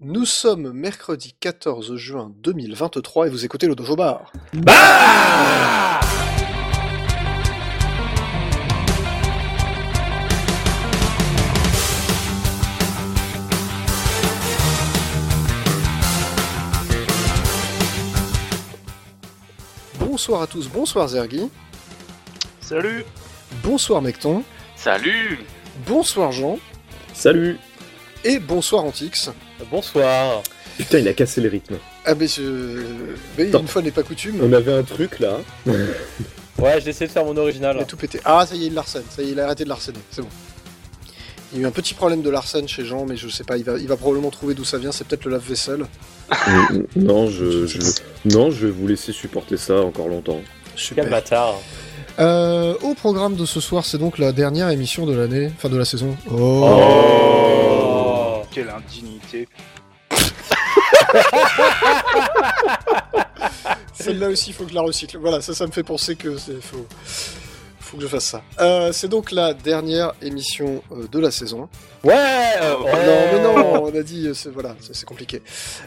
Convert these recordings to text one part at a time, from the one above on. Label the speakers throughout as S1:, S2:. S1: Nous sommes mercredi quatorze juin deux mille vingt-trois et vous écoutez le Dojo Bar. Bonsoir à tous, bonsoir Zergi,
S2: Salut
S1: bonsoir Mecton,
S3: Salut
S1: bonsoir Jean
S4: Salut
S1: et bonsoir Antix.
S2: Bonsoir
S4: Putain, il a cassé le rythme.
S1: Ah mais, euh, mais
S4: Attends.
S1: une fois n'est pas coutume,
S4: On avait un truc là.
S2: Ouais, j'ai essayé de faire mon
S1: il a
S2: original.
S1: tout pété. Ah ça y est, il l'arsène, ça y est, il a arrêté de l'arsener, c'est bon. Il y a eu un petit problème de l'arsène chez Jean, mais je sais pas, il va, il va probablement trouver d'où ça vient, c'est peut-être le lave-vaisselle.
S4: Euh, non, je, je, non, je vais vous laisser supporter ça encore longtemps.
S2: Quel
S1: Super.
S2: bâtard
S1: Euh, au programme de ce soir, c'est donc la dernière émission de l'année, enfin de la saison. Oh.
S2: Oh
S3: Quelle indignité
S1: Celle-là aussi, il faut que je la recycle. Voilà, ça, ça me fait penser que c'est faut, faut que je fasse ça. Euh, c'est donc la dernière émission euh, de la saison.
S2: Ouais euh,
S1: Ah
S2: ouais.
S1: Non, mais non, on a dit, euh, c'est, voilà, c'est, c'est compliqué.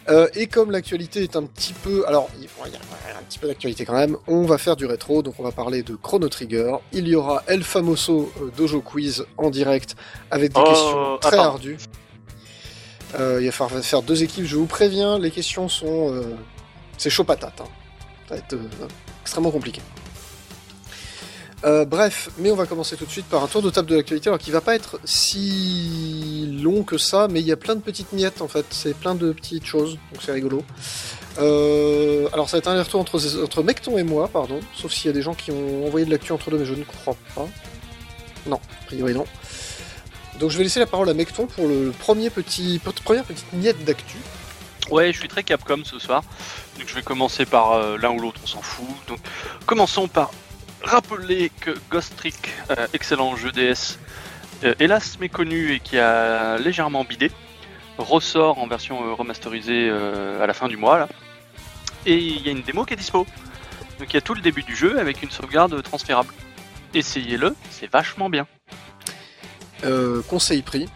S1: Euh, et comme l'actualité est un petit peu, alors il bon, il y a un petit peu d'actualité quand même. On va faire du rétro, donc on va parler de Chrono Trigger. Il y aura El Famoso euh, Dojo Quiz en direct avec des
S3: Oh,
S1: questions très
S3: attends.
S1: ardues. Euh, il va falloir faire deux équipes, je vous préviens. Les questions sont, euh, c'est chaud patate. hein. Ça va être euh, extrêmement compliqué. Euh, bref, mais on va commencer tout de suite par un tour de table de l'actualité, alors qui va pas être si long que ça, mais il y a plein de petites miettes en fait, c'est plein de petites choses, donc c'est rigolo. Euh, alors ça va être un aller-retour entre, entre Mecton et moi, pardon, sauf s'il y a des gens qui ont envoyé de l'actu entre deux, mais je ne crois pas. Non, a priori non. Donc je vais laisser la parole à Mecton pour le premier petit, première petite miette d'actu.
S3: Ouais, je suis très Capcom ce soir, donc je vais commencer par euh, l'un ou l'autre, on s'en fout. Donc, commençons par rappeler que Ghost Trick, euh, excellent jeu DS, euh, hélas méconnu et qui a légèrement bidé, ressort en version euh, remasterisée euh, à la fin du mois là. Et il y a une démo qui est dispo. Donc il y a tout le début du jeu avec une sauvegarde transférable. Essayez-le, c'est vachement bien.
S1: Euh, conseil prix.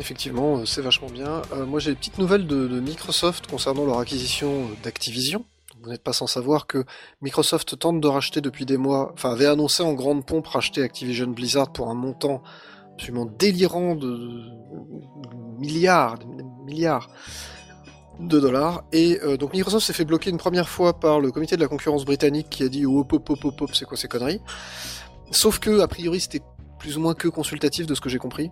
S1: Effectivement, euh, c'est vachement bien. Euh, moi, j'ai des petites nouvelles de, de Microsoft concernant leur acquisition euh, d'Activision. Vous n'êtes pas sans savoir que Microsoft tente de racheter depuis des mois, enfin avait annoncé en grande pompe racheter Activision Blizzard pour un montant absolument délirant de, de milliards, de milliards de dollars. Et euh, donc Microsoft s'est fait bloquer une première fois par le comité de la concurrence britannique qui a dit oh pop pop pop pop c'est quoi ces conneries. Sauf que a priori c'était plus ou moins que consultatif de ce que j'ai compris.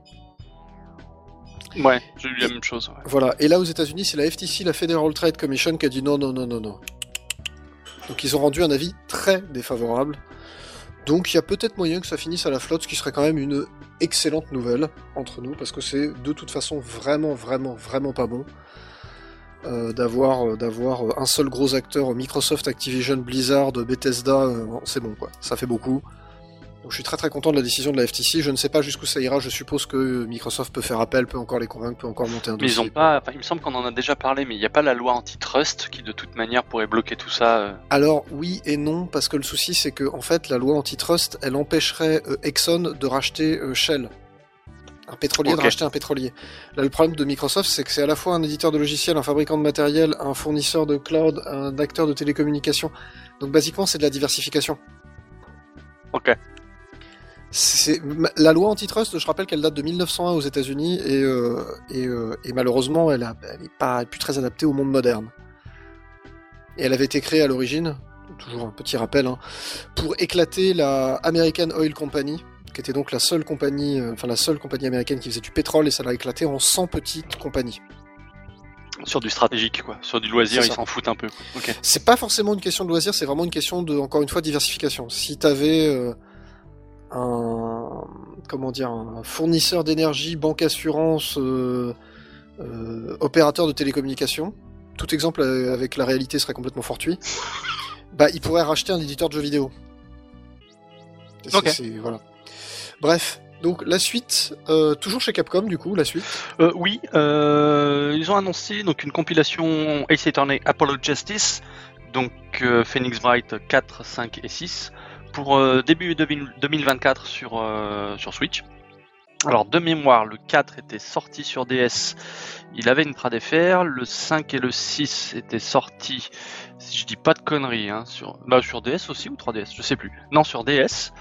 S3: Ouais, j'ai eu la même chose. ouais.
S1: Voilà. Et là, aux États-Unis, c'est la FTC, la Federal Trade Commission, qui a dit non, non, non, non, non. Donc, ils ont rendu un avis très défavorable. Donc, il y a peut-être moyen que ça finisse à la flotte, ce qui serait quand même une excellente nouvelle entre nous, parce que c'est de toute façon vraiment, vraiment, vraiment pas bon euh, d'avoir euh, d'avoir euh, un seul gros acteur, euh, Microsoft, Activision, Blizzard, Bethesda. euh, bon, c'est bon, quoi. Ça fait beaucoup. Donc, je suis très très content de la décision de la FTC. Je ne sais pas jusqu'où ça ira. Je suppose que euh, Microsoft peut faire appel, peut encore les convaincre, peut encore monter un
S3: Mais
S1: dossier.
S3: ils ont pas. enfin, il me semble qu'on en a déjà parlé, mais il n'y a pas la loi antitrust qui, de toute manière, pourrait bloquer tout ça. euh.
S1: Alors oui et non, parce que le souci c'est que en fait la loi antitrust elle empêcherait euh, Exxon de racheter euh, Shell. Un pétrolier de
S3: Ok.
S1: racheter un pétrolier. Là le problème de Microsoft c'est que c'est à la fois un éditeur de logiciels, un fabricant de matériel, un fournisseur de cloud, un acteur de télécommunications. Donc basiquement c'est de la diversification.
S3: Ok.
S1: C'est ma- la loi antitrust, je rappelle qu'elle date de 1901 aux États-Unis et, euh, et, euh, et malheureusement, elle, a, elle est pas elle est plus très adaptée au monde moderne. Et elle avait été créée à l'origine, toujours un petit rappel, hein, pour éclater la American Oil Company, qui était donc la seule compagnie, euh, enfin la seule compagnie américaine qui faisait du pétrole et ça l'a éclaté en 100 petites compagnies.
S3: Sur du stratégique, quoi. Sur du loisir,
S1: C'est
S3: ils
S1: ça.
S3: s'en foutent un peu. quoi. Ok.
S1: C'est pas forcément une question de loisir, c'est vraiment une question de, encore une fois, diversification. Si t'avais euh, un, comment dire, un fournisseur d'énergie, banque assurance, euh, euh, opérateur de télécommunications, tout exemple euh, avec la réalité serait complètement fortuit, bah il pourrait racheter un éditeur de jeux vidéo. C'est-
S3: Ok.
S1: c'est- voilà. Bref, donc la suite, euh, toujours chez Capcom du coup, la suite.
S3: Euh, oui, euh, ils ont annoncé donc une compilation Ace Attorney Apollo Justice, donc euh, Phoenix Bright 4, 5 et 6, pour euh, début 2000 2024 sur, euh, sur Switch. Alors, de mémoire, le 4 était sorti sur DS, il avait une trad FR. Le 5 et le 6 étaient sortis, si je dis pas de conneries, hein, sur, bah, sur DS aussi ou 3DS, je sais plus. Non, sur DS.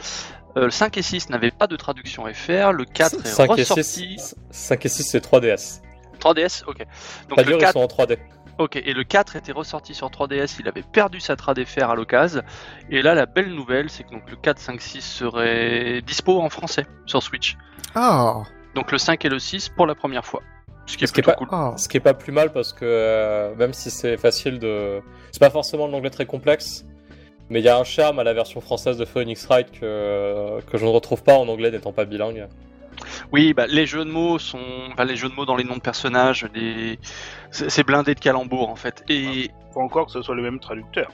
S3: Euh, le 5 et 6 n'avaient pas de traduction FR. Le 4 est
S2: 5 et,
S3: ressorti.
S2: 6, 5 et 6, c'est 3DS.
S3: 3DS, ok.
S2: Pas
S3: Donc, le
S2: dur,
S3: 4
S2: ils sont en 3D.
S3: Ok, et le 4 était ressorti sur 3DS, il avait perdu sa trad FR à l'occasion. Et là, la belle nouvelle, c'est que donc, le 4, 5, 6 serait dispo en français sur Switch.
S1: Ah,
S3: Donc le 5 et le 6 pour la première fois. Ce qui est
S2: Ce qui est
S3: plutôt
S2: pas-
S3: cool.
S1: ah.
S2: Ce qui est pas plus mal parce que euh, même si c'est facile de. C'est pas forcément de l'anglais très complexe, mais il y a un charme à la version française de Phoenix Wright que, que je ne retrouve pas en anglais n'étant pas bilingue.
S3: Oui, bah, les jeux de mots sont. Enfin, les jeux de mots dans les noms de personnages, les... c'est c'est blindé de calembours en fait. Et
S5: Faut encore que ce soit le même traducteur.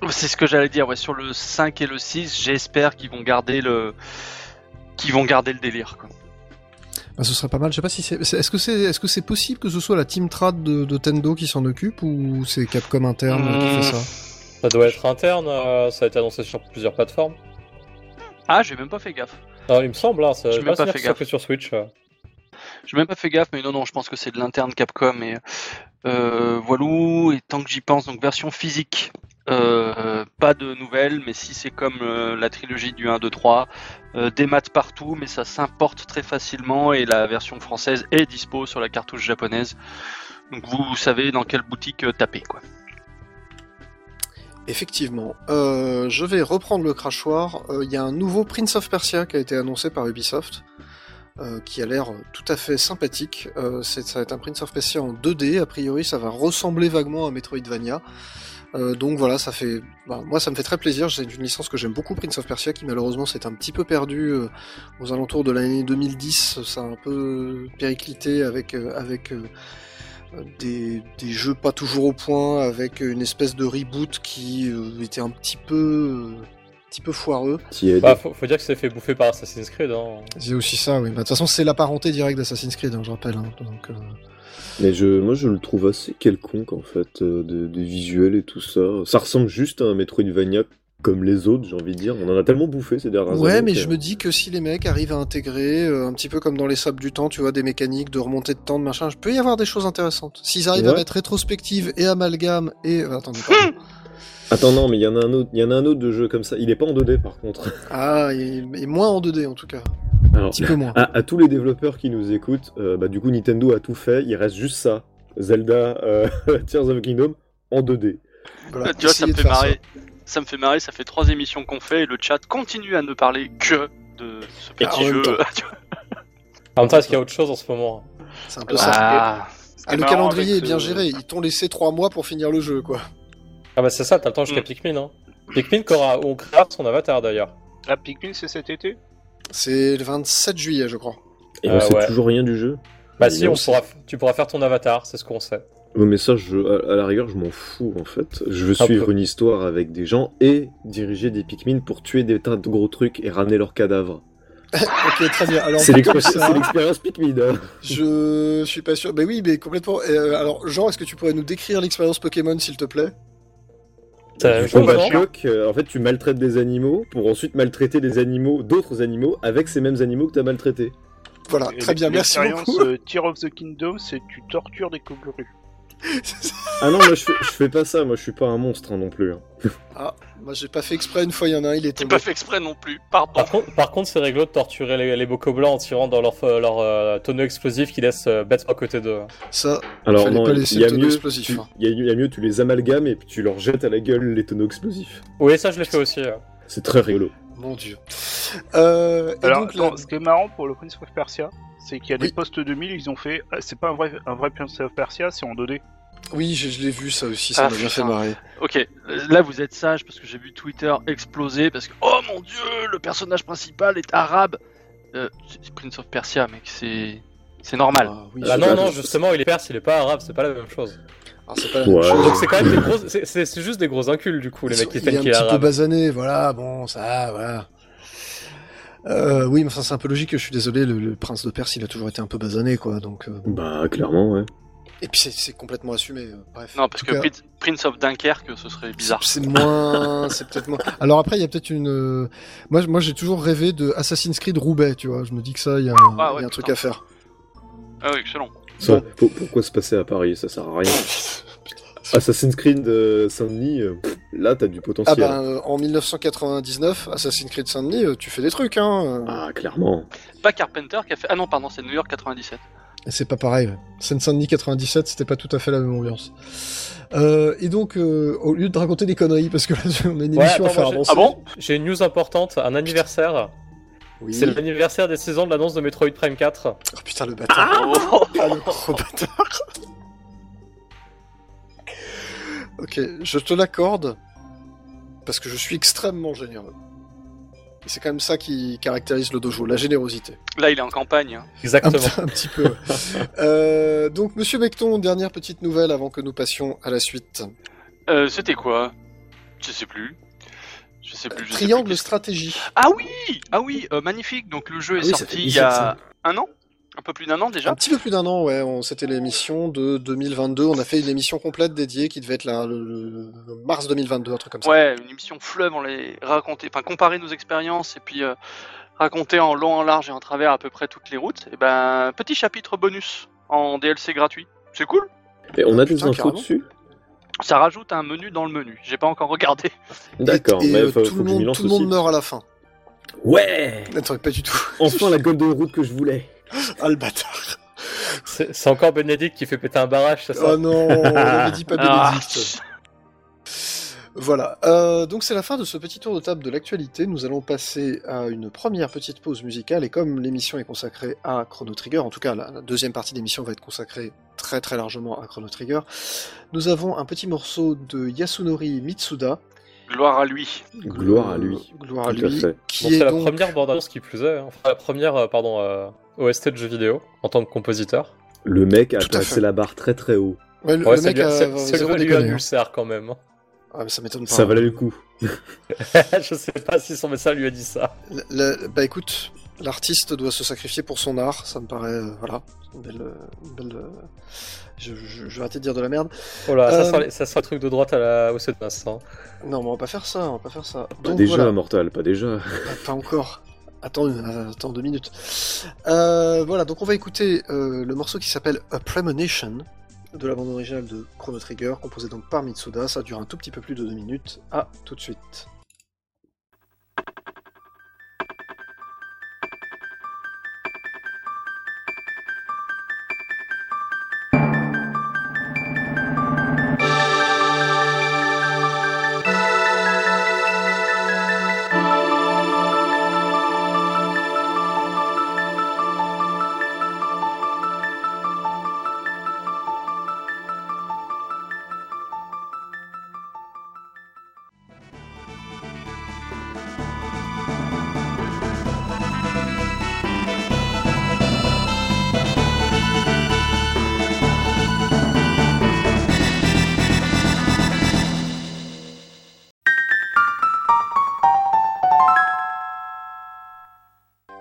S1: Ah,
S3: c'est ce que j'allais dire, ouais, sur le 5 et le 6, j'espère qu'ils vont garder le. qu'ils vont garder le délire. Quoi.
S1: Bah, ce serait pas mal. Je sais pas si c'est. c'est- Est-ce que c'est est-ce que c'est possible que ce soit la team trad de, de Tendo qui s'en occupe ou c'est Capcom interne qui
S3: Euh, Hmm.
S1: fait ça
S2: Ça doit être interne, euh, ça a été annoncé sur plusieurs plateformes.
S3: Ah, j'ai même pas fait gaffe.
S2: Ah, il me semble, hein, ça-
S3: J'ai
S2: je
S3: même
S2: pas
S3: pas fait
S2: sûr que ce soit
S3: gaffe.
S2: que sur Switch. euh.
S3: J'ai même pas fait gaffe, mais non, non, je pense que c'est de l'interne Capcom. Et euh, voilou, et tant que j'y pense, donc version physique, euh, pas de nouvelles, mais si c'est comme euh, la trilogie du 1, 2, 3, euh, des maths partout, mais ça s'importe très facilement. Et la version française est dispo sur la cartouche japonaise. Donc vous savez dans quelle boutique euh, taper, quoi.
S1: Effectivement. Euh, je vais reprendre le crachoir. Euh, Il y a un nouveau Prince of Persia qui a été annoncé par Ubisoft, euh, qui a l'air tout à fait sympathique. Euh, c'est, ça va être un Prince of Persia en 2D. A priori, ça va ressembler vaguement à Metroidvania. Euh, donc voilà, ça fait, bah, moi ça me fait très plaisir. C'est une licence que j'aime beaucoup, Prince of Persia, qui malheureusement s'est un petit peu perdue euh, aux alentours de l'année 2010. Ça a un peu périclité avec euh, avec euh, des, des jeux pas toujours au point, avec une espèce de reboot qui euh, était un petit peu, euh, un petit peu foireux.
S4: Qui est
S2: Bah, faut, faut dire que c'est fait bouffer par Assassin's Creed. Hein.
S1: C'est aussi ça, oui. Bah, De toute façon, c'est la parenté directe d'Assassin's Creed, hein, je rappelle. hein. Donc, euh,
S4: Mais je, moi, je le trouve assez quelconque, en fait, euh, de- des visuels et tout ça. Ça ressemble juste à un Metroidvania comme les autres, j'ai envie de dire. On en a tellement bouffé ces dernières années.
S1: Ouais, mais
S4: que-
S1: je me dis que si les mecs arrivent à intégrer, euh, un petit peu comme dans les sables du temps, tu vois, des mécaniques de remontée de temps, de machin, je peux y avoir des choses intéressantes. S'ils arrivent à
S4: Ouais.
S1: mettre rétrospective et amalgame et... euh, attendez, pardon.
S4: Attends, non, mais il y en a un autre, il y en a un autre de jeu comme ça. Il est pas en 2D, par contre.
S1: ah, et, et moins en 2D en tout cas. Un
S4: Alors,
S1: petit peu moins.
S4: à, à tous les développeurs qui nous écoutent, euh, bah, du coup, Nintendo a tout fait. Il reste juste ça. Zelda, euh, Tears of the Kingdom en 2D.
S1: Voilà,
S3: tu vois, ça
S1: Bah, essayez
S3: me
S1: de
S3: fait
S1: faire
S3: marrer. Ça me fait marrer, ça fait trois émissions qu'on fait et le chat continue à ne parler que de ce
S1: Ah, en
S3: petit
S1: même
S3: jeu.
S1: temps.
S3: Tu vois.
S2: En même temps, est-ce qu'il y a autre chose en ce moment
S1: ça. C'est un peu ça.
S3: Ah.
S1: Ah, le
S5: marrant
S1: calendrier est
S5: avec euh,
S1: bien
S5: ce-
S1: géré. Ils t'ont laissé trois mois pour finir le jeu, quoi.
S2: Ah bah c'est ça, t'as le temps jusqu'à
S3: Mm.
S2: Pikmin. Hein. Pikmin, qu'aura- on créera son avatar d'ailleurs.
S5: La Pikmin, Ah, c'est cet été
S1: C'est le 27 juillet, je crois.
S4: Et
S2: Euh,
S4: on sait
S2: ouais.
S4: toujours rien du jeu.
S2: Bah
S4: Mais
S2: si, on
S4: sait-
S2: pourra, tu pourras faire ton avatar, c'est ce qu'on sait.
S4: Ouais, mais ça, je, à, à la rigueur, je m'en fous en fait. Je veux
S2: Un
S4: suivre
S2: peu.
S4: une histoire avec des gens et diriger des Pikmin pour tuer des tas de gros trucs et ramener leurs cadavres.
S1: Ok, très bien. Alors,
S4: C'est
S1: comme
S4: l'expérience
S1: ça,
S4: c'est l'expérience Pikmin. hein.
S1: je suis pas sûr. Mais oui, mais complètement. Euh, alors, Jean, est-ce que tu pourrais nous décrire l'expérience Pokémon, s'il te plaît
S2: C'est la
S4: Tu
S2: même
S4: combats
S2: chose,
S4: de
S2: non
S4: coq, euh, en fait, tu maltraites des animaux pour ensuite maltraiter des animaux, d'autres animaux, avec ces mêmes animaux que t'as maltraités.
S1: Voilà,
S5: Et
S1: Ah, très bien, merci
S5: l'expérience,
S1: beaucoup.
S5: euh, Tear of the Kingdom, c'est tu tortures des Kogurus.
S4: Ah non, moi je fais, je fais pas ça, moi je suis pas un monstre hein, non plus. hein.
S1: ah, moi j'ai pas fait exprès, une fois il y en a un, il est
S3: J'ai
S1: tombé.
S3: pas fait exprès non plus, pardon.
S2: Par contre, par contre, c'est réglo de torturer les, les bocaux blancs en tirant dans leur, leur euh, tonneau explosif qui laisse euh, bêtement à côté d'eux.
S1: Ça,
S4: Alors
S1: Fallait
S4: non,
S1: pas
S4: il
S1: laisser
S4: y, a
S1: le tonneau
S4: mieux,
S1: explosif,
S4: tu-
S1: hein.
S4: il y a- il y a mieux, tu les amalgames et puis tu leur jettes à la gueule les tonneaux explosifs.
S2: Oui, ça je l'ai fait aussi. euh.
S4: C'est très rigolo.
S1: mon dieu. Euh, et
S5: Alors,
S1: donc,
S5: attends,
S1: la-
S5: ce qui est marrant pour le Prince of Persia, c'est qu'il y a
S1: Oui.
S5: des postes 2000, ils ont fait. ah, C'est pas un vrai, un vrai Prince of Persia, c'est en 2D.
S1: Oui, je, je l'ai vu ça aussi, ça
S3: Ah,
S1: m'a bien fait
S3: putain.
S1: marrer.
S3: Ok, là vous êtes sage parce que j'ai vu Twitter exploser parce que oh mon dieu, le personnage principal est arabe. Euh, c'est Prince of Persia, mec, c'est c'est normal.
S1: Ah, oui,
S2: Bah
S1: c'est
S2: non,
S1: pas-
S2: non, justement, il est perse, il est pas arabe, c'est pas la même chose.
S1: Ah, c'est pas la même
S4: Ouais.
S1: chose.
S2: Donc c'est quand même des gros, c'est- c'est c'est juste des gros inculs du coup, les mecs
S1: il
S2: qui
S1: est
S2: font
S1: un
S2: qu'il est
S1: petit peu
S2: arabe.
S1: basané, voilà, bon, ça, voilà. Euh, oui, mais enfin, c'est un peu logique, je suis désolé, le, le prince de Perse, il a toujours été un peu basané, quoi, donc... euh,
S4: Bah clairement, ouais.
S1: Et puis c'est- c'est complètement assumé. euh, Bref.
S3: Non, parce
S6: En
S3: que
S6: tout cas-
S3: Prince- Prince of Dunkerque, ce serait bizarre.
S1: C'est c'est moins, c'est peut-être moins.
S6: Alors après, il y a peut-être une. euh, Moi, moi, j'ai toujours rêvé de Assassin's Creed Roubaix, tu vois. Je me dis que ça, il y a, un-
S3: Ah ouais,
S1: Il y a un
S3: putain.
S1: truc à faire.
S3: Ah oui, excellent.
S4: Ça, pour- pourquoi se passer à Paris Ça sert à rien. Assassin's Creed euh, Saint-Denis, euh, pff, là t'as du
S1: Ah
S4: potentiel.
S1: ben, euh, en 1999, Assassin's Creed Saint-Denis, euh, tu fais des trucs, hein. euh.
S4: Ah, clairement.
S3: Pas Carpenter qui a fait. Ah non, pardon, c'est New York 97.
S6: Et C'est pas pareil. ouais. Seine-Saint-Denis 97, c'était pas tout à fait la même ambiance. Euh, et donc, euh, au lieu de raconter des conneries, parce que là, on a une
S2: Ouais,
S6: émission
S2: attends,
S6: à faire
S2: moi, j'ai-
S6: avancer.
S3: Ah bon
S2: J'ai une news importante, un anniversaire.
S1: Oui.
S2: C'est l'anniversaire des 6 ans de l'annonce de Metroid Prime 4.
S1: Oh, putain le bâtard.
S3: Oh,
S1: Ah, le gros bâtard. ok, je te l'accorde parce que je suis extrêmement généreux. Et c'est quand même ça qui caractérise le dojo, la générosité.
S3: Là, il est en campagne. hein.
S6: un,
S2: Exactement.
S6: petit- un petit peu. ouais.
S1: Euh, donc, Monsieur Becton, dernière petite nouvelle avant que nous passions à la suite.
S3: Euh, C'était quoi Je sais plus. Je sais plus. Je sais
S1: Triangle
S3: plus.
S1: stratégie.
S3: Ah oui Ah oui, euh, magnifique. Donc le jeu est
S1: Ah oui, ça fait
S3: sorti il y
S1: plaisir,
S3: a
S1: ça.
S3: un an Un peu plus d'un an
S1: Un
S3: déjà
S1: petit peu plus d'un an, ouais. on- C'était l'émission de 2022. On a fait une émission complète dédiée qui devait être là, le, le- le mars 2022, un truc comme ça.
S3: Ouais, une émission fleuve, on les raconté, enfin comparer nos expériences et puis euh, raconter en long, en large et en travers à peu près toutes les routes. Et ben, petit chapitre bonus en DLC gratuit. C'est cool.
S4: Et on a des
S1: Ah, Putain,
S4: infos
S1: carrément.
S4: dessus
S3: Ça rajoute un menu dans le menu. J'ai pas encore regardé.
S4: D'accord,
S1: Et, et,
S4: mais
S1: euh,
S4: faut,
S1: tout
S4: faut
S1: le
S4: que je m'y
S1: monde,
S4: lance
S1: tout le monde
S4: aussi.
S1: meurt à la fin.
S4: Ouais
S1: Attends, pas du tout.
S4: Enfin la gueule de route que je voulais.
S1: Ah le bâtard.
S2: C'est c'est encore Benedict qui fait péter un barrage, c'est ça
S1: Oh non, on n'avait dit pas
S3: Ah,
S1: Bénédicte. Voilà, Euh, donc c'est la fin de ce petit tour de table de l'actualité. Nous allons passer à une première petite pause musicale et comme l'émission est consacrée à Chrono Trigger, en tout cas la, la deuxième partie de l'émission va être consacrée très très largement à Chrono Trigger, nous avons un petit morceau de Yasunori Mitsuda.
S3: gloire à lui.
S4: Gloire à lui.
S1: Euh, Gloire à
S4: Tout à
S1: lui,
S4: fait.
S1: qui
S2: Bon,
S1: est
S2: c'est la
S1: donc...
S2: première bande-annonce qui plus est, hein. Enfin, la première, euh, pardon, euh, OST de jeu vidéo en tant que compositeur.
S4: Le mec a
S1: Tout à
S4: placé
S1: fait.
S4: la barre très très haut.
S1: Ouais, le, le
S2: Ouais, ça
S1: mec
S2: lui a-
S1: a
S2: ça- ça
S1: zéro
S2: lui a eu
S1: déconné.
S2: le
S1: hein.
S2: cerf quand même.
S1: Ah, mais ça m'étonne pas.
S4: Ça valait le coup.
S2: je sais pas si son message lui a dit ça.
S1: La- la- bah écoute, l'artiste doit se sacrifier pour son art, ça me paraît, euh, voilà, une belle, euh, une belle, euh, je, je- je vais arrêter de dire de la merde.
S2: Oh là,
S1: Euh,
S2: ça, sent, les- ça sent le truc de droite à la au Sotmas. Hein.
S1: Non, mais on va pas faire ça, on va pas faire ça.
S4: Pas
S1: Donc
S4: Bah, déjà,
S1: voilà, Ah,
S4: Mortal, pas déjà.
S1: pas, pas encore. Attends, une- euh, attends deux minutes. Euh, voilà, donc on va écouter euh, le morceau qui s'appelle A Premonition de la bande originale de Chrono Trigger, composé donc par Mitsuda. Ça dure un tout petit peu plus de deux minutes. À tout de suite.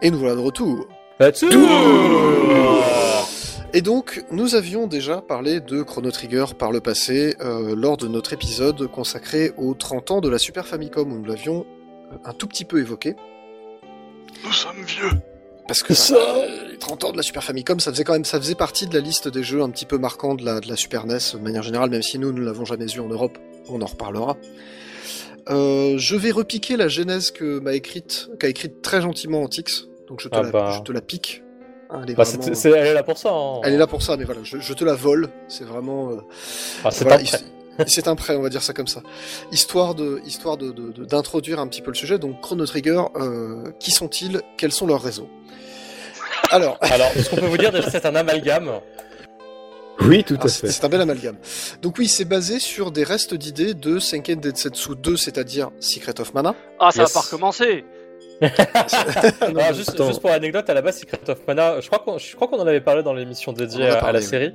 S1: Et nous voilà de retour.
S2: Là-dessus
S1: Et donc, nous avions déjà parlé de Chrono Trigger par le passé euh, lors de notre épisode consacré aux 30 ans de la Super Famicom où nous l'avions euh, un tout petit peu évoqué.
S3: Nous sommes vieux.
S1: Parce que bah, euh, les 30 ans de la Super Famicom, ça faisait quand même, ça faisait partie de la liste des jeux un petit peu marquants de la, de la Super NES de manière générale, même si nous, nous ne l'avons jamais vu en Europe, on en reparlera. Euh, je vais repiquer la genèse que m'a écrite, qu'a écrite très gentiment Antix, donc je te,
S2: Ah
S1: la,
S2: bah.
S1: je te la pique. Hein, elle est
S2: Bah,
S1: vraiment-
S2: c'est- c'est- elle est là pour ça. hein.
S1: Elle est là pour ça, mais voilà, je, je te la vole. C'est vraiment. euh,
S2: Ah, c'est
S1: voilà,
S2: un
S1: his-
S2: prêt.
S1: C'est un prêt, on va dire ça comme ça. Histoire de, histoire de, de- de- d'introduire un petit peu le sujet. Donc, Chrono Trigger, euh, qui sont-ils Quels sont leurs réseaux Alors,
S2: Alors, ce qu'on peut vous dire, déjà, c'est un amalgame.
S4: Oui, tout à
S1: ah, c'est
S4: fait.
S1: c'est un bel amalgame. Donc oui, c'est basé sur des restes d'idées de Senken Densetsu 2, c'est-à-dire Secret of Mana.
S3: Ah, ça
S2: Yes.
S3: va pas recommencer.
S1: Ah, Non,
S2: Alors,
S1: mais-
S2: juste,
S4: attends.
S2: juste pour anecdote, à la base, Secret of Mana, je crois qu'on je crois qu'on en avait parlé dans l'émission dédiée
S1: On en a
S2: à, à
S1: parlé,
S2: la
S1: oui.
S2: série.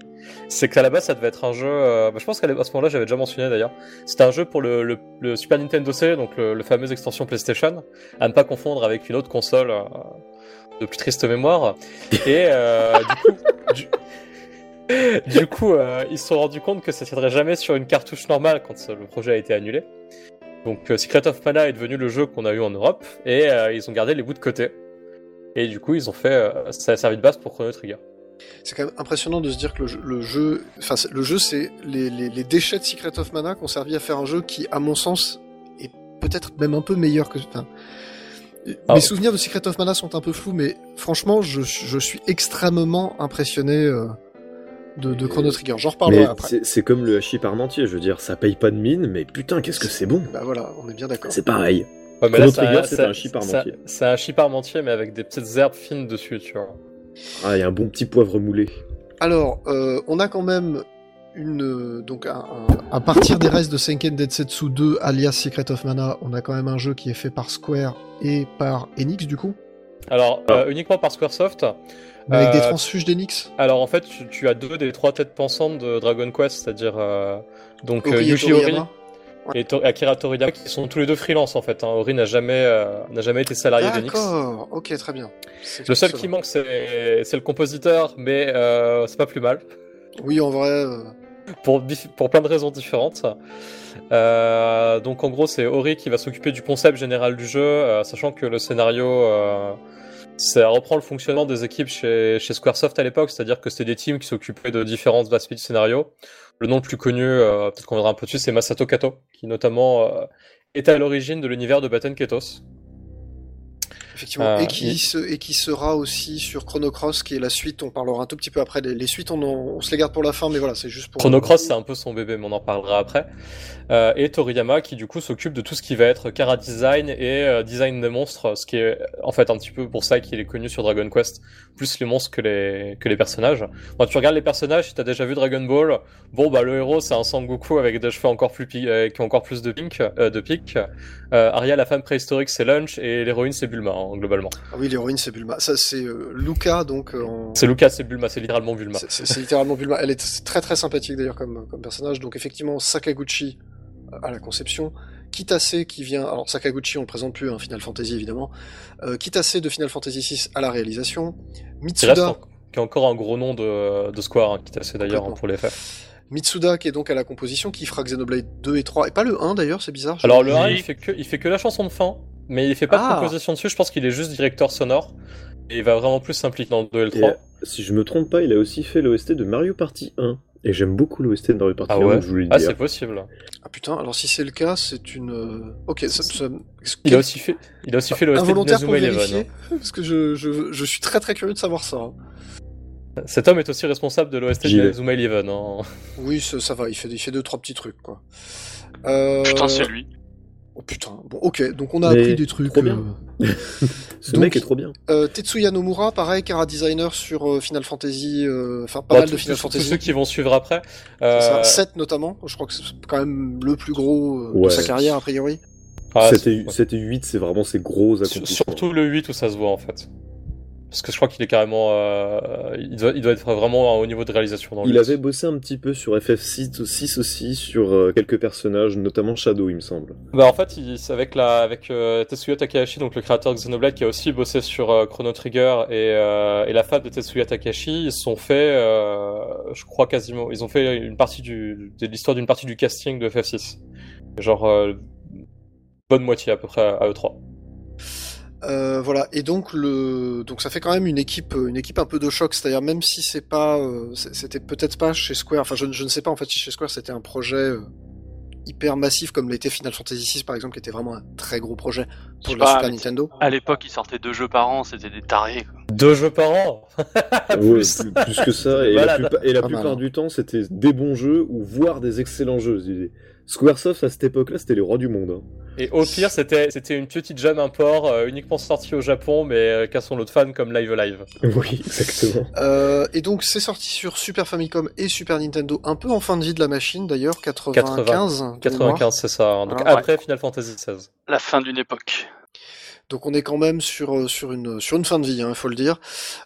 S2: C'est qu'à la base, ça devait être un jeu. euh, bah, je pense qu'à la- à ce moment-là, j'avais déjà mentionné d'ailleurs. C'était un jeu pour le, le- le Super Nintendo CD, donc le, le fameuse extension PlayStation, à ne pas confondre avec une autre console euh, de plus triste mémoire. Et euh, du coup. du- du coup, euh, ils se sont rendus compte que ça ne tiendrait jamais sur une cartouche normale quand ça- le projet a été annulé. Donc euh, Secret of Mana est devenu le jeu qu'on a eu en Europe et euh, ils ont gardé les bouts de côté. Et du coup, ils ont fait. euh, ça a servi de base pour Chrono Trigger.
S1: C'est quand même impressionnant de se dire que le jeu, le jeu, enfin, c'est- le jeu, c'est les, les- les déchets de Secret of Mana qui ont servi à faire un jeu qui, à mon sens, est peut-être même un peu meilleur que. Enfin,
S2: Ah
S1: mes
S2: ouais.
S1: souvenirs de Secret of Mana sont un peu flous, mais franchement, je, je suis extrêmement impressionné euh, de, de Chrono Trigger. J'en reparlerai
S4: Mais
S1: après.
S4: c'est- c'est comme le hachis parmentier, je veux dire, ça paye pas de mine, mais putain, qu'est-ce que c'est bon
S1: Bah voilà, on est bien d'accord.
S4: C'est pareil.
S2: Ouais,
S4: Chrono
S2: ça-
S4: Trigger, c'est
S2: ça-
S4: un chip
S2: ça-
S4: armentier.
S2: C'est un chip armentier, mais avec des petites herbes fines dessus, tu vois.
S4: Ah, il y a un bon petit poivre moulé.
S1: Alors, euh, on a quand même une euh, donc un- un- à partir des restes de Senken Densetsu 2 alias Secret of Mana, on a quand même un jeu qui est fait par Square et par Enix du coup,
S2: Alors,
S4: Ah.
S2: euh, uniquement par Squaresoft.
S1: mais avec
S2: Euh,
S1: des transfuges d'Enix.
S2: Alors en fait, tu, tu as deux des trois têtes pensantes de Dragon Quest, c'est-à-dire euh, donc euh,
S1: Ori et
S2: Yuji Ori
S1: Toriyama.
S2: et To- Akira Toriyama, qui sont tous les deux freelance en fait. hein. Ori n'a jamais euh, n'a jamais été salarié d'Enix.
S1: D'accord, ok, très bien. C'est
S2: Le seul
S1: cela.
S2: qui manque, c'est c'est le compositeur, mais euh, c'est pas plus mal
S1: Oui, en vrai, euh,
S2: pour dif- pour plein de raisons différentes. Euh, donc en gros, c'est Ori qui va s'occuper du concept général du jeu, euh, sachant que le scénario euh, ça reprend le fonctionnement des équipes chez, chez Squaresoft à l'époque, c'est-à-dire que c'était des teams qui s'occupaient de différentes aspects du scénario. Le nom le plus connu, euh, peut-être qu'on viendra un peu dessus, c'est Masato Kato, qui notamment euh, est à l'origine de l'univers de Batten Ketos.
S1: effectivement,
S2: Euh,
S1: et, qui
S2: il-
S1: se- et qui sera aussi sur Chrono Cross, qui est la suite. On parlera un tout petit peu après. Les, les suites, on, en- on se les garde pour la fin, mais voilà, c'est juste pour.
S2: Chrono Cross, c'est un peu son bébé, mais on en parlera après. Euh, et Toriyama, qui du coup s'occupe de tout ce qui va être Kara Design et euh, Design des monstres, ce qui est en fait un petit peu pour ça qu'il est connu sur Dragon Quest, plus les monstres que les, que les personnages. Quand tu regardes les personnages, si t'as déjà vu Dragon Ball, bon bah le héros c'est un Sangoku avec des cheveux encore plus pi- euh, qui ont encore plus de pink, euh, de pic. Euh, Arya, la femme préhistorique, c'est Lunch et l'héroïne c'est Bulma hein, globalement.
S1: Ah oui, l'héroïne, c'est Bulma. Ça, c'est euh, Luca, donc. euh, en-
S2: C'est Lucas, c'est Bulma, c'est littéralement Bulma.
S1: C'est- C'est c'est littéralement Bulma. Elle est très très sympathique d'ailleurs comme, comme personnage. Donc effectivement, Sakaguchi euh, à la conception. Kitase qui vient. Alors Sakaguchi, on le présente plus, hein, Final Fantasy évidemment. Euh, Kitase de Final Fantasy VI à la réalisation.
S2: Qui reste hein.
S1: Mitsuda,
S2: en- qui est encore un gros nom de, de Square, hein, qui est assez d'ailleurs hein,
S1: Complètement.
S2: pour les faits.
S1: Mitsuda qui est donc à la composition, qui fera Xenoblade 2 et 3. Et pas le 1 d'ailleurs, c'est bizarre.
S2: Alors le
S3: Oui.
S2: 1, il fait que, il fait que la chanson de fin, mais il fait pas
S1: Ah.
S2: de composition dessus. Je pense qu'il est juste directeur sonore et il va vraiment plus s'impliquer dans le 2 et le 3.
S4: Et, si je me trompe pas, il a aussi fait l'OST de Mario Party 1. Et j'aime beaucoup l'OST de Mario Party
S2: Ah
S4: 1,
S2: ouais
S4: donc je voulais le
S2: Ah,
S4: dire.
S2: c'est possible.
S1: Ah putain, alors si c'est le cas, c'est une. euh, Ok, ça. ça...
S2: Il a aussi fait, il a aussi fait le OST de
S1: Involontaire pour
S2: Inazuma Eleven.
S1: vérifier, parce que je, je, je suis très très curieux de savoir ça. hein.
S2: hein. Cet homme est aussi responsable de l'OST
S4: J'y
S2: de
S4: vais.
S2: Inazuma Eleven. hein.
S1: Oui, ça, ça va, il fait, il fait deux, trois petits trucs, quoi. Euh,
S3: Putain, c'est lui.
S1: oh, putain, bon, ok, donc on a
S4: Mais
S1: appris des trucs.
S4: trop bien. hein. Ce
S1: Donc-
S4: mec est trop bien.
S1: euh, euh, Tetsuya Nomura, pareil, cara designer sur euh, Final Fantasy, euh, enfin pas
S2: Bah,
S1: mal de
S2: tous-
S1: Final
S2: tous-
S1: Fantasy.
S2: Tous ceux qui vont suivre après.
S1: C'est ça,
S2: Euh,
S1: 7 notamment, je crois que c'est quand même le plus gros euh,
S4: Ouais.
S1: de sa carrière a priori.
S2: ah,
S4: 7,
S2: c'est-
S4: et, 7 et 8, c'est vraiment ses gros
S2: Sur-
S4: accomplissements.
S2: Surtout le 8 où ça se voit en fait. Parce que je crois qu'il est carrément. euh, il, doit, il doit être vraiment à un haut niveau de réalisation dans le
S4: Il
S2: huit.
S4: avait bossé un petit peu sur FF6 6 aussi, sur euh, quelques personnages, notamment Shadow, il me semble.
S2: Bah en fait, il- c'est avec la avec euh, Tetsuya Takahashi, donc le créateur de Xenoblade, qui a aussi bossé sur euh, Chrono Trigger et, euh, et la femme de Tetsuya Takahashi, ils se sont fait, euh, je crois quasiment, ils ont fait une partie du, de l'histoire d'une partie du casting de FF6, genre euh, bonne moitié à peu près à eux trois.
S1: Euh, voilà, et donc le, donc ça fait quand même une équipe, une équipe un peu de choc, c'est-à-dire même si c'est pas, euh, c'est- c'était peut-être pas chez Square, enfin je, ne- je ne sais pas en fait si chez Square c'était un projet euh, hyper massif comme l'était Final Fantasy VI par exemple, qui était vraiment un très gros projet
S3: Je sais
S1: pour la
S3: pas,
S1: Super
S3: mais-
S1: Nintendo.
S3: À l'époque, il sortait deux jeux par an, c'était des tarés. quoi.
S2: Deux jeux par an.
S4: Ouais,
S2: Ah, Plus.
S4: plus, plus que ça, et la,
S2: Malade.
S4: plupart- et la
S1: Pas mal,
S4: plupart
S1: hein.
S4: du temps, c'était des bons jeux, ou voire des excellents jeux. Ils- Squaresoft, à cette époque-là, c'était les rois du monde. hein.
S2: Et au pire, c'était c'était une petite jam import euh, uniquement sortie au Japon, mais euh, qu'à son lot de fans comme Live Live.
S4: Oui, exactement.
S1: Euh, et donc c'est sorti sur Super Famicom et Super Nintendo, un peu en fin de vie de la machine d'ailleurs, 95. 95. de mémoire.
S2: 95, c'est ça. hein. Donc
S1: Ah,
S3: ouais.
S2: après Final Fantasy XVI.
S3: La fin d'une époque.
S1: Donc on est quand même sur, euh, sur, une, sur une fin de vie, il faut le dire.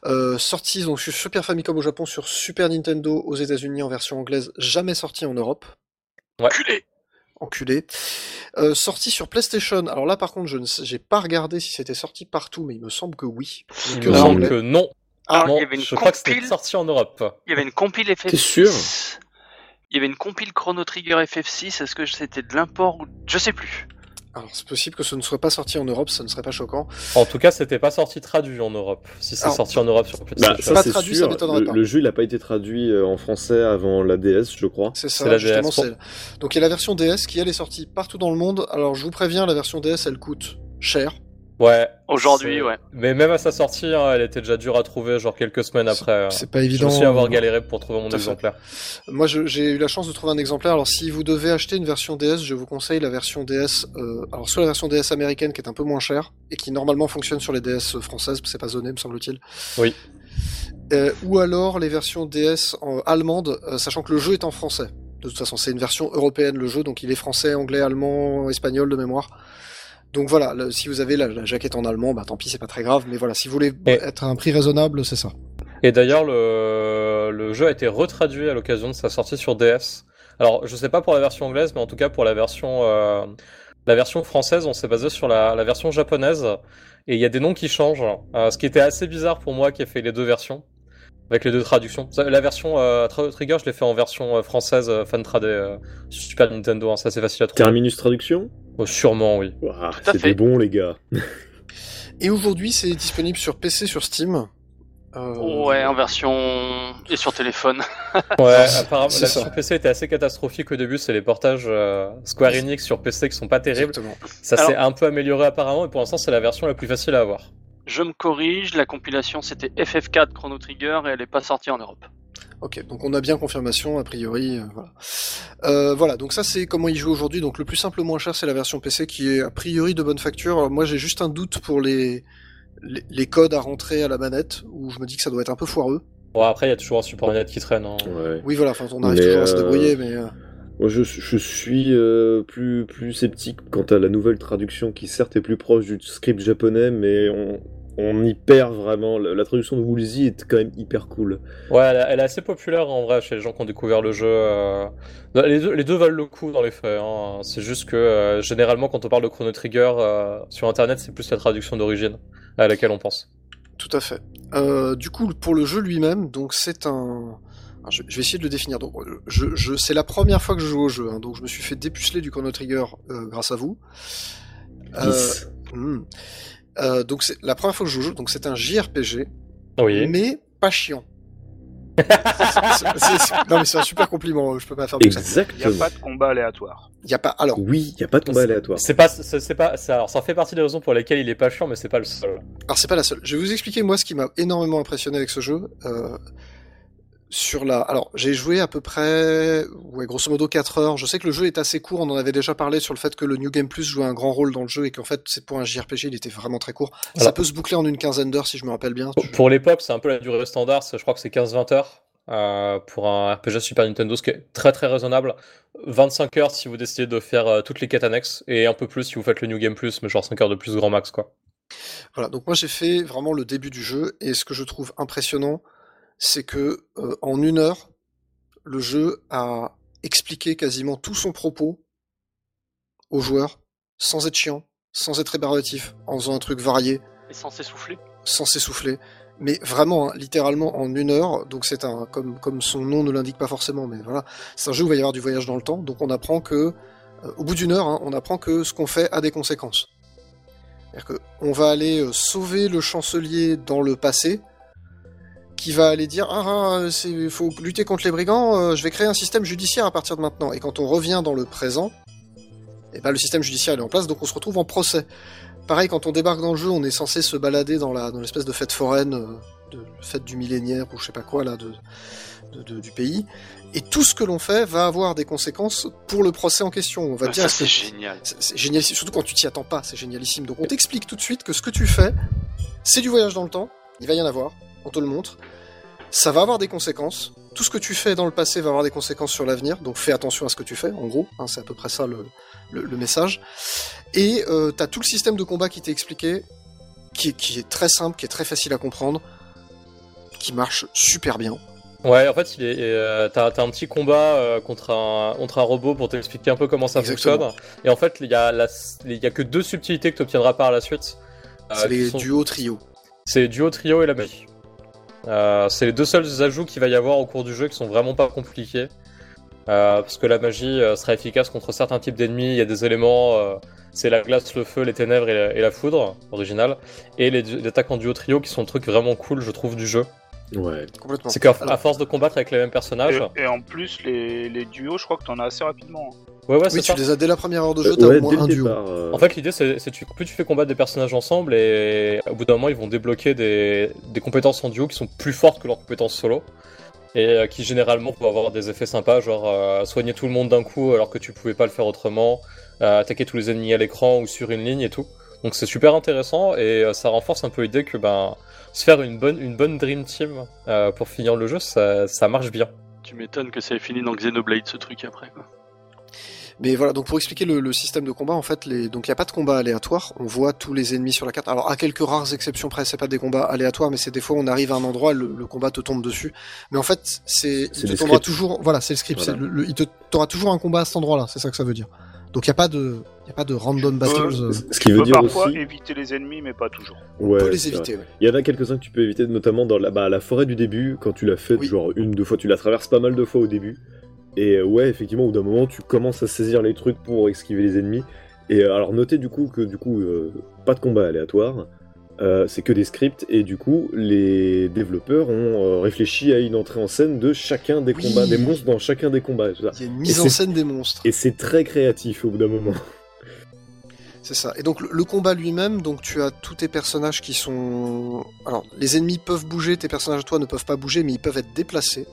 S1: Euh, sorti donc sur Super Famicom au Japon, sur Super Nintendo aux États-Unis en version anglaise, jamais sorti en Europe.
S3: Culé.
S1: Enculé. Euh, sorti sur PlayStation. Alors là, par contre, je ne sais- j'ai pas regardé si c'était sorti partout, mais il me semble que oui.
S2: Il
S1: Que
S2: me
S1: en
S2: semble
S1: anglais.
S2: que euh, non.
S3: Alors,
S2: Non,
S3: il y avait une
S2: Ah, je crois que c'était
S3: compile.
S2: sorti en Europe.
S3: Il y avait une compile FF6.
S4: T'es sûr
S3: Il y avait une compile Chrono Trigger FF6. Est-ce que c'était de l'import ou... Je sais plus.
S1: Alors, c'est possible que ce ne soit pas sorti en Europe, ça ne serait pas choquant.
S2: En tout cas, c'était pas sorti traduit en Europe. Si c'est
S1: Alors-
S2: sorti en Europe sur
S4: Bah,
S2: PlayStation,
S1: c'est
S4: ça
S1: pas
S4: c'est
S1: traduit,
S4: sûr.
S1: ça m'étonnerait
S4: le,
S1: pas.
S4: le jeu il a pas été traduit euh, en français avant la DS, je crois.
S1: C'est
S2: C'est
S1: ça,
S2: la
S1: justement.
S2: DS pour-
S1: c'est- Donc, il y a la version DS qui, elle, est sortie partout dans le monde. Alors, je vous préviens, la version DS, elle coûte cher.
S2: ouais.
S3: Aujourd'hui,
S2: C'est-
S3: ouais.
S2: Mais même à sa sortie, hein, elle était déjà dure à trouver, genre quelques semaines après. euh.
S1: C'est pas
S2: Je
S1: évident.
S2: me suis avoir galéré pour trouver mon
S1: Tout à fait.
S2: exemplaire.
S1: Moi, je- j'ai eu la chance de trouver un exemplaire. Alors, si vous devez acheter une version DS, je vous conseille la version DS. euh, alors, soit la version DS américaine qui est un peu moins chère et qui normalement fonctionne sur les DS françaises, c'est pas zoné, me semble-t-il.
S2: Oui.
S1: Euh, ou alors les versions DS en- allemandes, euh, sachant que le jeu est en français. De toute façon, c'est une version européenne le jeu, donc il est français, anglais, allemand, espagnol de mémoire. Donc voilà, le- si vous avez la, la jaquette en allemand, bah tant pis, c'est pas très grave. Mais voilà, si vous voulez
S2: Et-
S1: être à un prix raisonnable, c'est ça.
S2: Et d'ailleurs, le... le jeu a été retraduit à l'occasion de sa sortie sur DS. Alors, je sais pas pour la version anglaise, mais en tout cas pour la version, euh, la version française, on s'est basé sur la, la version japonaise. Et il y a des noms qui changent. Euh, ce qui était assez bizarre pour moi qui ai fait les deux versions, avec les deux traductions. Ça, La version euh, Tra- Trigger, je l'ai fait en version euh, française, euh, fan trad euh, sur Super Nintendo. hein, ça, c'est facile à trouver.
S4: Terminus traduction
S2: Oh, sûrement, oui.
S4: Ouah,
S3: à fait.
S4: C'était bon les gars.
S1: Et aujourd'hui, c'est disponible sur PC, sur Steam. Euh,
S3: Ouais, en version. Et sur téléphone.
S2: Ouais, apparemment,
S1: c'est
S2: la
S1: ça.
S2: version PC était assez catastrophique au début. C'est les portages euh, Square Enix sur PC qui sont pas terribles.
S1: Exactement.
S2: Ça
S3: Alors-
S2: s'est un peu amélioré apparemment, et pour l'instant, c'est la version la plus facile à avoir.
S3: Je me corrige, la compilation c'était FF4 Chrono Trigger et elle est pas sortie en Europe.
S1: Ok, donc on a bien confirmation, a priori. euh, voilà. Euh, voilà, donc ça c'est comment il joue aujourd'hui. Donc le plus simple, le moins cher, c'est la version PC qui est a priori de bonne facture. Alors, moi j'ai juste un doute pour les, les, les codes à rentrer à la manette, où je me dis que ça doit être un peu foireux.
S2: Bon, après, il y a toujours un support net qui traîne. hein.
S4: Ouais.
S1: Oui, voilà, enfin, on arrive
S4: Mais,
S1: toujours à se
S4: euh,
S1: débrouiller, mais... euh,
S4: Moi, je, je suis euh, plus, plus sceptique quant à la nouvelle traduction qui certes est plus proche du script japonais, mais on, on y perd vraiment. La, la traduction de Woolsey est quand même hyper cool.
S2: Ouais, elle, elle est assez populaire en vrai chez les gens qui ont découvert le jeu. euh. Non, Les, deux, les deux valent le coup dans les faits. hein. C'est juste que euh, généralement, quand on parle de Chrono Trigger euh, sur internet, c'est plus la traduction d'origine à laquelle on pense.
S1: Tout à fait. Euh, du coup, pour le jeu lui-même, donc c'est un. alors, je, je vais essayer de le définir. Donc, euh, je, je, c'est la première fois que je joue au jeu, hein, donc je me suis fait dépuceler du Chrono Trigger euh, grâce à vous. Euh,
S4: Yes.
S1: hmm. Euh, donc c'est la première fois que je joue au jeu, donc c'est un JRPG,
S2: Oui.
S1: mais pas chiant. C'est- c'est- c'est- non mais c'est un super compliment, euh, je peux pas faire mieux que ça.
S5: Il n'y a
S4: Exactement.
S5: pas de combat aléatoire.
S1: Y a pas, alors,
S4: Oui, il n'y a pas de combat aléatoire.
S2: C'est pas, c'est c'est pas, ça, alors, ça fait partie des raisons pour lesquelles il est pas chiant, mais c'est pas le seul.
S1: Alors c'est pas la seule. Je vais vous expliquer moi ce qui m'a énormément impressionné avec ce jeu. euh, sur la, alors j'ai joué à peu près, ouais, grosso modo 4 heures. Je sais que le jeu est assez court. On en avait déjà parlé sur le fait que le New Game Plus jouait un grand rôle dans le jeu et qu'en fait c'est pour un JRPG il était vraiment très court. Ça
S2: Alors-
S1: peut se boucler en une quinzaine d'heures si je me rappelle bien.
S2: Pour- Pour l'époque, c'est un peu la durée standard, c'est- je crois que c'est 15-20 heures euh, pour un RPG Super Nintendo, ce qui est très très raisonnable. 25 heures si vous décidez de faire euh, toutes les quêtes annexes, et un peu plus si vous faites le New Game Plus, mais genre 5 heures de plus grand max quoi.
S1: Voilà. Donc moi j'ai fait vraiment le début du jeu et ce que je trouve impressionnant, c'est que euh, en une heure, le jeu a expliqué quasiment tout son propos aux joueurs sans être chiant, sans être rébarbatif, en faisant un truc varié,
S3: Et sans s'essouffler.
S1: sans s'essouffler. Mais vraiment, hein, littéralement en une heure, donc c'est un, comme, comme son nom ne l'indique pas forcément, mais voilà, c'est un jeu où il va y avoir du voyage dans le temps, donc on apprend que, euh, au bout d'une heure, hein, on apprend que ce qu'on fait a des conséquences. C'est-à-dire qu'on va aller euh, sauver le chancelier dans le passé, qui va aller dire Ah, ah, c'est- faut lutter contre les brigands, euh, je vais créer un système judiciaire à partir de maintenant. Et quand on revient dans le présent, et ben, le système judiciaire il est en place, donc on se retrouve en procès. Pareil, quand on débarque dans le jeu, on est censé se balader dans la dans l'espèce de fête foraine, euh, de fête du millénaire ou je sais pas quoi là de, de- de- du pays. Et tout ce que l'on fait va avoir des conséquences pour le procès en question. On va
S3: Ah,
S1: dire est-ce
S3: ça,
S1: que-
S3: c'est génial.
S1: c'est c'est génial, surtout quand tu t'y attends pas, c'est génialissime. Donc on t'explique tout de suite que ce que tu fais, c'est du voyage dans le temps, il va y en avoir, on te le montre. Ça va avoir des conséquences. Tout ce que tu fais dans le passé va avoir des conséquences sur l'avenir, donc fais attention à ce que tu fais, en gros, hein, c'est à peu près ça le, le- le message. Et euh, t'as tout le système de combat qui t'est expliqué, qui, qui est très simple, qui est très facile à comprendre, qui marche super bien.
S2: Ouais, en fait, il est, euh, t'as, t'as un petit combat euh, contre, un, contre un robot pour t'expliquer un peu comment ça
S1: Exactement.
S2: fonctionne. Et en fait, il y, a la- il y a que deux subtilités que tu obtiendras par la suite. euh,
S1: c'est
S2: qui
S1: les
S2: sont-
S1: duos, trios.
S2: C'est duo, trio et la magie. Euh, c'est les deux seuls ajouts qu'il va y avoir au cours du jeu qui sont vraiment pas compliqués. Euh, parce que la magie euh, sera efficace contre certains types d'ennemis. Il y a des éléments, euh, c'est la glace, le feu, les ténèbres et la, et la foudre, original. Et les, du- les attaques en duo-trio qui sont le truc vraiment cool, je trouve, du jeu.
S4: Ouais.
S1: Complètement.
S2: C'est qu'à à force de combattre avec les mêmes
S4: Ah,
S1: Euh,
S2: personnages.
S5: Et, et en plus, les, les duos, je crois que t'en as assez rapidement. hein.
S2: Ouais, ouais, c'est
S1: Oui,
S2: ça.
S1: tu les as dès la première heure de jeu,
S4: Euh,
S1: t'as
S4: ouais,
S1: au moins
S4: dès le
S1: un duo.
S4: départ, euh,
S2: En fait, l'idée, c'est c'est tu- plus tu fais combattre des personnages ensemble, et au bout d'un moment, ils vont débloquer des, des compétences en duo qui sont plus fortes que leurs compétences solo, et euh, qui généralement vont avoir des effets sympas, genre euh, soigner tout le monde d'un coup alors que tu pouvais pas le faire autrement, euh, attaquer tous les ennemis à l'écran ou sur une ligne et tout. Donc c'est super intéressant, et euh, ça renforce un peu l'idée que ben, se faire une bonne, une bonne Dream Team euh, pour finir le jeu, ça, ça marche bien.
S3: Tu m'étonnes que ça ait fini dans Xenoblade ce truc après. Quoi.
S1: Mais voilà, donc pour expliquer le, le système de combat, en fait, les... donc il n'y a pas de combat aléatoire. On voit tous les ennemis sur la carte. Alors à quelques rares exceptions près, c'est pas des combats aléatoires, mais c'est des fois on arrive à un endroit, le, le combat te tombe dessus. Mais en fait, c'est
S4: C'est
S1: il te
S4: des
S1: tombera
S4: scripts.
S1: toujours. Voilà, c'est le script.
S4: Voilà.
S1: c'est le- le- Il te t'auras toujours un combat à cet endroit-là. C'est ça que ça veut dire. Donc il n'y a pas de, il y a pas de random battles. euh,
S4: Ce qui
S5: Tu
S4: veut
S5: peux
S4: dire
S5: parfois
S4: aussi.
S5: éviter les ennemis, mais pas toujours.
S1: on
S4: Ouais,
S1: peut les
S4: c'est vrai.
S1: éviter. ouais.
S4: Il y en a quelques-uns que tu peux éviter, notamment dans la, bah, la forêt du début, quand tu l'as fait,
S1: Oui.
S4: genre une, deux fois, tu la traverses pas mal de fois au début. Et euh, ouais, effectivement, au bout d'un moment, tu commences à saisir les trucs pour esquiver les ennemis. Et euh, alors, notez du coup que du coup, euh, pas de combat aléatoire, euh, c'est que des scripts, et du coup, les développeurs ont euh, réfléchi à une entrée en scène de chacun des
S1: Oui.
S4: combats, des monstres dans chacun des combats. et tout ça.
S1: Il y a une mise
S4: Et
S1: en
S4: c'est-
S1: scène des monstres.
S4: Et c'est très créatif au bout d'un moment.
S1: C'est ça. Et donc le- le combat lui-même, donc tu as tous tes personnages qui sont. Alors les ennemis peuvent bouger, tes personnages à toi ne peuvent pas bouger, mais ils peuvent être déplacés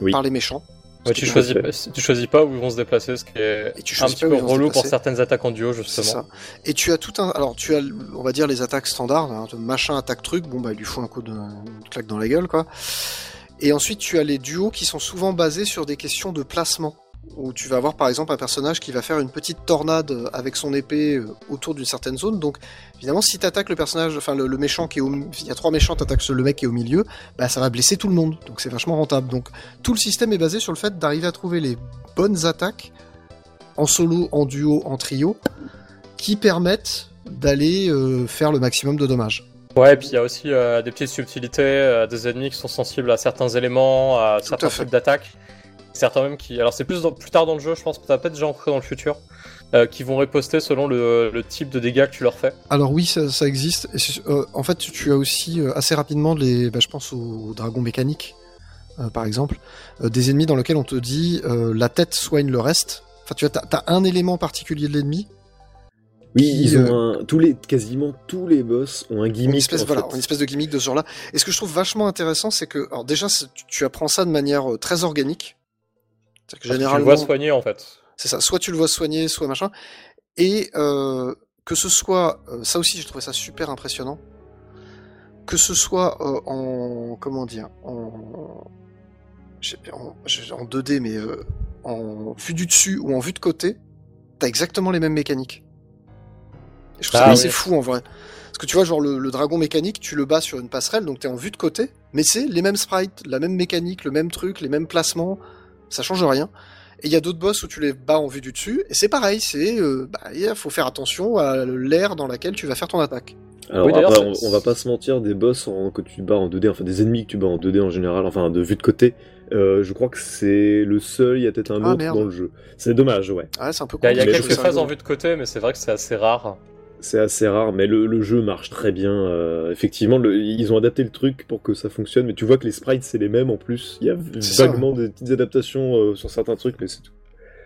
S4: Oui.
S1: par les méchants.
S2: Ouais, tu,
S1: Tout à
S2: choisis,
S4: fait.
S2: pas- tu choisis pas où ils vont se déplacer, ce qui est
S1: Et tu
S2: un
S1: choisis
S2: petit
S1: pas où
S2: peu
S1: ils vont se
S2: relou pour
S1: déplacer.
S2: certaines attaques en duo,
S1: C'est
S2: justement.
S1: ça. Et tu as tout un. Alors, tu as, on va dire, les attaques standards, hein, de machin attaque truc, bon, bah, il lui faut un coup de une claque dans la gueule, quoi. Et ensuite, tu as les duos qui sont souvent basés sur des questions de placement. Où tu vas avoir, par exemple, un personnage qui va faire une petite tornade avec son épée euh, autour d'une certaine zone. Donc, évidemment, si t'attaques le personnage, enfin, le, le méchant qui est au. Il y a trois méchants, t'attaques le mec qui est au milieu, bah, ça va blesser tout le monde. Donc, c'est vachement rentable. Donc, tout le système est basé sur le fait d'arriver à trouver les bonnes attaques en solo, en duo, en trio, qui permettent d'aller euh, faire le maximum de dommages.
S2: Ouais, et puis il y a aussi euh, des petites subtilités, euh, des ennemis qui sont sensibles à certains éléments, à certains
S1: fait.
S2: types d'attaques, certains même qui. Alors c'est plus dans- plus tard dans le jeu, je pense, peut-être déjà ancré dans le futur, euh, qui vont riposter selon le, le type de dégâts que tu leur fais.
S1: Alors oui, ça, ça existe. Et c'est- euh, en fait, tu as aussi euh, assez rapidement les, bah, je pense aux dragons mécaniques, euh, par exemple, euh, des ennemis dans lesquels on te dit euh, la tête soigne le reste. Enfin, tu as, t'as- t'as un élément particulier de l'ennemi,
S4: Oui,
S1: Qui,
S4: ils ont un- tous les, quasiment tous les boss ont un gimmick.
S1: euh, une espèce,
S4: en
S1: voilà,
S4: fait.
S1: une espèce de gimmick de ce genre-là. Et ce que je trouve vachement intéressant, c'est que, alors déjà, c'est- tu, tu apprends ça de manière euh, très organique.
S4: Ah,
S1: C'est-à-dire que
S2: Parce que
S1: généralement,
S2: Tu le vois soigner en fait.
S1: C'est ça. Soit tu le vois soigner, soit machin. Et euh, que ce soit, euh, ça aussi, j'ai trouvé ça super impressionnant. Que ce soit euh, en, comment dire, en, j'ai- en, j'ai- en 2D, mais euh, en vue du dessus ou en vue de côté, t'as exactement les mêmes mécaniques. Et je trouve ça
S2: Ah
S1: assez
S2: oui.
S1: fou en vrai. Parce que tu vois, genre le, le dragon mécanique, tu le bats sur une passerelle, donc t'es en vue de côté, mais c'est les mêmes sprites, la même mécanique, le même truc, les mêmes placements, ça change rien. Et il y a d'autres boss où tu les bats en vue du dessus, et c'est pareil, c'est euh, bah, il faut faire attention à l'air dans laquelle tu vas faire ton attaque.
S4: Alors,
S2: Oui, d'ailleurs,
S4: après,
S2: c'est-
S4: on, on va pas se mentir, des boss en- que tu bats en 2D, enfin des ennemis que tu bats en 2D en général, enfin de vue de côté, euh, je crois que c'est le seul, il y a peut-être un
S1: Ah,
S4: autre
S1: merde.
S4: dans le jeu. C'est dommage, ouais.
S1: Ah, c'est un peu
S2: Il y a, il y a
S4: Mais je
S2: quelques
S4: trouve ça
S2: phases en
S1: vue.
S2: vue de côté, mais c'est vrai que c'est assez rare.
S4: C'est assez rare, mais le, le jeu marche très bien. euh, effectivement, le- ils ont adapté le truc pour que ça fonctionne, mais tu vois que les sprites, c'est les mêmes en plus. Il y a
S1: C'est ça,
S4: vaguement des petites adaptations euh, sur certains trucs, mais c'est tout.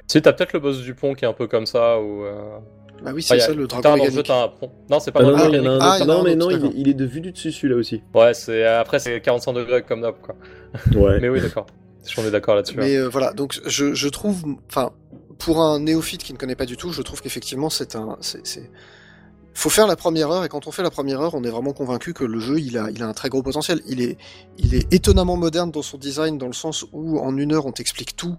S2: Si t'as peut-être le boss du pont qui est un peu comme ça, ou. Euh...
S1: Bah oui,
S2: ah,
S1: c'est
S2: il y a-
S1: ça le
S2: plus tard
S1: dragon
S2: dans le jeu,
S1: mécanique.
S2: t'as un pont. Non, c'est pas
S4: Ah,
S2: dans
S4: non,
S2: le
S4: non, il
S2: jeu.
S4: y en a un
S1: Ah,
S4: autre.
S1: il y en a
S4: Non,
S1: un
S4: mais
S1: autre,
S4: non, il,
S1: d'accord.
S4: est- il est de vue du dessus celui-là aussi.
S2: Ouais, c'est après c'est 45 degrés comme d'hab quoi.
S4: Ouais.
S2: Mais oui, d'accord. Je suis d'accord là-dessus.
S1: Mais euh, voilà, donc je, je trouve, enfin, pour un néophyte qui ne connaît pas du tout, je trouve qu'effectivement c'est un, c'est, c'est- faut faire la première heure et quand on fait la première heure, on est vraiment convaincu que le jeu il a, il a un très gros potentiel. Il est, il est étonnamment moderne dans son design dans le sens où en une heure on t'explique tout,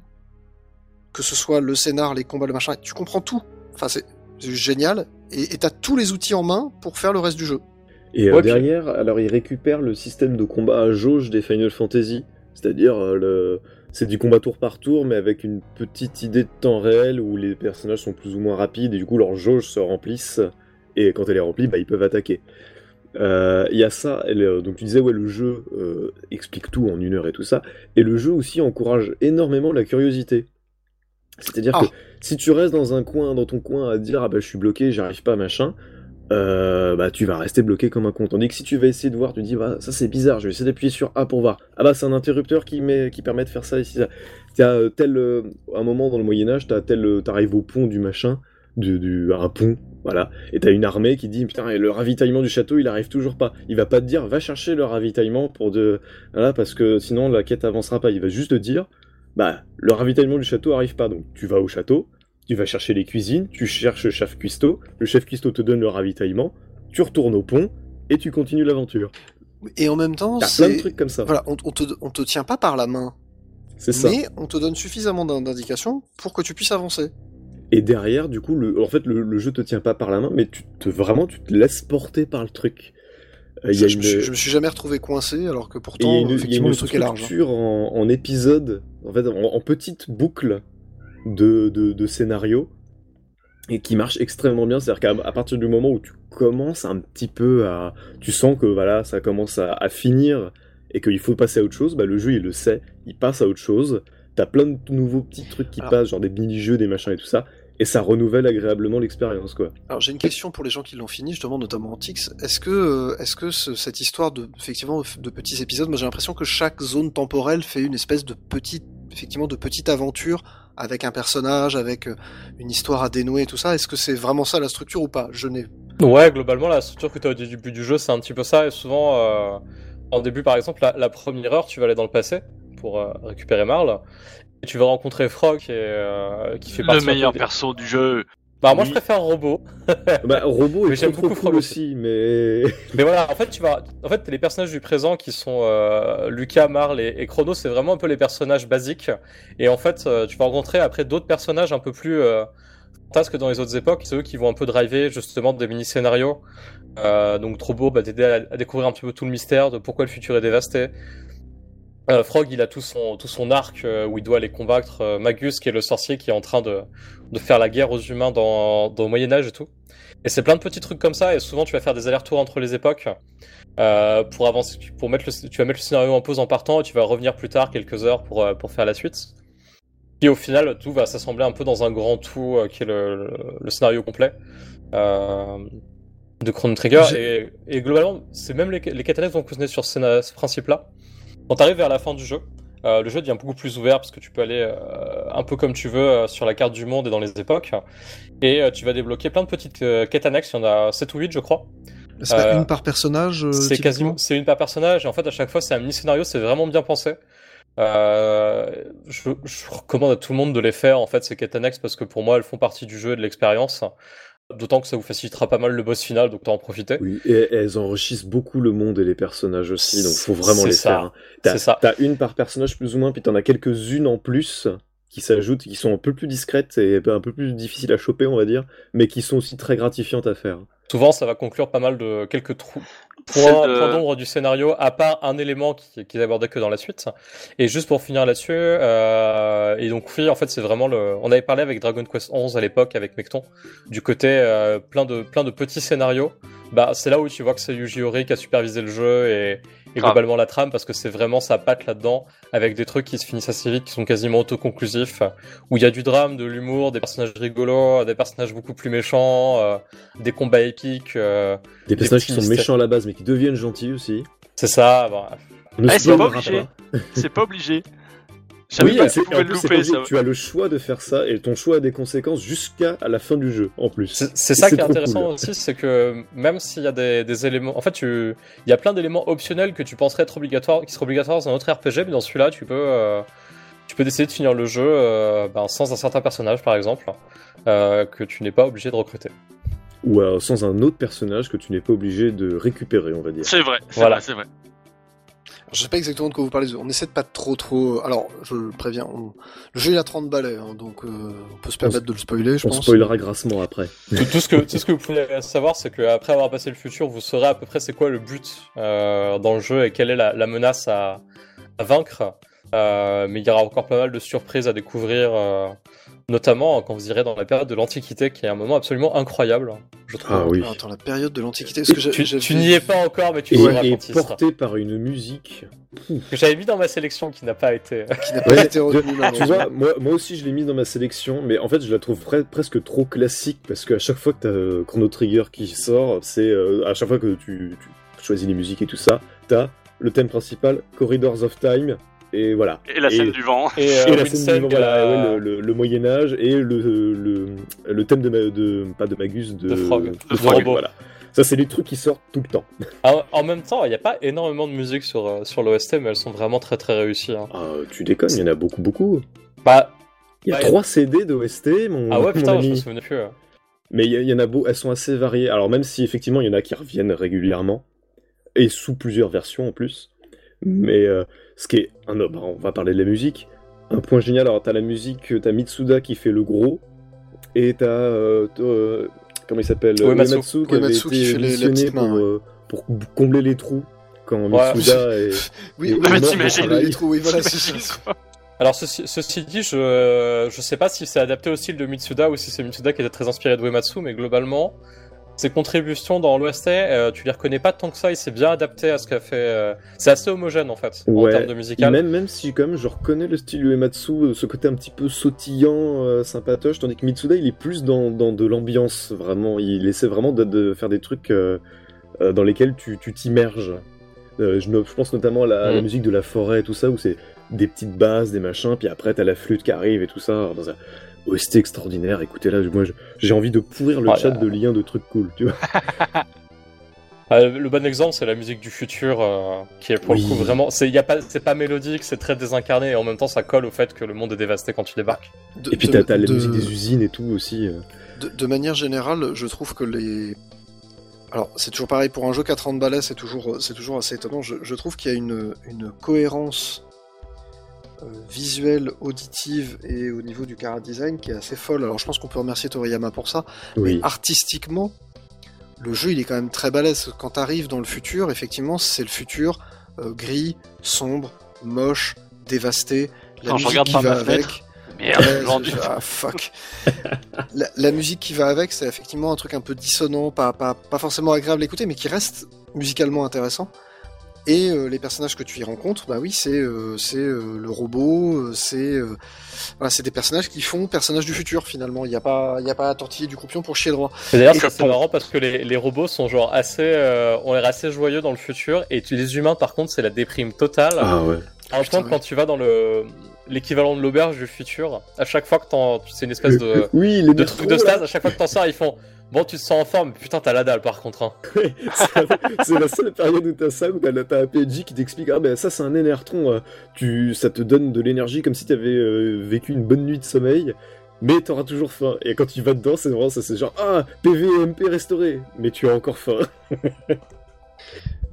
S1: que ce soit le scénar, les combats, le machin, tu comprends tout. Enfin c'est c'est génial et et t'as tous les outils en main pour faire le reste du jeu.
S4: Et
S2: Ouais,
S4: euh,
S2: puis-
S4: derrière, alors il récupère le système de combat à jauge des Final Fantasy. C'est-à-dire, euh, le... c'est du combat tour par tour, mais avec une petite idée de temps réel où les personnages sont plus ou moins rapides et du coup leurs jauges se remplissent. Et quand elle est remplie, bah, ils peuvent attaquer. Euh, Il y a ça, et le- donc tu disais, ouais, le jeu euh, explique tout en une heure et tout ça, et le jeu aussi encourage énormément la curiosité. C'est-à-dire
S1: Ah.
S4: que si tu restes dans un coin, dans ton coin, à te dire, ah bah je suis bloqué, j'arrive pas, machin, euh, bah tu vas rester bloqué comme un con. Tandis que si tu vas essayer de voir, tu dis, bah ça c'est bizarre, je vais essayer d'appuyer sur A pour voir. Ah bah c'est un interrupteur qui, met, qui permet de faire ça ici, ça. T'as euh, tel, euh, un moment dans le Moyen-Âge, t'as tel, euh, t'arrives au pont du machin, du, du, à un pont, voilà. Et t'as une armée qui dit putain et le ravitaillement du château il arrive toujours pas. Il va pas te dire va chercher le ravitaillement pour de voilà parce que sinon la quête avancera pas. Il va juste te dire bah le ravitaillement du château arrive pas donc tu vas au château, tu vas chercher les cuisines, tu cherches le chef cuistot, le chef cuistot te donne le ravitaillement, tu retournes au pont et tu continues l'aventure.
S1: Et en même temps,
S4: T'as plein de
S1: Oh, c'est.
S4: trucs comme ça.
S1: Voilà, on, on te, on te tient pas par la main,
S4: C'est ça.
S1: mais on te donne suffisamment d'in- d'indications pour que tu puisses avancer.
S4: Et derrière, du coup, le, en fait, le, le jeu te tient pas par la main, mais tu te vraiment, tu te laisses porter par le truc. Euh, il y
S1: Ça,
S4: a
S1: je,
S4: une-
S1: me suis, je me suis jamais retrouvé coincé, alors que
S4: et il y a
S1: pourtant,
S4: une- il y a
S1: effectivement,
S4: une
S1: le truc est large. hein.
S4: structure en, en épisodes, en fait, en, en petites boucles de, de, de scénarios, et qui marche extrêmement bien. C'est-à-dire qu'à à partir du moment où tu commences un petit peu à, tu sens que voilà, ça commence à, à finir et qu'il faut passer à autre chose, bah, le jeu il le sait, il passe à autre chose. T'as plein de nouveaux petits trucs qui
S1: Alors-
S4: passent, genre des mini-jeux, des machins et tout ça, et ça renouvelle agréablement l'expérience, quoi.
S1: Alors j'ai une question pour les gens qui l'ont fini, justement, notamment en Tix. Est-ce que, euh, est-ce que ce- cette histoire de, effectivement, de petits épisodes, moi j'ai l'impression que chaque zone temporelle fait une espèce de petite, effectivement, de petite aventure avec un personnage, avec euh, une histoire à dénouer et tout ça. Est-ce que c'est vraiment ça la structure ou pas Je n'ai.
S2: Ouais, globalement, la structure que tu as au début du jeu, c'est un petit peu ça. Et souvent, euh, en début, par exemple, la, la première heure, tu vas aller dans le passé pour euh, récupérer Marl. Et tu vas rencontrer Frog, qui, est, euh, qui fait
S3: Le
S2: partie. un peu
S3: meilleur
S2: des-
S3: perso du jeu.
S2: Bah, moi,
S4: Oui.
S2: je préfère Robot.
S4: Bah, robot
S2: Mais
S4: est trop,
S2: j'aime
S4: trop
S2: beaucoup
S4: cool
S2: Frog aussi.
S4: aussi, mais
S2: Mais voilà, en fait, tu vas. En fait, les personnages du présent qui sont euh, Lucas, Marl et, et Chrono, c'est vraiment un peu les personnages basiques. Et en fait, euh, tu vas rencontrer après d'autres personnages un peu plus euh, fantasques que dans les autres époques. C'est eux qui vont un peu driver justement des mini-scénarios. Euh, donc, trop beau, bah, t'aider à, à découvrir un petit peu tout le mystère de pourquoi le futur est dévasté. Euh, Frog, il a tout son, tout son arc euh, où il doit aller combattre euh, Magus, qui est le sorcier qui est en train de, de faire la guerre aux humains dans, dans le Moyen-Âge et tout. Et c'est plein de petits trucs comme ça, et souvent tu vas faire des allers-retours entre les époques euh, pour avancer, pour mettre le, tu vas mettre le scénario en pause en partant, et tu vas revenir plus tard quelques heures pour, euh, pour faire la suite. Et au final, tout va s'assembler un peu dans un grand tout euh, qui est le, le- le scénario complet euh, de Chrono Trigger. Et, et globalement, c'est même les, les quêtes annexes vont fonctionner sur ce, ce principe-là. Quand t'arrives vers la fin du jeu, euh, le jeu devient beaucoup plus ouvert parce que tu peux aller euh, un peu comme tu veux euh, sur la carte du monde et dans les époques. Et euh, tu vas débloquer plein de petites euh, quêtes annexes, il y en a 7 ou 8 je crois.
S1: C'est pas
S2: Euh,
S1: une par personnage. euh,
S2: c'est
S1: typiquement
S2: quasiment c'est une par personnage et en fait à chaque fois c'est un mini scénario, c'est vraiment bien pensé. Euh, je, je recommande à tout le monde de les faire en fait ces quêtes annexes parce que pour moi elles font partie du jeu et de l'expérience. D'autant que ça vous facilitera pas mal le boss final, donc t'en en profiter.
S4: Oui, et, et elles enrichissent beaucoup le monde et les personnages aussi, donc faut vraiment
S2: C'est
S4: les
S2: ça.
S4: faire. hein. T'as,
S2: C'est ça.
S4: t'as une par personnage plus ou moins, puis t'en as quelques-unes en plus qui s'ajoutent, qui sont un peu plus discrètes et un peu plus difficiles à choper, on va dire, mais qui sont aussi très gratifiantes à faire.
S2: Souvent ça va conclure pas mal de quelques trous,
S3: Celle
S2: point,
S3: de-
S2: point d'ombre du scénario, à part un élément qui- qu'ils abordaient que dans la suite. Et juste pour finir là-dessus, euh, et donc oui, en fait, c'est vraiment le. On avait parlé avec Dragon Quest 11 à l'époque, avec Mecton, du côté euh, plein de plein de petits scénarios. Bah, c'est là où tu vois que c'est Yuji Horii qui a supervisé le jeu et, et
S3: Grave.
S2: globalement la trame, parce que c'est vraiment sa patte là-dedans, avec des trucs qui se finissent assez vite, qui sont quasiment autoconclusifs, où il y a du drame, de l'humour, des personnages rigolos, des personnages beaucoup plus méchants, euh, des combats épiques. euh,
S4: Des personnages qui
S2: petits
S4: sont
S2: mystères.
S4: méchants à la base, mais qui deviennent gentils aussi.
S2: c'est ça. bah,
S4: On ne
S3: Ah,
S4: se
S3: c'est pas
S4: plaindra
S3: obligé. C'est pas obligé. Je savais
S4: Oui,
S3: pas que
S4: c'est-
S3: tu pouvais
S4: en
S3: le
S4: plus, c'est
S3: louper,
S4: obligé.
S3: ça.
S4: tu as le choix de faire ça, et ton choix a des conséquences jusqu'à la fin du jeu, en plus.
S2: C'est c'est
S4: Et
S2: ça
S4: c'est
S2: qui est
S4: trop
S2: intéressant
S4: cool.
S2: aussi, c'est que même s'il y a des, des éléments, en fait, tu, il y a plein d'éléments optionnels que tu penserais être obligatoires, qui seraient obligatoires dans un autre RPG, mais dans celui-là, tu peux, euh, tu peux décider de finir le jeu euh, ben, sans un certain personnage, par exemple, euh, que tu n'es pas obligé de recruter.
S4: Ou alors, sans un autre personnage que tu n'es pas obligé de récupérer, on va dire.
S3: C'est vrai, c'est
S2: Voilà.
S3: vrai, c'est vrai.
S1: Je sais pas exactement de quoi vous parlez. On essaie de pas trop trop. Alors, je le préviens, on... le jeu il a 30 balais, hein, donc euh, on peut se permettre de le spoiler, je
S4: On
S1: pense.
S4: spoilera grassement après.
S2: Tout, tout ce que, tout ce que vous pouvez savoir, c'est qu'après avoir passé le futur, vous saurez à peu près c'est quoi le but euh, dans le jeu et quelle est la, la menace à, à vaincre. Euh, mais il y aura encore pas mal de surprises à découvrir euh, Notamment quand vous irez dans la période de l'Antiquité, qui est un moment absolument incroyable, je trouve.
S4: Ah oui.
S1: Ah, attends, la période de l'Antiquité. parce que j'a-
S2: Tu,
S1: j'avais-
S2: tu n'y es pas encore, mais tu
S4: Et,
S2: y seras
S4: et
S2: quand tu y seras.
S4: porté par une musique.
S2: Que j'avais mis dans ma sélection qui n'a pas été. euh,
S1: Qui n'a pas
S4: Ouais,
S1: été retenu,
S4: Tu
S1: malheureusement.
S4: vois, moi, moi aussi je l'ai mise dans ma sélection, mais en fait je la trouve pre- presque trop classique parce qu'à chaque fois que t'as euh, Chrono Trigger qui sort, c'est euh, à chaque fois que tu, tu choisis les musiques et tout ça, t'as le thème principal, Corridors of Time, et voilà.
S3: Et la scène du vent.
S2: Et,
S4: Et
S2: euh,
S4: la
S2: Winston,
S4: scène du-
S2: qui a
S4: voilà,
S2: la-
S4: ouais, le, Moyen Âge et le, le, le thème de, Ma- de pas de Magus de,
S2: De Frog.
S4: de
S2: De
S4: Frog,
S2: Frobo.
S4: voilà. Ça c'est les trucs qui sortent tout le temps.
S2: En, Ah en même temps, il n'y a pas énormément de musique sur, euh, sur l'OST, mais elles sont vraiment très très réussies. hein.
S4: Ah, tu déconnes, il y en a beaucoup beaucoup.
S2: Bah,
S4: Il y a
S2: Ouais.
S4: trois CD d'OST, mon,
S2: ah ouais,
S4: mon
S2: putain, je me
S4: ami.
S2: souvenais plus. euh.
S4: Mais il y, il y en a beau, elles sont assez variées. Alors même si effectivement il y en a qui reviennent régulièrement et sous plusieurs versions en plus. Mais euh, ce qui est, un, bah, on va parler de la musique. Un point génial. Alors t'as la musique, euh, t'as Mitsuda qui fait le gros et t'as euh, t'as, euh, comment il s'appelle euh,
S2: Uematsu.
S4: Uematsu qui avait
S1: Uematsu qui
S4: été
S1: fait les- la
S4: missionné
S1: petite main,
S4: pour,
S1: ouais.
S4: euh, pour combler les trous quand
S2: Ouais.
S4: Mitsuda est...
S1: Oui,
S4: Mais
S1: oui, oui,
S3: t'imagines,
S1: on a les
S4: il-
S1: trous, oui, voilà, c'est
S3: t'imagines,
S1: ça.
S2: Alors, ceci, ceci dit, je, je sais pas si c'est adapté au style de Mitsuda ou si c'est Mitsuda qui était très inspiré de Uematsu, mais globalement, ses contributions dans l'OST, euh, tu les reconnais pas tant que ça, il s'est bien adapté à ce qu'a fait. euh, C'est assez homogène en fait,
S4: Ouais.
S2: en termes de musical.
S4: Même, même si, quand même, je reconnais le style Uematsu, euh, ce côté un petit peu sautillant, euh, sympatoche, tandis que Mitsuda, il est plus dans, dans de l'ambiance, vraiment. Il essaie vraiment de, de faire des trucs euh, euh, dans lesquels tu tu t'immerges. Euh, je, no- je pense notamment à la, à la
S2: Mm.
S4: musique de la forêt et tout ça, où c'est des petites basses, des machins, puis après, t'as la flûte qui arrive et tout ça. Alors, Dans un OST extraordinaire, écoutez là, moi, je- j'ai envie de pourrir le
S2: Ah,
S4: chat
S2: là.
S4: de liens de trucs cool, tu vois.
S2: Ah, le bon exemple, c'est la musique du futur, euh, qui est pour
S4: Oui.
S2: le coup vraiment. C'est y a pas, c'est pas mélodique, c'est très désincarné, et en même temps, ça colle au fait que le monde est dévasté quand tu débarques.
S1: De-
S4: Et puis,
S1: de-
S4: t'as t'as la
S1: de-
S4: musique des usines et tout aussi. euh.
S1: De, de manière générale, je trouve que les. Alors, c'est toujours pareil pour un jeu qu'à 30 balais, c'est toujours, c'est toujours assez étonnant. Je, je trouve qu'il y a une, une cohérence euh, visuelle, auditive et au niveau du cara design qui est assez folle. Alors, je pense qu'on peut remercier Toriyama pour ça.
S4: Oui.
S1: Mais
S2: ah,
S1: artistiquement, le jeu, il est quand même très balèze. Quand t'arrives dans le futur, effectivement, c'est le futur euh, gris, sombre, moche, dévasté. La
S3: Quand je
S1: musique
S3: regarde
S1: qui
S3: par
S1: va
S3: ma
S1: avec.
S3: fenêtre, Merde,
S1: Ouais,
S3: vendu.
S1: c'est- Ah, fuck. la, la musique qui va avec, c'est effectivement un truc un peu dissonant, pas, pas, pas forcément agréable à écouter, mais qui reste musicalement intéressant. Et euh, les personnages que tu y rencontres, bah oui, c'est euh, c'est, euh, le robot, euh, c'est euh, voilà, c'est des personnages qui font personnages du futur finalement. Il n'y a pas il y a pas à tortiller du croupion pour chier droit.
S2: Et D'ailleurs,
S1: Et
S2: ça,
S1: que
S2: c'est
S1: pour-
S2: marrant parce que les, les robots sont genre assez, euh, ont l'air assez joyeux dans le futur, et tu- les humains, par contre, c'est la déprime totale.
S4: Ah ouais.
S2: à un
S1: putain,
S2: point que quand tu vas dans le l'équivalent de l'auberge du futur, à chaque fois que t'en, c'est une espèce de,
S4: oui, les
S2: de
S4: métros,
S2: truc de
S4: là.
S2: stase, à chaque fois que t'en sors, ils font, bon, tu te sens en forme, mais putain, t'as la dalle par contre. Hein.
S4: C'est- c'est la seule période où t'as ça, où t'as, t'as un PNJ qui t'explique Ah ben ça c'est un énertron, euh, tu, ça te donne de l'énergie comme si t'avais euh, vécu une bonne nuit de sommeil, mais t'auras toujours faim. Et quand tu vas dedans, c'est vraiment ça, c'est genre Ah PVMP restauré, mais tu as encore faim.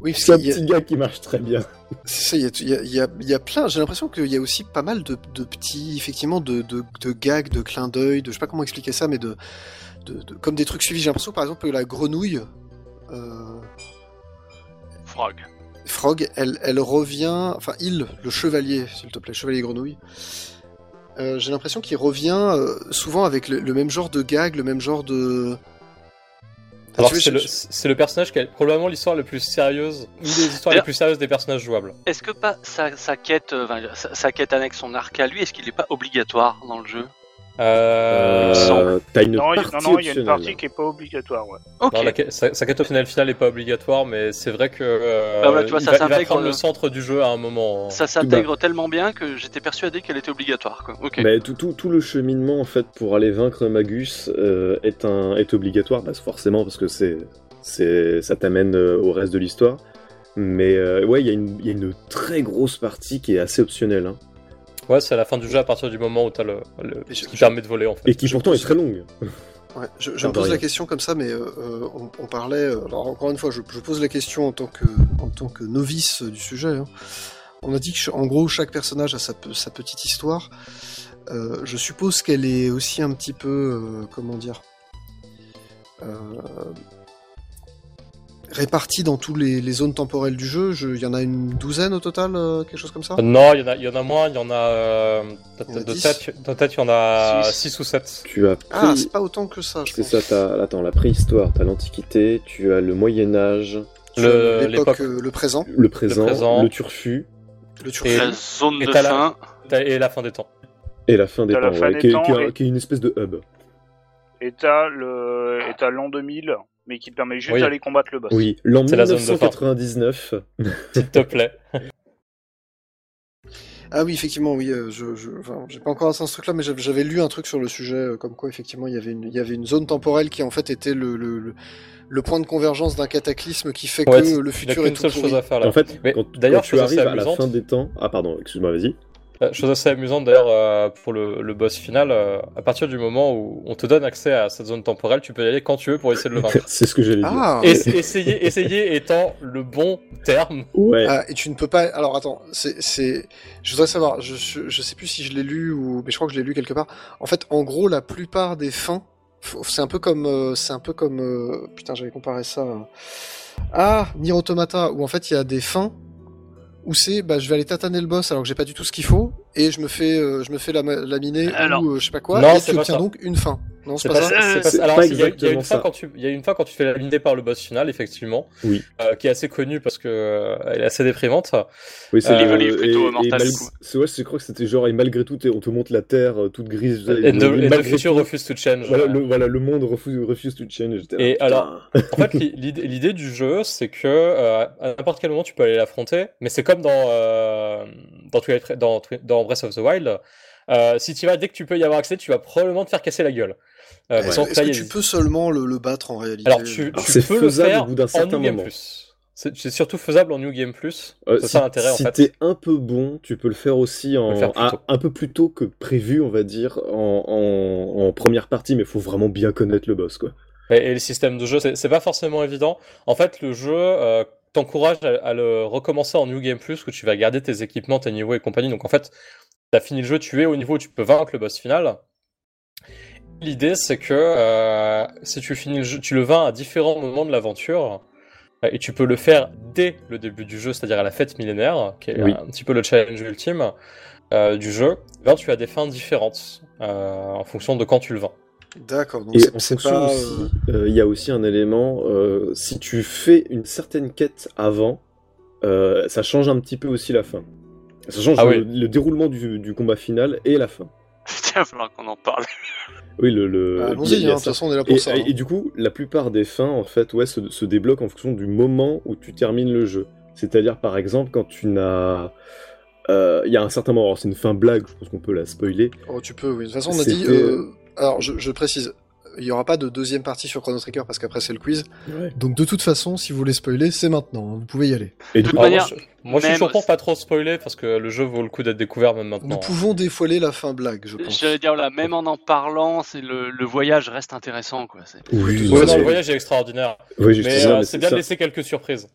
S1: Oui, parce
S4: C'est un
S1: qu'il y a-
S4: petit gars qui marche très bien.
S1: c'est ça, il y a, il y a- il y a- il y a plein. J'ai l'impression qu'il y a aussi pas mal de, de petits effectivement de, de, de gags, de clins d'œil, de je sais pas comment expliquer ça, mais de, de, de- comme des trucs suivis. J'ai l'impression par exemple que la grenouille. euh,
S3: Frog.
S1: Frog, elle, elle revient, enfin il, le chevalier, s'il te plaît, chevalier grenouille. Euh, J'ai l'impression qu'il revient euh, souvent avec le, le même genre de gag, le même genre de. Ah,
S2: Alors
S1: Tu vois,
S2: c'est
S1: je-
S2: le,
S1: je-
S2: c'est le personnage qui a probablement l'histoire la plus sérieuse, une des histoires les
S3: D'ailleurs-
S2: plus sérieuses des personnages jouables.
S3: Est-ce que pas sa, sa quête, euh, enfin, sa, sa quête annexe, son arc à lui, est-ce qu'il est pas obligatoire dans le jeu
S2: Euh...
S3: Euh,
S4: t'as une
S5: Non, il-
S4: partie
S5: non, non, il y a une
S4: optionnelle.
S5: partie qui est pas obligatoire. Ouais.
S3: Ok.
S2: non, la quête- sa, sa quête au final finale n'est pas obligatoire, mais c'est vrai que euh,
S3: Bah voilà, tu vois,
S2: il,
S3: ça
S2: va, il va
S3: s'intègre,
S2: prendre
S3: euh,
S2: le centre du jeu à un moment.
S3: Ça s'intègre tellement bien que j'étais persuadé qu'elle était obligatoire. Quoi. Ok.
S4: Mais tout, tout, tout le cheminement en fait pour aller vaincre Magus euh, est, un, est obligatoire, bah, forcément parce que c'est, c'est, ça t'amène euh, au reste de l'histoire. Mais euh, ouais, il y, a une- il y a une très grosse partie qui est assez optionnelle hein,
S2: Ouais, c'est à la fin du jeu à partir du moment où t'as le, le-
S1: Mais je-
S2: ce qui
S1: je-
S2: permet de voler en fait.
S4: et qui
S1: Je
S4: pourtant
S1: pense-
S4: est très longue.
S1: ouais, je, je me pose
S4: Pardon,
S1: la
S4: Yann.
S1: question comme ça, mais euh, euh, on, on parlait. euh, Alors encore une fois, je, je pose la question en tant que, en tant que novice euh, du sujet. hein. On a dit que ch- en gros chaque personnage a sa, pe- sa petite histoire. Euh, je suppose qu'elle est aussi un petit peu euh, comment dire. euh, répartis dans toutes les, les zones temporelles du jeu. Je- Il y en a une douzaine au total, euh, quelque chose comme ça
S2: Euh, Non, il y, en a- il y en a moins, il y en a. euh, de-
S1: Il y en a
S2: de- de
S1: dix.
S2: tête- de tête, il y en a
S3: Six.
S2: 6 ou 7.
S4: Tu as pris...
S1: Ah, c'est pas autant que ça, je
S4: c'est
S1: pense.
S4: ça, t'as... Attends, la préhistoire, t'as l'Antiquité, tu as le Moyen-Âge,
S1: Tu
S2: Le-
S1: as
S2: l'époque.
S1: euh, le présent,
S4: le présent, le,
S2: présent.
S4: turfu
S1: le turfu.
S2: Et-
S3: La zone
S2: et
S3: de
S2: t'as la-
S3: fin.
S2: Et la fin des temps.
S4: et la fin des
S5: T'as la
S4: temps,
S5: fin
S4: ouais,
S5: des
S4: qui, est-
S5: temps
S4: qui est-
S5: et-
S4: qui est une espèce de hub.
S5: Et t'as le... et t'as l'an 2000, mais qui te permet juste
S2: Oui.
S5: d'aller combattre le boss.
S4: Oui, l'an
S2: C'est la zone de fin.
S4: 1999.
S2: S'il te plaît.
S1: Ah oui, effectivement, oui. euh, je, je, enfin, j'ai pas encore atteint ce truc-là, mais j'avais, j'avais lu un truc sur le sujet, euh, comme quoi effectivement il y avait une, il y avait une zone temporelle qui en fait était le, le, le, le point de convergence d'un cataclysme qui fait
S2: Ouais,
S1: que le
S2: Il n'y a
S1: futur est
S2: qu'une
S1: tout
S2: seule chose
S1: pourri.
S2: à faire là.
S4: En fait,
S2: Mais
S4: quand,
S2: d'ailleurs,
S4: quand tu
S2: chose assez
S4: arrives à la
S2: amusante.
S4: fin des temps... Ah pardon, excuse-moi, vas-y.
S2: Euh, Chose assez amusante d'ailleurs euh, pour le, le boss final, euh, à partir du moment où on te donne accès à cette zone temporelle, tu peux y aller quand tu veux pour essayer de le vaincre.
S4: c'est ce que j'allais dire.
S1: Ah,
S2: Et essayer, essayer étant le bon terme.
S4: Ouais.
S1: Ah, et tu ne peux pas. Alors attends, c'est, c'est. Je voudrais savoir. Je, je, je sais plus si je l'ai lu ou, mais je crois que je l'ai lu quelque part. En fait, en gros, la plupart des fins, faut- c'est un peu comme, euh, c'est un peu comme. euh, Putain, j'avais comparé ça. euh, à Ah, Nier Automata, où en fait il y a des fins où c'est, bah, je vais aller tataner le boss alors que j'ai pas du tout ce qu'il faut et je me fais, euh, je me fais la, la miner
S3: Alors.
S1: ou euh, je sais pas quoi.
S2: Non,
S1: et
S2: c'est
S1: tu
S2: pas
S1: obtiens
S2: ça.
S1: donc une fin. Non, c'est pas, ça.
S3: ça.
S2: c'est pas
S4: C'est
S2: Alors,
S4: pas
S2: il y a- il y a
S4: exactement
S2: une fin
S4: ça.
S2: quand tu, il y a une fin quand tu fais laminer par le boss final, effectivement,
S4: Oui.
S2: euh, qui est assez connue parce que euh, elle est assez déprimante.
S4: Oui,
S2: Euh,
S4: le-
S3: Livre plutôt,
S4: et, et
S3: Mortal
S4: mal-
S3: Kombat.
S4: c'est ouais, je crois que c'était genre et malgré tout t'es- on te montre la terre euh, toute grise et,
S2: Et
S4: et
S2: de- et le
S4: malgré
S2: futur
S4: tout-
S2: refuse to change.
S4: voilà,
S2: ouais.
S4: le, voilà, le monde refuse, refuse to change. J'étais là,
S2: Et
S4: putain.
S2: alors- En fait, l'i- l'idée l'idée du jeu, c'est que euh, à n'importe quel moment, tu peux aller l'affronter, mais c'est comme dans, euh, dans, Twilight Pre- dans, Twi- dans Breath of the Wild. Euh, si tu vas dès que tu peux y avoir accès, tu vas probablement te faire casser la gueule. Euh,
S1: Est-ce,
S2: sans
S1: que-
S2: que
S1: est-ce
S2: t'ailles
S1: que
S2: à
S1: tu
S2: des-
S1: peux seulement le, le battre en réalité
S2: Alors, tu,
S4: Alors,
S2: tu
S4: c'est
S2: peux le
S4: faisable
S2: faire
S4: au bout d'un
S2: en
S4: certain
S2: New Game
S4: moment.
S2: Plus. C'est c'est surtout faisable en New Game Plus.
S4: Euh,
S2: c'est
S4: si-
S2: ça l'intérêt en
S4: si
S2: fait.
S4: t'es un peu bon, tu peux le faire aussi en
S2: le faire plus
S4: ah,
S2: tôt.
S4: un peu plus tôt que prévu, on va dire, en, en- en première partie, mais faut vraiment bien connaître le boss, quoi.
S2: Et, et le système de jeu, c'est c'est pas forcément évident. En fait, le jeu euh, t'encourage à, à le recommencer en New Game Plus, où tu vas garder tes équipements, tes niveaux et compagnie. Donc en fait, t'as fini le jeu, tu es au niveau où tu peux vaincre le boss final. L'idée, c'est que euh, si tu finis le jeu, tu le vains à différents moments de l'aventure. euh, Et tu peux le faire dès le début du jeu, c'est-à-dire à la fête millénaire, qui est
S4: Oui.
S2: un petit peu le challenge ultime euh, du jeu. Ben, tu as des fins différentes euh, en fonction de quand tu le vins.
S1: D'accord. Donc
S4: Et
S1: c'est,
S4: en
S1: c'est
S4: fonction
S1: pas.
S4: aussi,
S1: euh,
S4: euh, il y a aussi un élément, euh, si tu fais une certaine quête avant, euh, ça change un petit peu aussi la fin. Ça change
S2: Ah
S4: le, le déroulement du, du combat final et la fin.
S3: Putain, il va falloir qu'on en parle.
S4: Oui, le... le- Euh, il y a- il
S1: Allons-y.
S4: y
S1: hein, De
S4: a
S1: toute
S4: ça.
S1: façon, on est là pour
S4: Et,
S1: ça.
S4: et-
S1: hein.
S4: et du coup, la plupart des fins, en fait, ouais, se, se débloquent en fonction du moment où tu termines le jeu. C'est-à-dire, par exemple, quand tu n'as... euh, Il y a un certain moment, alors c'est une fin blague, je pense qu'on peut la spoiler.
S1: Oh, tu peux, oui. De toute façon, on a
S4: C'était-
S1: dit. euh, alors, je, je précise, il n'y aura pas de deuxième partie sur Chrono Trigger parce qu'après, c'est le quiz.
S6: Donc de toute façon, si vous voulez spoiler, c'est maintenant. hein, Vous pouvez y aller.
S4: Et
S3: De
S4: du
S3: toute
S4: coup,
S2: Alors,
S3: manière,
S2: moi, je, moi, je suis
S3: même-
S2: toujours pour pas trop spoiler parce que le jeu vaut le coup d'être découvert même maintenant.
S1: Nous pouvons défoiler la fin blague, je pense.
S3: J'allais dire là, même en en parlant, c'est le, le voyage reste intéressant quoi. c'est-
S4: oui,
S2: Ouais,
S4: ouais,
S2: non,
S4: mais-
S2: le voyage est extraordinaire,
S4: ouais, juste
S2: mais
S4: ça,
S2: euh,
S4: mais
S2: c'est bien de
S4: ça.
S2: laisser quelques surprises.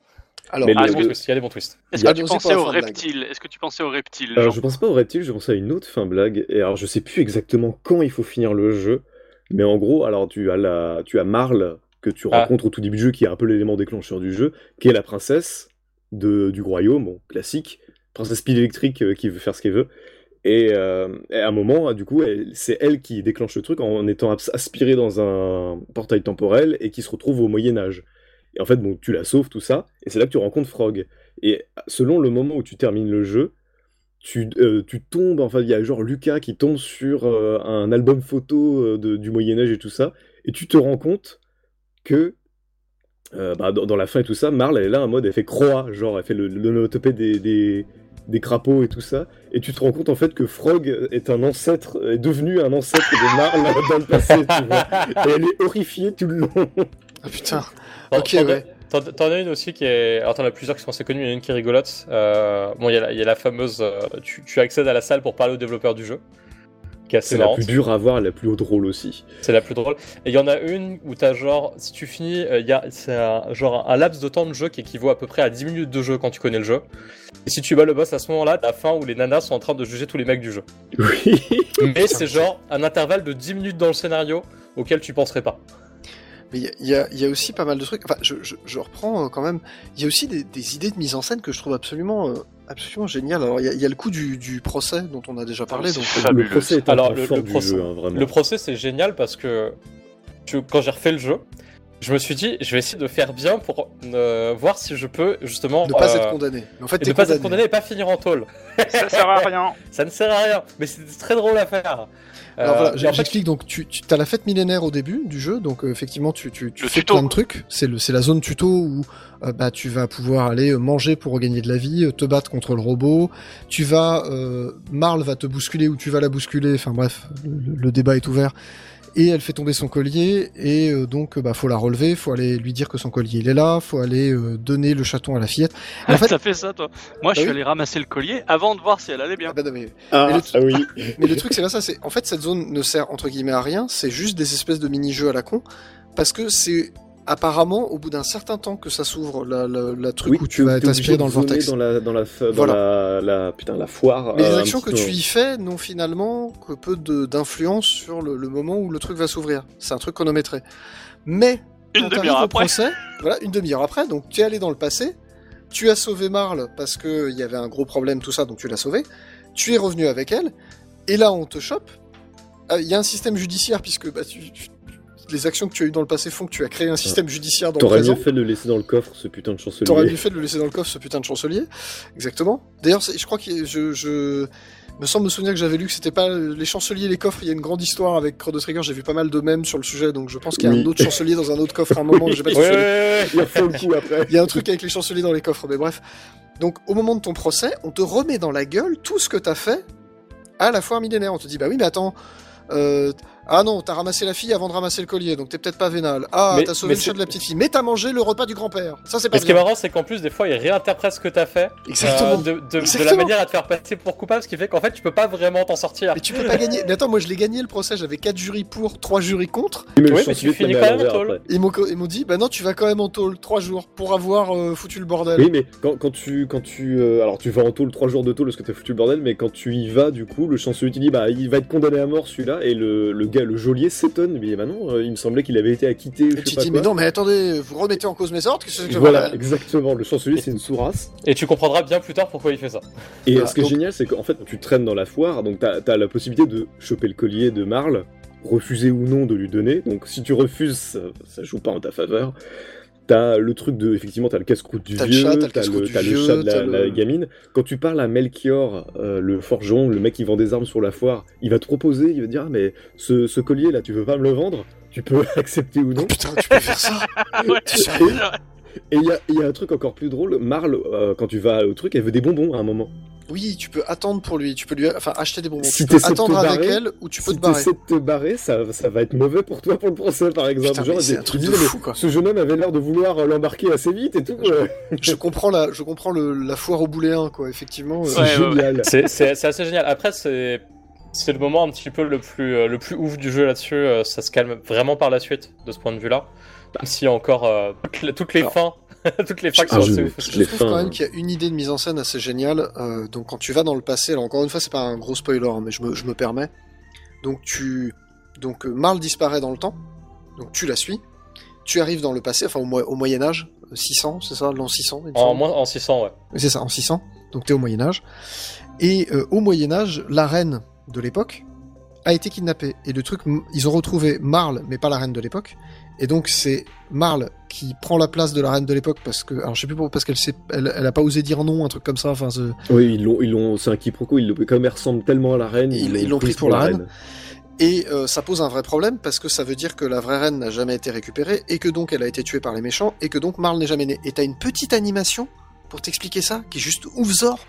S1: Alors,
S4: Mais
S2: Ah,
S4: le-
S2: parce que-
S1: euh,
S2: parce qu'il y a des bons twists.
S3: Est-ce que
S1: Ah,
S3: tu
S1: donc c'est pour
S3: pensais
S1: la fin de
S3: aux
S1: blague. Euh,
S3: reptiles Est-ce que tu pensais aux reptiles
S4: Alors,
S3: Jean
S4: Euh, je pense pas au reptile, je pensais à une autre fin blague. Et alors, je sais plus exactement quand il faut finir le jeu, mais en gros, alors tu as la, tu as Marle que tu
S2: Ah.
S4: rencontres au tout début du jeu, qui est un peu l'élément déclencheur du jeu, qui est la princesse de, du royaume, bon, classique, princesse pile électrique euh, qui veut faire ce qu'elle veut. Et, euh, et à un moment, du coup, elle- c'est elle qui déclenche le truc en étant abs- aspirée dans un portail temporel et qui se retrouve au Moyen Âge. Et en fait, bon, tu la sauves, tout ça, et c'est là que tu rencontres Frog. Et selon le moment où tu termines le jeu, tu, euh, tu tombes, enfin, il y a genre Lucas qui tombe sur euh, un album photo euh, de- du Moyen-Âge et tout ça, et tu te rends compte que euh, bah, dans, dans la fin et tout ça, Marle, elle est là en mode, elle fait croix, genre, elle fait le, le, le topé des, des, des crapauds et tout ça, et tu te rends compte en fait que Frog est un ancêtre, est devenu un ancêtre de Marle dans le passé, tu vois. Et elle est horrifiée tout le long.
S1: ah, putain.
S2: T'en-
S1: Ok,
S2: t'en-
S1: ouais.
S2: T'en t'en as une aussi qui est. Alors, t'en as plusieurs qui sont assez connues, il y en a une qui est rigolote. Euh, bon, il y, a la- il y a la fameuse. euh, tu, tu accèdes à la salle pour parler au développeur du jeu, qui est assez
S4: C'est la
S2: marrante.
S4: plus dure à voir, la plus drôle aussi.
S2: C'est la plus drôle. Et il y en a une où t'as genre, si tu finis, euh, il y a, c'est un, genre un laps de temps de jeu qui équivaut à peu près à 10 minutes de jeu quand tu connais le jeu. Et si tu bats le boss à ce moment-là, t'as la fin où les nanas sont en train de juger tous les mecs du jeu.
S4: Oui.
S2: Mais c'est genre un intervalle de 10 minutes dans le scénario auquel tu penserais pas.
S1: Mais il y a- il y a, il y a aussi pas mal de trucs. Enfin, je, je- je reprends euh, quand même. Il y a aussi des, des idées de mise en scène que je trouve absolument, euh, absolument géniales. Alors, il y, a- il y a le coup du, du procès dont on a déjà parlé.
S3: c'est
S1: donc,
S3: chouette. Fabuleux.
S4: Le procès est un
S2: Alors,
S4: point
S2: le- le
S4: fort du
S2: procès-
S4: jeu, hein, vraiment.
S2: Le procès, c'est génial parce que tu- quand j'ai refait le jeu, je me suis dit, je vais essayer de faire bien pour euh, voir si je peux justement
S1: ne pas
S2: euh,
S1: être condamné. Mais en fait,
S2: et
S1: t'es
S2: de pas
S1: condamné.
S2: être condamné et pas finir en tôle.
S5: Ça sert à rien.
S2: Ça ne sert à rien, mais c'était très drôle à faire.
S1: Alors
S2: Euh,
S1: voilà,
S2: et en fait,
S1: j'explique. Donc, tu, tu as la fête millénaire au début du jeu, donc euh, effectivement, tu, tu, tu
S3: Le
S1: fais
S3: tuto.
S1: plein de trucs. C'est le, c'est la zone tuto où euh, bah tu vas pouvoir aller euh, manger pour gagner de la vie, euh, te battre contre le robot. Tu vas, euh, Marle va te bousculer ou tu vas la bousculer. Enfin bref, le, le débat est ouvert. Et elle fait tomber son collier et euh, donc euh, bah faut la relever, faut aller lui dire que son collier il est là, faut aller euh, donner le chaton à la fillette. Et en fait,
S3: T'as fait Ah, ça, toi Moi, je
S1: Bah
S3: suis
S1: oui.
S3: allé ramasser le collier avant de voir si elle allait bien.
S1: Ah bah non, mais
S4: Ah,
S1: mais le
S4: ah oui.
S1: Mais le truc, c'est pas ça. C'est en fait cette zone ne sert entre guillemets à rien. C'est juste des espèces de mini-jeux à la con parce que c'est apparemment au bout d'un certain temps que ça s'ouvre la, la, la truc
S4: Oui,
S1: où tu vas
S4: t'es obligé
S1: t'aspirer
S4: de
S1: dans le
S4: zoner
S1: vortex.
S4: Dans la, dans la, f- dans la, la- putain, la foire.
S1: Mais les
S4: euh, un
S1: actions que
S4: petit
S1: tu
S4: peu.
S1: y fais n'ont finalement que peu de- d'influence sur le, le moment où le truc va s'ouvrir. C'est un truc chronométré. Mais
S3: Une
S1: quand t'arrives
S3: demi-heure
S1: au
S3: après.
S1: procès, voilà, une demi-heure après, donc tu es allé dans le passé, tu as sauvé Marle parce que il y avait un gros problème, tout ça, donc tu l'as sauvé, tu es revenu avec elle, et là on te chope. Euh, Il y a un système judiciaire puisque bah, tu- tu- les actions que tu as eues dans le passé font que tu as créé un système judiciaire dans le
S4: Euh, T'aurais mieux
S1: présent.
S4: fait de le laisser dans le coffre, ce putain de chancelier.
S1: T'aurais mieux fait de le laisser dans le coffre, ce putain de chancelier. Exactement. D'ailleurs, c'est- je crois que je, je me semble me souvenir que j'avais lu que c'était pas les chanceliers et les coffres. Il y a une grande histoire avec Chrono Trigger. J'ai vu pas mal de mèmes sur le sujet, donc je pense qu'il y a
S4: Oui.
S1: un autre chancelier dans un autre coffre à un moment. J'ai pas
S2: oui,
S1: tout
S2: oui,
S1: fait.
S2: oui, oui.
S4: Il faut le coup après.
S1: Il y a un truc avec les chanceliers dans les coffres, mais bref. Donc, au moment de ton procès, on te remet dans la gueule tout ce que t'as fait à la foire millénaire. On te dit, bah oui, mais attends. euh, ah non, t'as ramassé la fille avant de ramasser le collier, donc t'es peut-être pas vénal. Ah,
S2: Mais-
S1: t'as sauvé
S2: mais
S1: le chat
S2: c'est-
S1: de la petite fille, mais t'as mangé le repas du grand-père. Ça, c'est pas
S2: Mais ce qui est
S1: bien.
S2: marrant, c'est qu'en plus, des fois, ils réinterprètent ce que t'as fait euh,
S1: Exactement.
S2: de, de- de la
S1: Exactement.
S2: manière à te faire passer pour coupable, ce qui fait qu'en fait, tu peux pas vraiment t'en sortir.
S1: Mais tu peux pas gagner. Mais attends, moi je l'ai gagné le procès, j'avais 4 jurys pour, 3 jurys contre.
S4: Mais
S2: mais
S4: le
S2: tu
S4: chancelier te
S2: finis
S4: la met
S2: quand
S4: à
S2: même,
S4: l'envers
S2: Paul.
S4: après.
S1: Ils m'ont ils m'ont dit, bah non, tu vas quand même en tôle 3 jours pour avoir euh, foutu le bordel.
S4: Oui, mais quand, quand tu. Quand tu euh, alors, tu vas en tôle, 3 jours de tôle parce que t'as foutu le bordel, mais quand tu y vas, du coup, le chancelier te dit bah, il va être condamné à mort celui-là, et le, le gars, le geôlier s'étonne. Mais bah non, euh, il me semblait qu'il avait été acquitté. ou je
S1: Et
S4: sais
S1: tu
S4: pas
S1: dis,
S4: quoi.
S1: mais non, mais attendez, vous remettez en cause mes ordres, qu'est-ce que c'est que ce
S4: Voilà,
S1: bordel
S4: exactement. Le chancelier, c'est une sous-race.
S2: Et tu comprendras bien plus tard pourquoi il fait ça.
S4: Et
S1: Voilà,
S4: ce qui est
S1: donc-
S4: génial, c'est qu'en fait, quand tu traînes dans la foire, donc t'as as la possibilité de choper le collier de Marle, refuser ou non de lui donner. Donc si tu refuses, ça, ça joue pas en ta faveur. T'as le truc de, effectivement, t'as le casse-croûte du
S1: T'as le
S4: vieux,
S1: chat, t'as le
S4: t'as
S1: casse-croûte
S4: le,
S1: du
S4: t'as le
S1: vieux,
S4: chat de la,
S1: t'as le-
S4: la gamine. Quand tu parles à Melchior, euh, le forgeron, le mec qui vend des armes sur la foire, il va te proposer, il va te dire, ah, mais ce, ce collier-là, tu veux pas me le vendre Tu peux accepter ou
S1: Oh
S4: non
S1: putain, tu peux faire ça
S3: Ouais.
S1: T'es sérieux
S4: Et il y a, il y a un truc encore plus drôle, Marle, euh, quand tu vas au truc, elle veut des bonbons à un moment.
S1: Oui, tu peux attendre pour lui, tu peux lui enfin, acheter des bonbons.
S4: Si
S1: tu peux
S4: t'essaies de te
S1: attendre avec
S4: barrer,
S1: elle ou tu peux
S4: si
S1: te barrer.
S4: t'essaies de te barrer, ça, ça va être mauvais pour toi pour le procès, par exemple.
S1: Putain,
S4: Genre,
S1: mais c'est
S4: des-
S1: un truc
S4: tu
S1: de
S4: dis, mais
S1: fou quoi.
S4: Ce jeune homme avait l'air de vouloir euh, l'embarquer assez vite et tout. euh,
S1: Je comprends la, je comprends le, la foire au bouléen quoi, effectivement. euh,
S4: C'est
S3: Ouais, ouais,
S4: génial.
S2: C'est- C'est c'est assez génial. Après, c'est c'est le moment un petit peu le plus, euh, le plus ouf du jeu là-dessus. Euh, Ça se calme vraiment par la suite de ce point de vue-là. Même s'il y a encore euh, toutes les, toutes les
S1: Alors.
S2: fins. toutes les fins qui
S1: Ah,
S2: sont
S1: je-
S2: assez ouf.
S4: je
S1: Je
S4: l'ai
S1: trouve
S4: faim,
S1: quand même
S4: hein.
S1: qu'il y a une idée de mise en scène assez géniale. Euh, donc quand tu vas dans le passé, alors encore une fois, c'est pas un gros spoiler, hein, mais je me, je me permets. Donc tu, donc euh, Marle disparaît dans le temps. Donc tu la suis. Tu arrives dans le passé, enfin au, mo- au Moyen Âge, euh, 600, c'est ça, l'an 600. il me
S2: En,
S1: semble.
S2: moins, en 600, ouais.
S1: Oui, C'est ça, en 600. Donc t'es au Moyen Âge. Et euh, au Moyen Âge, la reine de l'époque a été kidnappée. Et le truc, m- ils ont retrouvé Marle, mais pas la reine de l'époque. Et donc c'est Marle qui prend la place de la reine de l'époque parce que, alors je sais plus pourquoi, parce qu'elle s'est- elle, elle a pas osé dire non, un truc comme ça. Enfin, ce-
S4: Oui, ils l'ont, ils l'ont, c'est un quiproquo. Ils l'ont, comme elle ressemble tellement à la reine,
S1: Ils- ils l'ont pris pour la reine. Et euh, ça pose un vrai problème parce que ça veut dire que la vraie reine n'a jamais été récupérée et que donc elle a été tuée par les méchants et que donc Marle n'est jamais née. Et t'as une petite animation pour t'expliquer ça qui est juste ouf zor.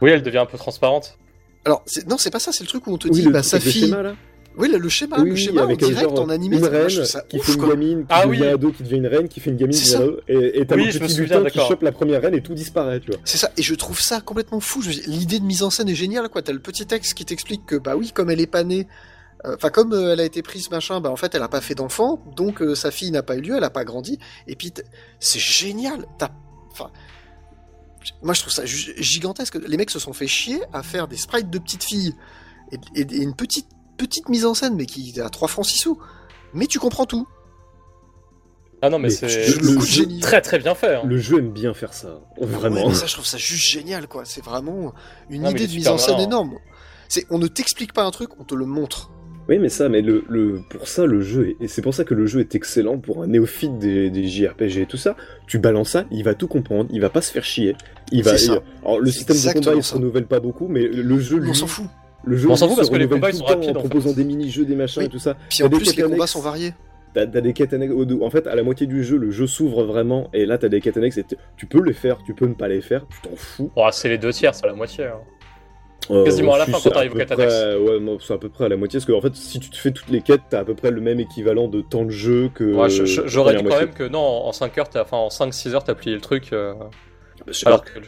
S2: Oui, elle devient un peu transparente.
S1: Alors c'est- non, c'est pas ça, c'est le truc où on te
S4: Oui,
S1: dit
S4: le
S1: bah
S4: truc
S1: sa
S4: avec le
S1: fille.
S4: schéma, là.
S1: Oui, le, le schéma,
S4: Oui,
S1: le schéma en
S4: avec un
S1: direct
S4: genre,
S1: en animé,
S4: une
S1: ça, moi,
S4: reine
S1: je trouve ça
S4: qui
S1: ouf
S4: fait une
S1: quoi.
S4: gamine, qui
S2: Ah
S4: devient
S2: oui.
S4: ado, qui devient une reine, qui fait une gamine,
S1: C'est
S4: qui devient ado, et, et t'as
S2: Oui,
S4: le
S2: je me
S4: petit
S2: souviens,
S4: lutin qui
S2: d'accord.
S4: chope la première reine et tout disparaît, tu vois.
S1: C'est ça, et je trouve ça complètement fou. Je me dis, L'idée de mise en scène est géniale, quoi. T'as le petit texte qui t'explique que, bah oui, comme elle est pas née, euh, enfin, comme euh, elle a été prise, machin, bah en fait, elle a pas fait d'enfant, donc euh, sa fille n'a pas eu lieu, elle a pas grandi, et puis t- c'est génial. T'as. Enfin. Moi, je trouve ça ju- gigantesque. Les mecs se sont fait chier à faire des sprites de petites filles et, et- et une petite, petite mise en scène, mais qui est à 3 francs 6 sous. Mais tu comprends tout.
S2: Ah non, mais
S4: Mais
S2: c'est
S4: tu-
S1: Le coup de
S4: le jeu-
S1: génie.
S2: très très bien fait. hein.
S4: Le jeu aime bien faire ça,
S1: Ah, Ouais,
S4: vraiment.
S1: mais ça, je trouve ça juste génial, quoi. C'est vraiment une
S2: Non, mais il
S1: idée
S2: est
S1: de
S2: super
S1: mise en scène
S2: malin.
S3: hein.
S1: énorme. C'est, on ne t'explique pas un truc, on te le montre.
S4: Oui, mais ça, mais le, le- pour ça, le jeu, est, et c'est pour ça que le jeu est excellent pour un néophyte des, des JRPG et tout ça. Tu balances ça, il va tout comprendre, il va pas se faire chier. Il va.
S1: C'est ça.
S4: il- alors, le
S1: C'est
S4: système de combat,
S1: exactement
S4: il se
S1: ça.
S4: renouvelle pas beaucoup, mais le jeu, lui,
S1: On s'en fout.
S4: le jeu,
S2: On s'en
S4: lui,
S2: fout
S4: se
S2: parce que les
S4: renouvelle
S2: combats, ils
S4: tout
S2: sont
S4: le temps
S2: rapides, en
S4: en proposant
S2: fait.
S4: des mini-jeux, des machins et tout ça.
S1: Puis en
S4: Il y a des
S1: plus, les
S4: catanex.
S1: combats sont variés.
S4: T'as t'as des quêtes annexes. au- En fait, à la moitié du jeu, le jeu s'ouvre vraiment, et là, t'as des quêtes annexes, et t- tu peux les faire, tu peux ne pas les faire, tu t'en fous.
S2: Oh, c'est les deux tiers, c'est la moitié. hein.
S4: Euh,
S2: Quasiment à la
S4: si,
S2: fin,
S4: c'est
S2: quand t'arrives
S4: à peu
S2: aux quêtes
S4: près-
S2: annexes.
S4: Ouais, moi, c'est à peu près à la moitié, parce que en fait, si tu te fais toutes les quêtes, t'as à peu près le même équivalent de temps de jeu que.
S2: Ouais, je- je-
S4: la
S2: J'aurais dit
S4: première
S2: quand
S4: moitié.
S2: même que non, en 5 heures, t'as- enfin en 5-6 heures, t'as plié le truc. euh,
S4: Bah, je sais
S2: alors
S4: pas.
S2: que.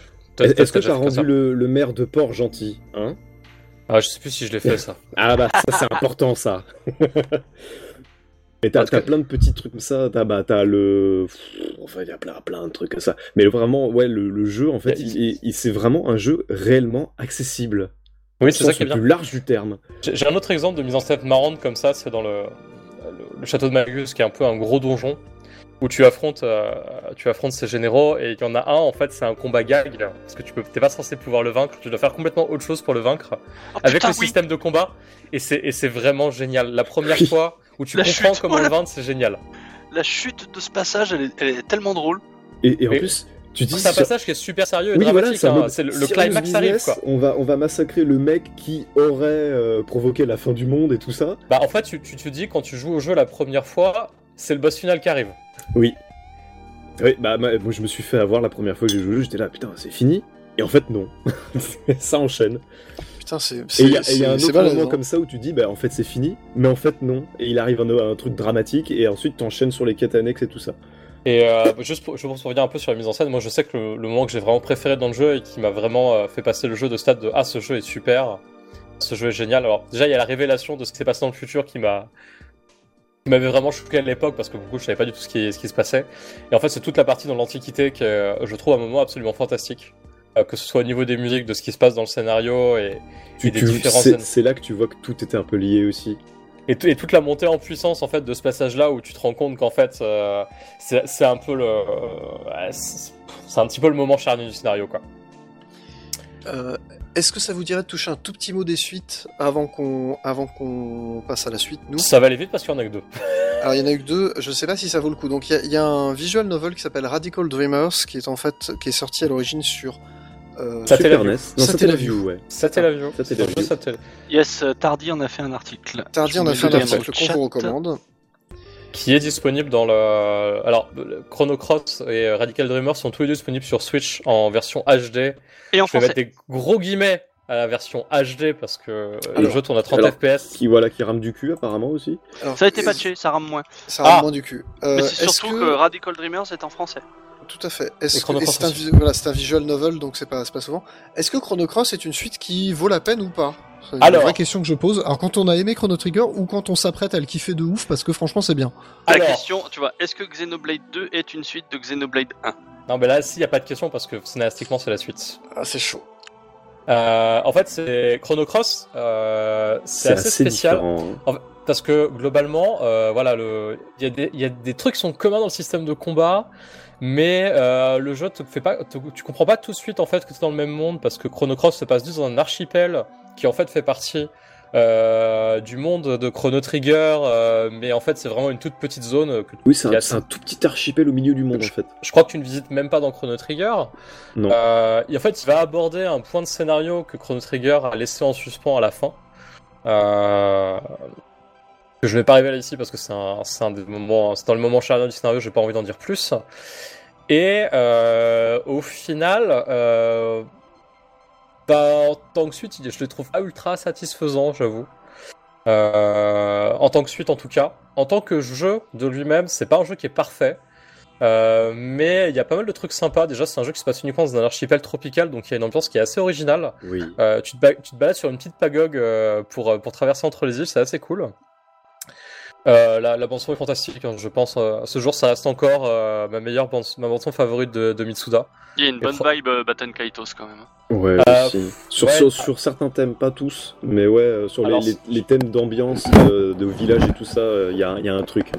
S4: Est- Est-ce que
S2: déjà
S4: t'as
S2: fait ça.
S4: rendu le, le maire de Port gentil hein
S2: Ah, je sais plus si je l'ai fait ça.
S4: Ah bah, ça c'est important ça Mais t'as
S2: Parce que-
S4: t'as plein de petits trucs comme ça, t'as bah, t'as le... Pff, Enfin, il y a plein, plein de trucs comme ça. Mais vraiment, ouais, le, le jeu, en fait,
S2: Il-
S4: il, il- il- c'est vraiment un jeu réellement accessible.
S2: Oui,
S4: Au
S2: c'est ça
S4: sens
S2: qui est
S4: le
S2: bien.
S4: plus large du terme.
S2: J'ai j'ai un autre exemple de mise en scène marrante comme ça, c'est dans le, le- le château de Magus, qui est un peu un gros donjon, où tu affrontes, euh, tu affrontes ces généraux, et il y en a un, en fait, c'est un combat gag, parce que tu peux, t'es pas censé pouvoir le vaincre, tu dois faire complètement autre chose pour le vaincre,
S3: Oh,
S2: avec
S3: putain,
S2: le
S3: oui.
S2: système de combat, et c'est et c'est vraiment génial. La première
S4: Oui.
S2: fois où tu
S3: La
S2: comprends
S3: chute,
S2: comment
S3: voilà.
S2: le vaincre, c'est génial.
S3: La chute de ce passage, elle est, elle est tellement drôle.
S4: Et, et en
S2: Et- ah,
S4: plus, tu dis...
S2: C'est un
S4: sur-
S2: passage qui est super sérieux et
S4: Oui, voilà,
S2: dramatique,
S4: c'est un
S2: hein.
S4: mode
S2: c'est le, le
S4: serious
S2: climax arrive,
S4: business,
S2: quoi.
S4: On va, on va massacrer le mec qui aurait euh, provoqué la fin du monde et tout ça.
S2: Bah, en fait, tu, tu te dis, quand tu joues au jeu la première fois, c'est le boss final qui arrive.
S4: Oui. Oui, bah, ma- moi je me suis fait avoir la première fois que j'ai joué au jeu, j'étais là, putain, c'est fini. Et en fait, non. ça enchaîne.
S1: Putain, c'est.
S4: Et
S1: c'est-
S4: il y a, et il y a un
S1: c'est- c'est
S4: autre
S1: balèze,
S4: moment
S1: hein.
S4: comme ça où tu dis, bah en fait c'est fini, mais en fait non. Et il arrive un, un truc dramatique et ensuite t'enchaînes sur les quêtes annexes et tout ça.
S2: Et euh, juste pour, je pense pour revenir un peu sur la mise en scène, moi je sais que le, le moment que j'ai vraiment préféré dans le jeu et qui m'a vraiment euh, fait passer le jeu de stade de Ah ce jeu est super, ce jeu est génial. Alors déjà il y a la révélation de ce qui s'est passé dans le futur qui m'a qui m'avait vraiment choqué à l'époque parce que beaucoup je savais pas du tout ce qui, ce qui se passait. Et en fait c'est toute la partie dans l'Antiquité que euh, je trouve un moment absolument fantastique. Euh, que ce soit au niveau des musiques, de ce qui se passe dans le scénario et,
S4: Tu,
S2: des
S4: tu-
S2: différentes
S4: c'est,
S2: scènes.
S4: c'est là que tu vois que tout était un peu lié aussi.
S2: et, t- et toute la montée en puissance en fait de ce passage là où tu te rends compte qu'en fait euh, c'est c'est un peu le euh, c'est c'est un petit peu le moment charnier du scénario quoi.
S1: Euh, Est-ce que ça vous dirait de toucher un tout petit mot des suites avant qu'on avant qu'on passe à la suite, nous
S2: Ça va aller vite parce qu'il y en a que deux.
S1: Alors, il y en a eu que deux, je sais pas si ça vaut le coup. Donc, il y a- il y, a un visual novel qui s'appelle Radical Dreamers, qui est en fait. qui est sorti à l'origine sur. euh,
S2: Ça, t'es la
S4: Super NES.
S2: vue.
S4: Non,
S1: Ça,
S4: ça
S1: t'es
S4: t'es
S1: la
S4: la view, ouais.
S2: C'était la vue.
S4: ça, c'est la vue.
S3: Yes, euh, Tardy en a fait un article.
S1: Tardy,
S3: Je
S1: on a
S3: vous
S1: fait un
S3: mets le lien
S1: article qu'on
S3: dans le
S1: vous
S3: chat.
S1: recommande.
S2: Qui est disponible dans le alors le Chrono Cross et euh, Radical Dreamer sont tous les deux disponibles sur Switch en version HD.
S3: Et en
S2: Je vais mettre
S3: français.
S2: des gros guillemets à la version HD parce que euh, le
S1: Alors-
S2: jeu tourne à 30
S4: alors-
S2: FPS.
S4: Qui voilà, qui rame du cul apparemment aussi.
S1: Alors,
S3: Ça a été patché, ça rame moins.
S1: Ça rend
S2: Ah.
S1: moins du cul.
S3: Mais
S1: Euh,
S3: c'est
S1: est-ce
S3: surtout que...
S1: que-
S3: Radical Dreamers est en français.
S1: Tout à fait. Est-ce
S2: Et Chrono
S1: que- et
S2: Cross
S1: c'est un,
S2: aussi.
S1: visu- voilà, c'est un visual novel, donc c'est pas, c'est pas souvent. Est-ce que Chrono Cross est une suite qui vaut la peine ou pas C'est une
S2: Alors.
S1: vraie question que je pose. Alors, quand on a aimé Chrono Trigger ou quand on s'apprête à le kiffer de ouf, parce que franchement, c'est bien.
S3: La
S2: Alors-
S3: question, tu vois, est-ce que Xenoblade 2 est une suite de Xenoblade 1
S2: Non mais là s'il n'y a pas de question parce que scénaristiquement c'est la suite.
S1: Ah, c'est chaud.
S2: Euh, en fait, c'est Chrono Cross, euh, c'est assez, spécial
S4: différent. hein.
S2: parce que globalement, euh, voilà, le- il y, a des- il y a des trucs qui sont communs dans le système de combat, mais euh, le jeu te fait pas, te- tu comprends pas tout de suite en fait que tu es dans le même monde parce que Chrono Cross se passe juste dans un archipel qui en fait fait partie euh, du monde de Chrono Trigger, euh, mais en fait c'est vraiment une toute petite zone que
S4: Oui, c'est
S2: Il y a
S4: un, c'est un tout petit archipel au milieu du monde en fait.
S2: je crois que tu ne visites même pas dans Chrono Trigger.
S4: Non.
S2: Euh, et en fait, il va aborder un point de scénario que Chrono Trigger a laissé en suspens à la fin. Euh, que je ne vais pas révéler ici parce que c'est un, c'est un des moments, c'est dans le moment charnière du scénario, j'ai pas envie d'en dire plus. Et euh, au final, euh, bah, en tant que suite, il- je le trouve pas ultra satisfaisant, j'avoue. Euh, en tant que suite, en tout cas. En tant que jeu de lui-même, c'est pas un jeu qui est parfait. Euh, mais il y a pas mal de trucs sympas. Déjà, c'est un jeu qui se passe uniquement dans un archipel tropical, donc il y a une ambiance qui est assez originale.
S4: Oui.
S2: Euh, tu, te ba- tu te balades sur une petite pagogue euh, pour, euh, pour traverser entre les îles, c'est assez cool. Euh, la, la bande son est fantastique, hein, je pense. euh, à ce jour, ça reste encore euh, ma meilleure bande, ma bande son favorite de, de Mitsuda.
S3: Il y a une bonne
S2: fro-
S3: vibe euh, Batten Kaitos quand même. hein.
S4: Ouais,
S2: Euh,
S4: aussi. Sur,
S2: ouais.
S4: sur, sur certains thèmes, pas tous, mais ouais, euh, sur les,
S2: Alors,
S4: les,
S2: c'est-
S4: les thèmes d'ambiance, euh, de village et tout ça, euh, il y, a, y a un truc.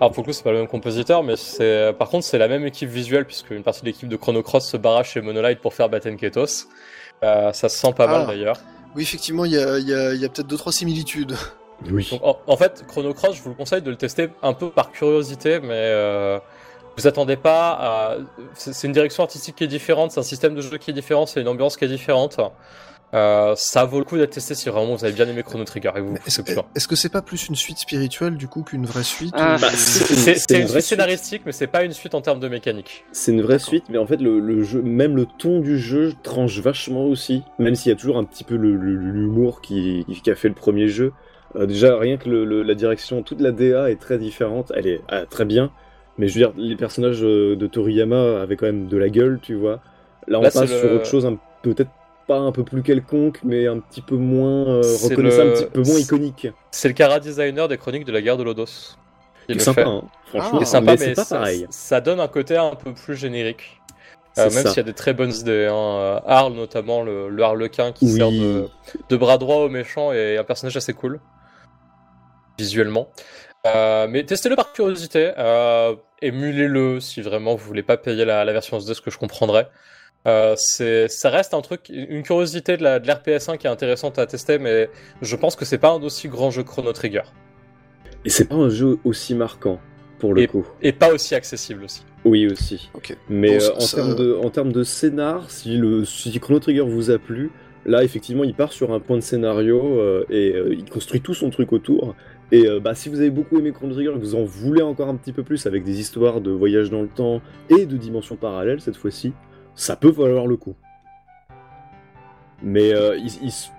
S2: Alors pour le coup, c'est pas le même compositeur, mais c'est par contre c'est la même équipe visuelle puisque une partie de l'équipe de Chrono Cross se barra chez Monolite pour faire Batten Ketos. Euh, ça se sent pas
S1: Ah.
S2: mal d'ailleurs.
S1: Oui, effectivement, il y a, il y a- il y a peut-être deux trois similitudes.
S4: Oui.
S2: Donc, en, en fait, Chrono Cross, je vous le conseille de le tester un peu par curiosité, mais euh, vous attendez pas à. C'est c'est une direction artistique qui est différente, c'est un système de jeu qui est différent, c'est une ambiance qui est différente. Euh, ça vaut le coup d'être testé si vraiment vous avez bien aimé Chrono Trigger et vous vous
S1: Est-ce
S2: poussez plus loin.
S1: est-ce que c'est pas plus une suite spirituelle du coup qu'une vraie suite
S3: Ah,
S1: ou-
S3: bah,
S4: c'est
S2: C'est
S4: une- c'est
S2: c'est
S4: une
S2: une
S4: vraie
S2: suite scénaristique, mais c'est pas une suite en termes de mécanique.
S4: C'est une vraie suite, mais en fait, le, le jeu, même le ton du jeu tranche vachement aussi. Même s'il y a toujours un petit peu le- le- l'humour qui, qui a fait le premier jeu. Euh, déjà, rien que le- le- la direction, toute la DA est très différente. Elle est ah, très bien. Mais je veux dire, les personnages euh, de Toriyama avaient quand même de la gueule, tu vois. Là, on
S2: Là, c'est
S4: passe
S2: le-
S4: sur autre chose, un- peut-être pas un peu plus quelconque, mais un petit peu moins euh,
S2: C'est
S4: reconnaissable,
S2: le-
S4: un petit peu moins
S2: c'est-
S4: iconique.
S2: C'est le cara designer des chroniques de la guerre de Lodos.
S4: Il
S2: Il
S4: est
S2: le
S4: sympa,
S2: fait.
S4: hein, franchement.
S1: Il
S2: Il
S1: Ah,
S2: est sympa, mais,
S4: c'est pas
S2: ça,
S4: pareil.
S2: ça donne un côté un peu plus générique.
S4: C'est
S2: Euh, même
S4: ça.
S2: s'il y a des très bonnes idées. Hein. Euh, Arl, notamment le, le harlequin qui
S4: Oui.
S2: sert de, de bras droit au méchant et un personnage assez cool. Visuellement. Euh, mais testez-le par curiosité. Euh, Émulez-le si vraiment vous voulez pas payer la, la version SD, ce que je comprendrais. Euh, c'est- ça reste un truc, une curiosité de la, de l'RPS1 qui est intéressante à tester, mais je pense que c'est pas un aussi grand jeu Chrono Trigger.
S4: Et c'est pas un jeu aussi marquant, pour le coup.
S2: Et pas aussi accessible aussi.
S4: Oui, aussi.
S1: Ok.
S4: Mais
S1: Bon,
S4: euh,
S1: ça-
S4: en,
S1: ça-
S4: termes de, en termes de scénar, si, le, si Chrono Trigger vous a plu, là, effectivement, il part sur un point de scénario euh, et euh, il construit tout son truc autour. Et euh, bah, si vous avez beaucoup aimé Chrono Trigger et que vous en voulez encore un petit peu plus avec des histoires de voyage dans le temps et de dimensions parallèles cette fois-ci, ça peut valoir le coup. Mais euh, il- il s-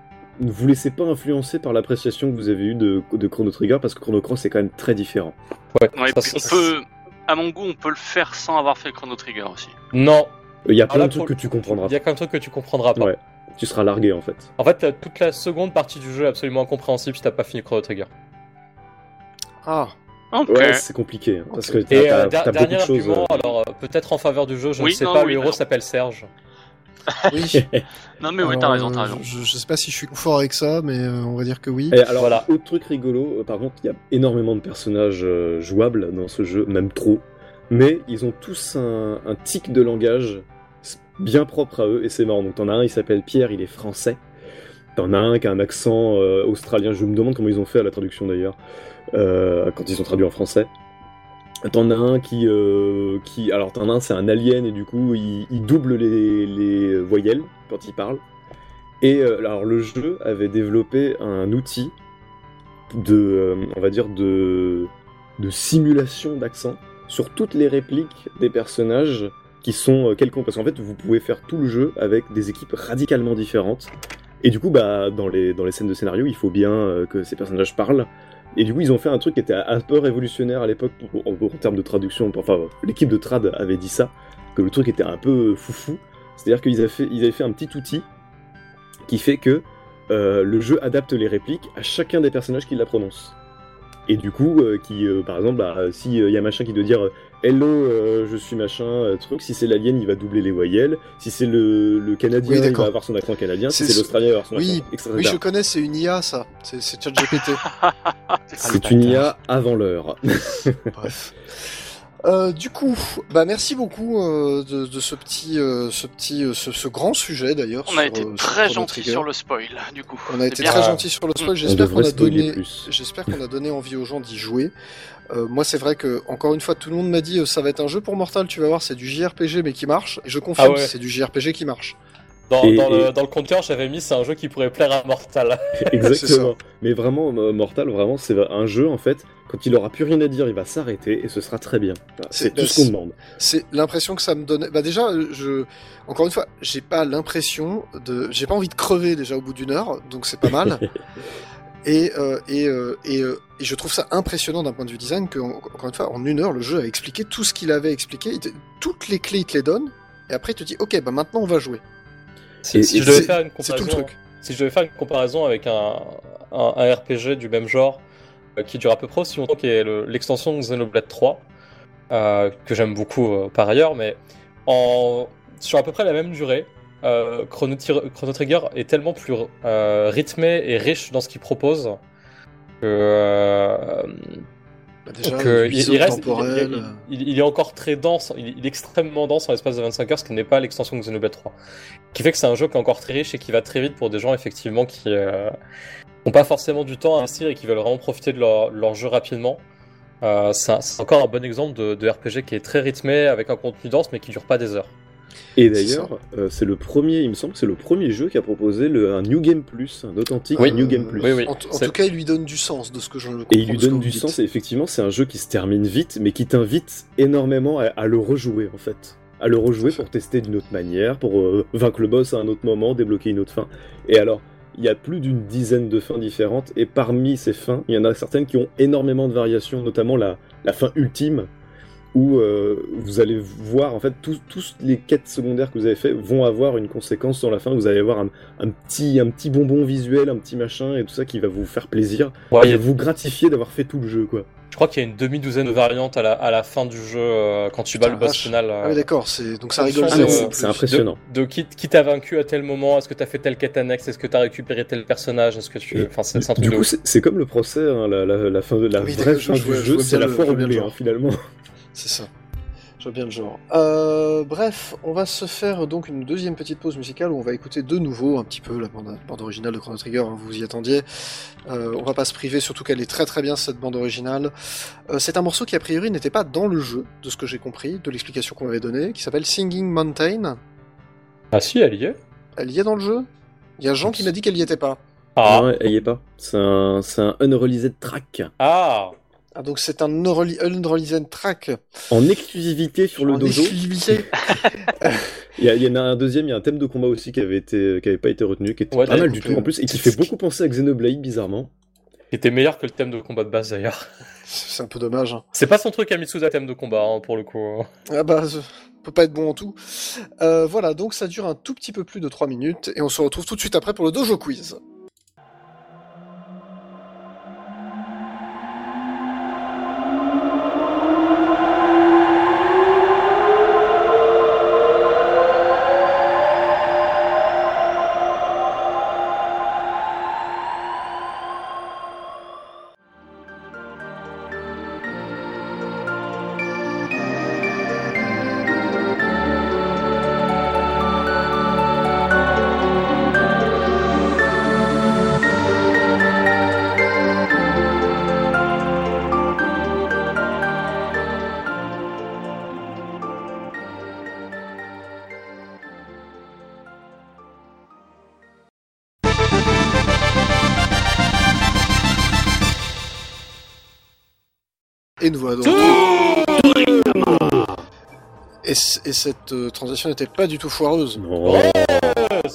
S4: ne vous laissez pas influencer par l'appréciation que vous avez eue de, de Chrono Trigger parce que Chrono Cross est quand même très différent.
S2: Ouais,
S3: Ouais,
S2: ça-
S3: puis on
S2: ça-
S3: peut, à mon goût, on peut le faire sans avoir fait Chrono Trigger aussi.
S2: Non,
S4: Il y a
S2: Ah, là,
S4: plein de trucs
S2: pour
S4: que
S2: le
S4: tu
S2: il
S4: comprendras.
S2: y a qu'un truc que tu comprendras pas.
S4: Ouais. Tu seras largué en fait.
S2: En fait, t'as toute la seconde partie du jeu est absolument incompréhensible si t'as pas fini Chrono Trigger.
S1: Ah,
S3: Ok.
S4: Ouais, c'est compliqué. hein, Parce que
S2: Et
S4: t'as-
S2: euh,
S4: t'as
S2: der-
S4: t'as beaucoup
S2: dernier
S4: de choses.
S2: argument,
S4: euh,
S2: alors euh, peut-être en faveur du jeu, je
S3: Oui,
S2: ne sais
S3: non,
S2: pas,
S3: oui,
S2: le héros
S3: non.
S2: s'appelle Serge.
S1: oui.
S3: Non mais oui,
S1: Alors,
S3: t'as raison, t'as raison.
S1: Je, je sais pas si je suis fort avec ça, mais euh, on va dire que oui.
S4: Et alors,
S2: Voilà.
S4: autre truc rigolo, euh, par contre, il y a énormément de personnages euh, jouables dans ce jeu, même trop. Mais ils ont tous un, un tic de langage s- bien propre à eux, et c'est marrant. Donc, t'en as un, il s'appelle Pierre, il est français. T'en as un qui a un accent euh, australien. Je me demande comment ils ont fait à la traduction d'ailleurs, euh, quand ils ont traduit en français. T'en as un qui, euh, qui, alors t'en as un, c'est un alien et du coup, il, il double les, les euh, voyelles quand il parle. Et euh, alors le jeu avait développé un outil de, euh, on va dire de, de simulation d'accent sur toutes les répliques des personnages qui sont euh, quelconques. Parce qu'en fait, vous pouvez faire tout le jeu avec des équipes radicalement différentes. Et du coup, bah, dans les dans les scènes de scénario, il faut bien euh, que ces personnages parlent. Et du coup, ils ont fait un truc qui était un peu révolutionnaire à l'époque pour- en, en termes de traduction. Enfin, l'équipe de trad avait dit ça, que le truc était un peu foufou. C'est-à-dire qu'ils avaient fait, ils avaient fait un petit outil qui fait que euh, le jeu adapte les répliques à chacun des personnages qui la prononcent. Et du coup, euh, qui, euh, par exemple, bah, euh, si euh, y a machin qui doit dire euh, Hello, euh, je suis machin, euh, truc, si c'est l'alien, il va doubler les voyelles, si c'est le, le Canadien,
S1: Oui,
S4: il
S1: d'accord.
S4: va avoir son accent canadien, si
S1: C'est
S4: c'est
S1: ce-
S4: l'Australien, il va avoir son
S1: Oui,
S4: accent, etc.
S1: Oui, je connais, c'est une IA, ça. C'est c'est ChatGPT.
S4: C'est une IA avant l'heure.
S1: Bref. Euh, du coup, bah merci beaucoup euh, de, de ce petit, euh, ce petit, euh, ce, ce grand sujet d'ailleurs.
S3: On a
S1: sur,
S3: été
S1: euh,
S3: très
S1: Chrono
S3: gentil
S1: Trigger.
S3: sur le spoil, hein, du coup.
S1: On a
S3: C'est
S1: été
S3: bien.
S1: très
S2: Ah.
S1: gentil sur le spoil.
S4: On
S1: J'espère qu'on
S4: devrait
S1: a
S4: spoiler
S1: donné,
S4: plus.
S1: j'espère qu'on a donné envie aux gens d'y jouer. Euh, moi, c'est vrai que encore une fois, tout le monde m'a dit euh, ça va être un jeu pour Mortal. Tu vas voir, c'est du JRPG mais qui marche. Et je confirme,
S2: Ah ouais.
S1: c'est du JRPG qui marche.
S2: Dans,
S4: Et-
S2: dans
S4: et-
S2: Le, dans le compteur, j'avais mis c'est un jeu qui pourrait plaire à Mortal.
S4: Exactement. Mais vraiment, euh, Mortal, vraiment, c'est un jeu, en fait, quand il aura plus rien à dire, il va s'arrêter et ce sera très bien. Voilà,
S1: Bah, C'est-
S4: C'est tout ce qu'on demande.
S1: C'est l'impression que ça me donnait. Bah déjà, euh, je, encore une fois, j'ai pas l'impression de, j'ai pas envie de crever déjà au bout d'une heure, donc c'est pas mal. Et, euh, et, euh, et, euh, et je trouve ça impressionnant d'un point de vue design que, en- encore une fois, en une heure, le jeu a expliqué tout ce qu'il avait expliqué. Il te- toutes les clés, il te les donne. Et après, il te dit, OK, bah maintenant, on va jouer.
S2: Si,
S4: Et-
S2: si
S4: et
S2: je devais
S1: c'est-
S2: faire une
S1: C'est tout
S2: comparaison,
S1: le truc.
S2: si je devais faire une comparaison avec un, un- un RPG du même genre, euh, qui dure à peu près aussi longtemps, qui est le- l'extension de Xenoblade 3, euh, que j'aime beaucoup euh, par ailleurs, mais en... sur à peu près la même durée, euh, Chrono, Tir- Chrono Trigger est tellement plus euh, rythmé et riche dans ce qu'il propose que, euh,
S1: Bah, déjà,
S2: que
S1: le
S2: euh, il,
S1: biseau
S2: il reste,
S1: temporel,
S2: il-
S1: euh,
S2: il- il- il est encore très dense, il, il est extrêmement dense en l'espace de 25 heures, ce qui n'est pas l'extension de Xenoblade 3. Ce qui fait que c'est un jeu qui est encore très riche et qui va très vite pour des gens effectivement qui euh, n'ont pas forcément du temps à investir et qui veulent vraiment profiter de leur, leur jeu rapidement. Euh, c'est un- c'est encore un bon exemple de, de RPG qui est très rythmé, avec un contenu dense mais qui dure pas des heures.
S4: Et
S1: C'est
S4: d'ailleurs, euh, c'est le premier, il me semble que c'est le premier jeu qui a proposé le, un New Game Plus, un authentique
S2: Oui.
S4: New Game Plus.
S2: Oui, oui.
S1: En, t- en
S2: c'est-
S1: tout cas, il lui donne du sens de ce que je comprends.
S4: Et il lui
S1: de ce que
S4: donne
S1: vous
S4: du
S1: dites.
S4: sens, et effectivement, c'est un jeu qui se termine vite, mais qui t'invite énormément à, à le rejouer, en fait. À le rejouer pour tester d'une autre manière, pour euh, vaincre le boss à un autre moment, débloquer une autre fin. Et alors, il y a plus d'une dizaine de fins différentes, et parmi ces fins, il y en a certaines qui ont énormément de variations, notamment la, la fin ultime, où euh, vous allez voir, en fait, tous- tous les quêtes secondaires que vous avez fait vont avoir une conséquence sur la fin, vous allez avoir un, un petit, un petit bonbon visuel, un petit machin, et tout ça qui va vous faire plaisir.
S2: Ouais, il y
S4: Et
S2: a-
S4: vous gratifier d'avoir fait tout le jeu, quoi.
S2: je crois qu'il y a une demi-douzaine de variantes à la, à la fin du jeu euh, quand tu bats
S1: Putain,
S2: le boss
S1: vache.
S2: final. euh,
S1: Ah oui, d'accord, c'est... donc ça
S2: Ah,
S1: rigole
S2: mais
S4: Ah,
S1: zéro,
S4: mais
S1: en
S4: c'est
S1: plus.
S4: c'est impressionnant.
S2: de qui, qui t'a vaincu à tel moment, est-ce que t'as fait telle quête annexe, est-ce que t'as récupéré tel personnage, est-ce que tu...
S4: Et
S2: Enfin, c'est c'est un truc
S4: Du
S2: de
S4: coup,
S2: ouf.
S4: c'est c'est comme le procès, hein, la, la- la fin de la
S1: Oui,
S4: vraie
S1: d'accord,
S4: fin
S1: je
S4: du
S1: vois- je
S4: jeu,
S1: vois
S4: c'est
S1: bien
S4: la
S1: le-
S4: foire
S1: je
S4: au
S1: vois bien le
S4: boulet, hein,
S1: genre.
S4: finalement.
S1: C'est ça. Je vois bien le genre. Euh, bref, on va se faire donc une deuxième petite pause musicale où on va écouter de nouveau un petit peu la bande, bande originale de Chrono Trigger, hein, vous vous y attendiez. Euh, on va pas se priver, surtout qu'elle est très très bien cette bande originale. Euh, c'est un morceau qui a priori n'était pas dans le jeu, de ce que j'ai compris, de l'explication qu'on m'avait donnée, qui s'appelle Singing Mountain.
S2: Ah si, elle y est.
S1: Elle y est dans le jeu Il y a Jean qui m'a dit qu'elle y était pas.
S2: Ah,
S4: Non, ayez pas. C'est un, c'est un unreleased track.
S2: ah
S1: Ah, donc c'est un unreli- unreleased track
S4: En exclusivité sur le
S1: en
S4: dojo.
S1: exclusivité.
S4: Il y, a- il y en a un deuxième, il y a un thème de combat aussi qui avait, été, qui avait pas été retenu, qui était
S2: Ouais,
S4: pas mal du
S1: d'ailleurs,
S4: tout en plus, et qui fait beaucoup penser à Xenoblade, bizarrement.
S2: Qui était meilleur que le thème de combat de base d'ailleurs.
S1: C'est un peu dommage. hein.
S2: C'est pas son truc à Mitsuda, thème de combat, hein, pour le coup.
S1: Ah bah, je- on peut pas être bon en tout. Euh, voilà, donc ça dure un tout petit peu plus de 3 minutes et on se retrouve tout de suite après pour le dojo quiz. Et nous voilà donc. Et, c- et cette euh, transition n'était pas du tout foireuse.
S4: Non.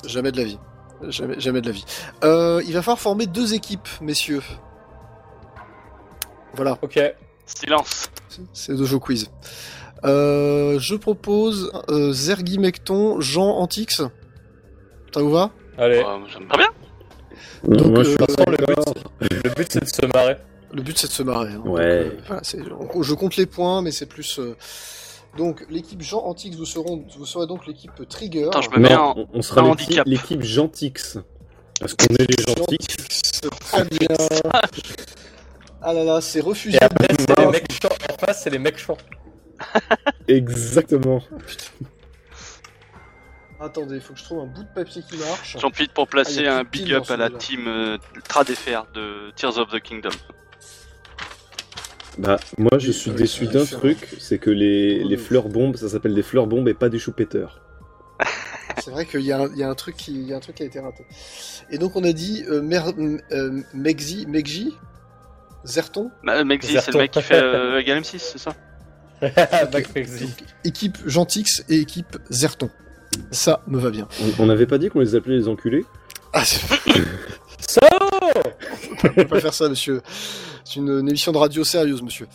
S1: Jamais de la vie. Jamais, jamais de la vie. Euh, il va falloir former deux équipes, messieurs. Voilà,
S2: Ok.
S3: Silence.
S1: c'est le dojo quiz. Euh, je propose euh, Zergy Mecton, Jean Antix. Ça vous va
S4: Ah.
S2: Allez.
S3: Euh, ça me va bien.
S1: Donc,
S4: Moi, je
S1: euh,
S4: suis
S2: De toute façon, le but, c'est- le but, c'est de se marrer.
S1: Le but c'est de se marrer. hein.
S4: Ouais.
S1: Donc, euh, voilà, c'est- on- je compte les points, mais c'est plus. euh, Donc l'équipe Jean Antix, vous, seront, vous serez donc l'équipe Trigger.
S3: Attends, je me mets
S4: Non,
S3: en.
S4: on, on sera
S3: un
S4: l'équipe-
S3: handicap.
S4: l'équipe Gentix. Parce qu'on est les
S1: Jean
S4: Gentix.
S1: Antix, Très bien. Ah là là, c'est refusé.
S2: Et après, c'est les mecs chiants. En face, c'est les mecs chiants.
S4: Exactement.
S1: Attendez, il faut que je trouve un bout de papier qui marche.
S3: J'en profite pour
S1: Ah,
S3: placer
S1: y a
S3: un
S1: plus de
S3: big
S1: pile
S3: up
S1: dans
S3: à la
S1: celui-là.
S3: team euh, Tradfr de Tears of the Kingdom.
S4: Bah, moi je
S1: Oui,
S4: suis
S1: oui,
S4: déçu
S1: c'est
S4: d'un
S1: différent. Oh,
S4: truc, c'est que les,
S1: Oui.
S4: les fleurs bombes, ça s'appelle des fleurs bombes et pas des choupeteurs.
S1: C'est vrai qu'il y, a un- il y a un truc qui il y a un truc qui a été raté. Et donc on a dit euh, Mer- m- euh, Megzi, Megji, Zerton,
S3: Bah, Mexi, c'est
S2: Zerto.
S3: le mec qui fait euh, Galem 6, c'est ça
S2: Back Mexi.
S1: donc, équipe Gentix et équipe Zerton. Ça me va bien.
S4: On n'avait pas dit qu'on les appelait les enculés
S1: Ah, c'est-
S2: So
S1: On peut pas faire ça, monsieur. C'est une, une émission de radio sérieuse, monsieur.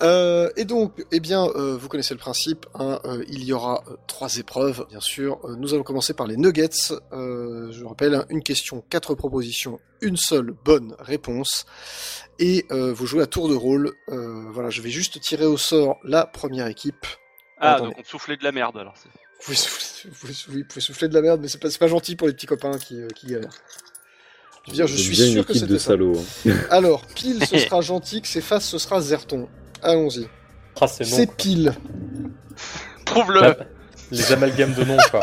S1: Euh, et donc, eh bien, euh, vous connaissez le principe. hein, euh, il y aura euh, trois épreuves, bien sûr. Euh, nous allons commencer par les nuggets. Euh, je vous rappelle, hein, une question, quatre propositions, une seule bonne réponse. Et euh, vous jouez à tour de rôle. Euh, voilà, je vais juste tirer au sort la première équipe.
S3: Ah,
S1: Attendez.
S3: donc on te soufflait de la merde alors. c'est-
S1: Vous pouvez, souffler, vous pouvez souffler- vous pouvez souffler de la merde, mais c'est pas, c'est pas gentil pour les petits copains qui, euh, qui galèrent. Je veux dire, je
S4: C'est
S1: suis
S4: bien une
S1: sûr que
S4: équipe de
S1: c'était ça.
S4: salauds. hein.
S1: Alors, pile, ce sera gentil, que c'est face, ce sera Zerton. Allons-y.
S2: Ah, c'est non.
S1: C'est pile.
S3: Trouve-le
S1: Bah,
S2: La- Les amalgames de noms, quoi.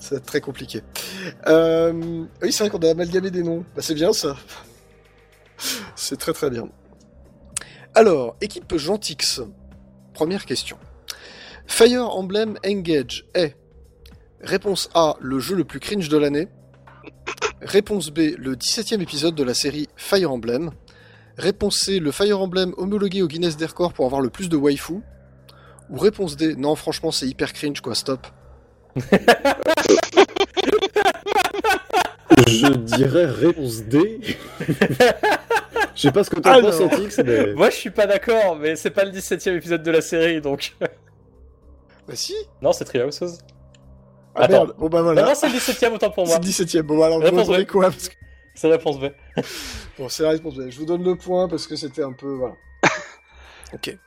S1: Ça va être très compliqué. Euh, Oui, c'est vrai qu'on a amalgamé des noms. Bah, c'est bien ça. C'est très très bien. Alors, équipe Gentix. Première question. Fire Emblem Engage est Réponse A, le jeu le plus cringe de l'année. Réponse B, le 17e épisode de la série Fire Emblem. Réponse C, le Fire Emblem homologué au Guinness des records pour avoir le plus de waifu. Ou réponse D, non franchement c'est hyper cringe quoi, stop.
S4: Je dirais réponse D. Je sais pas ce que t'en penses,
S2: Alors.
S4: Antix, mais.
S2: Moi, je suis pas d'accord, mais c'est pas le 17 e épisode de la série, donc.
S1: Bah si
S2: Non, c'est Treehouseuse.
S1: Ah
S2: Attends.
S1: merde, bon bah
S2: Non,
S1: voilà.
S2: non, c'est le 17 e autant pour
S1: C'est
S2: moi.
S1: le 17 e Bon, alors vous
S2: Réponse
S1: attendez
S2: vraie.
S1: quoi parce que-
S2: C'est réponse B.
S1: Bon, c'est la réponse. Je vous donne le point parce que c'était un peu. Voilà.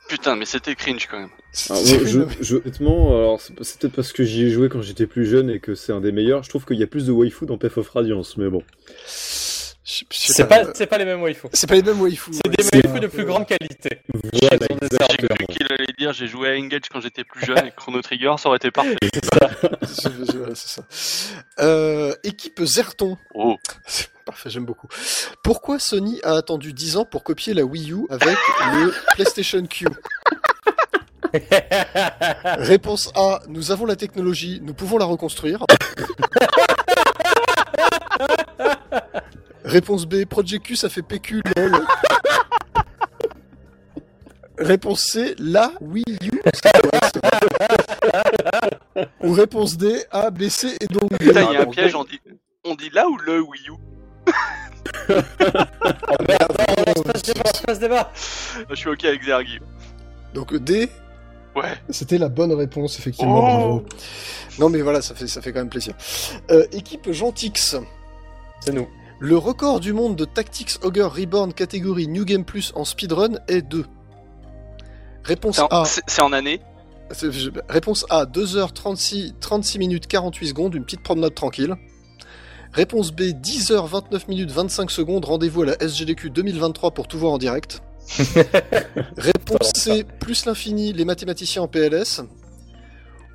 S3: Putain, mais c'était cringe quand même.
S4: Alors,
S1: C'est-
S4: moi, Ah, je, je- honnêtement, alors c'est c'est peut-être parce que j'y ai joué quand j'étais plus jeune et que c'est un des meilleurs. Je trouve qu'il y a plus de waifu dans Path of Radiance, mais bon.
S1: je- je sais
S2: C'est
S1: pas,
S2: pas, c'est pas les mêmes waifus.
S1: C'est pas les mêmes waifus.
S2: C'est
S1: ouais.
S2: des
S1: C'est
S2: waifus
S1: un
S2: de
S1: peu-
S2: plus grande qualité.
S4: Voilà,
S2: Ils ont des
S4: exactement.
S3: J'ai cru qu'il allait dire j'ai joué à Engage quand j'étais plus jeune et Chrono Trigger, ça aurait été parfait.
S1: c'est- c'est- voilà, c'est ça. Euh, équipe Zerton.
S3: Oh,
S1: Parfait, j'aime beaucoup. Pourquoi Sony a attendu 10 ans pour copier la Wii U avec le PlayStation Q Réponse A, nous avons la technologie, nous pouvons la reconstruire. Réponse B, Project Q E ça fait PQ, lol. Réponse C, la Wii U. c'est correct. Ou réponse D, A, B, C et donc. D.
S3: putain, il y a un piège, on dit, on dit là ou le Wii U
S2: On se passe débat, on se passe débat.
S3: Je suis ok avec Zergy.
S1: Donc D,
S3: Ouais.
S6: C'était la bonne réponse, effectivement.
S3: Oh
S6: bravo.
S1: Non mais voilà, ça fait, ça fait quand même plaisir. Euh, équipe Gentix.
S2: C'est nous.
S1: Le record du monde de Tactics Ogre Reborn catégorie New Game Plus en speedrun est 2. Réponse
S3: C'est en-
S1: A,
S3: C'est c'est en année
S1: c'est- je- réponse A 2h36 36 minutes 48 secondes, une petite promenade tranquille. Réponse B 10h29 minutes 25 secondes, rendez-vous à la SGDQ 2023 pour tout voir en direct. réponse C plus l'infini, les mathématiciens en PLS.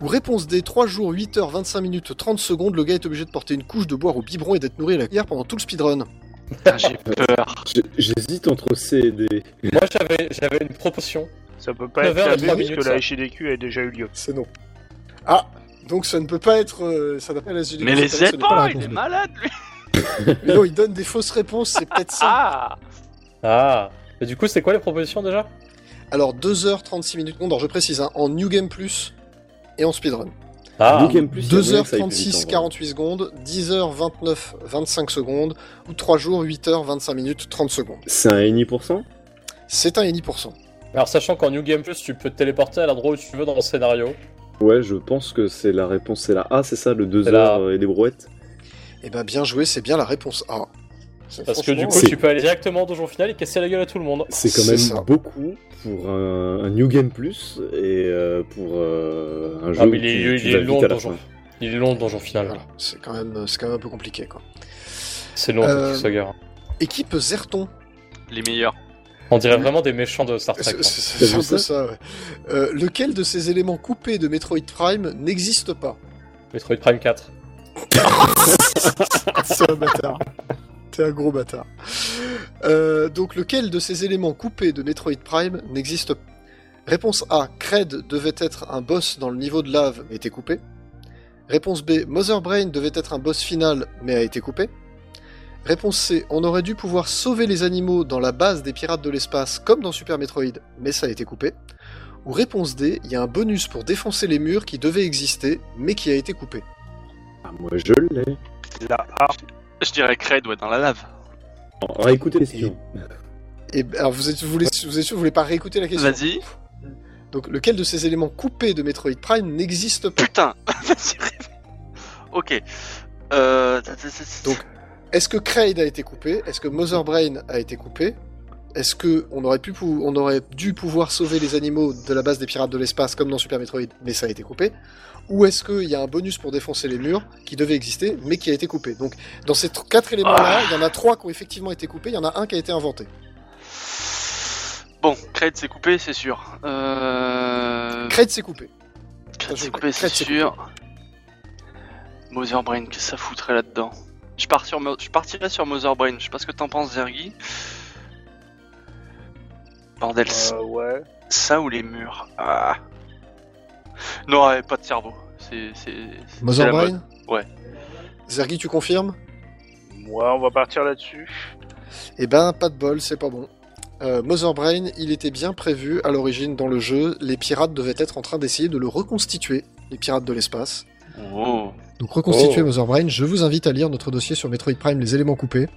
S1: Ou réponse D 3 jours 8h25 minutes 30 secondes, le gars est obligé de porter une couche de boire au biberon et d'être nourri à la cuillère pendant tout le speedrun.
S3: Putain, Ah, J'ai peur.
S4: J'ai- J'hésite entre C et D.
S2: Moi, j'avais, j'avais une proposition.
S5: Ça peut pas
S2: Neuf
S5: être
S2: heures et
S5: la
S2: trois
S5: parce
S2: minutes,
S5: que la
S2: ça.
S5: HDQ a déjà eu lieu.
S1: C'est non. Ah Donc ça ne peut pas être. euh, ça n'a pas la
S3: Mais les
S1: Z
S3: aides pas, Oh, il
S6: réponse.
S3: est malade lui
S1: Mais non, il donne des fausses réponses, c'est peut-être ça.
S3: Ah
S2: Ah. Et du coup, c'est quoi les propositions déjà
S1: Alors 2h36 minutes. Non, non, je précise, hein, en New Game Plus et en speedrun.
S2: Ah.
S4: New Game Plus, il y a moyen que ça aille plus vite, en
S1: 2h36,
S4: vrai.
S1: 48 secondes, 10h29, 25 secondes, ou 3 jours, 8h25 minutes, 30 secondes.
S4: C'est un N.I%.
S1: C'est un ENI%.
S2: Alors, sachant qu'en New Game Plus, tu peux te téléporter à l'endroit où tu veux dans le scénario.
S4: Ouais, je pense que c'est la réponse, c'est la A, c'est ça, le 2
S2: C'est la A.
S4: heures et des brouettes.
S1: Eh ben bien joué, c'est bien la réponse A. C'est
S2: Parce que du
S1: franchement-
S2: coup,
S4: c'est-
S2: tu peux aller directement au donjon final et casser la gueule à tout le monde.
S4: C'est quand
S1: C'est
S4: même
S1: ça.
S4: beaucoup pour un, un New Game Plus et euh, pour euh, un jeu
S2: Ah, mais
S4: où
S2: il est-
S4: tu-
S2: il
S4: tu
S2: est
S4: vas vite
S2: long,
S4: à
S2: le
S4: la
S2: donjon.
S4: fin.
S2: Il est long le donjon final.
S1: Voilà, c'est quand, même- euh, c'est quand même un peu compliqué. quoi.
S2: C'est long,
S1: Euh,
S2: Tactics Ogre.
S1: Équipe Zerton.
S3: Les meilleurs.
S2: On dirait vraiment des méchants de Star Trek.
S1: Euh, C'est-
S2: hein.
S1: C'est c'est
S4: T'as
S1: un
S4: vu
S1: peu
S4: ça
S1: ça, ouais. Euh, lequel de ces éléments coupés de Metroid Prime n'existe pas
S2: Metroid Prime 4.
S1: C'est un bâtard. T'es un gros bâtard. Euh, donc, lequel de ces éléments coupés de Metroid Prime n'existe pas Réponse A. Cred devait être un boss dans le niveau de lave, mais était coupé. Réponse B. Mother Brain devait être un boss final, mais a été coupé. Réponse C. On aurait dû pouvoir sauver les animaux dans la base des pirates de l'espace, comme dans Super Metroid, mais ça a été coupé. Ou réponse D. Il y a un bonus pour défoncer les murs qui devait exister, mais qui a été coupé.
S4: Ah, moi je l'ai.
S5: La A,
S3: Je dirais Cred, ouais, dans la lave.
S4: Alors écoutez les questions.
S1: Et Eh ben, alors, vous êtes, vous voulez, vous êtes sûr que vous voulez pas réécouter la question
S3: Vas-y.
S1: Donc, lequel de ces éléments coupés de Metroid Prime n'existe pas
S3: Putain. Vas-y. rêve. ok. Euh...
S1: Donc, Est-ce que Kraid a été coupé Est-ce que Mother Brain a été coupé Est-ce que on aurait, pu, pou- on aurait dû pouvoir sauver les animaux de la base des pirates de l'espace comme dans Super Metroid, mais ça a été coupé Ou est-ce qu'il y a un bonus pour défoncer les murs qui devait exister, mais qui a été coupé Donc, dans ces tr- quatre éléments-là, il y en a trois qui ont effectivement été coupés, il y en a un qui a été inventé.
S3: Bon, Kraid s'est coupé, c'est sûr. Euh...
S1: Kraid s'est coupé.
S3: Crête,
S1: je-
S3: c'est coupé, c'est
S1: Crête, c'est
S3: sûr. Mother Brain, qu'est-ce que ça foutrait là-dedans je, pars sur Mo- je partirais sur Mother Brain, je sais pas ce que t'en penses, Zergi. Bordel,
S5: Euh, ouais.
S3: ça ou les murs ah. Non, ouais, pas de cerveau. C'est. c'est- c'est- c'est
S6: Mother
S3: la
S1: Brain
S3: Ouais.
S1: Zergi, tu confirmes
S5: Ouais, on va partir là-dessus.
S1: Eh ben, pas de bol, c'est pas bon. Euh, Mother Brain, il était bien prévu à l'origine dans le jeu, les pirates devaient être en train d'essayer de le reconstituer, les pirates de l'espace.
S3: mode. Oh.
S6: Donc reconstituer
S4: Oh.
S6: Mother Brain, je vous invite à lire notre dossier sur Metroid Prime, les éléments coupés.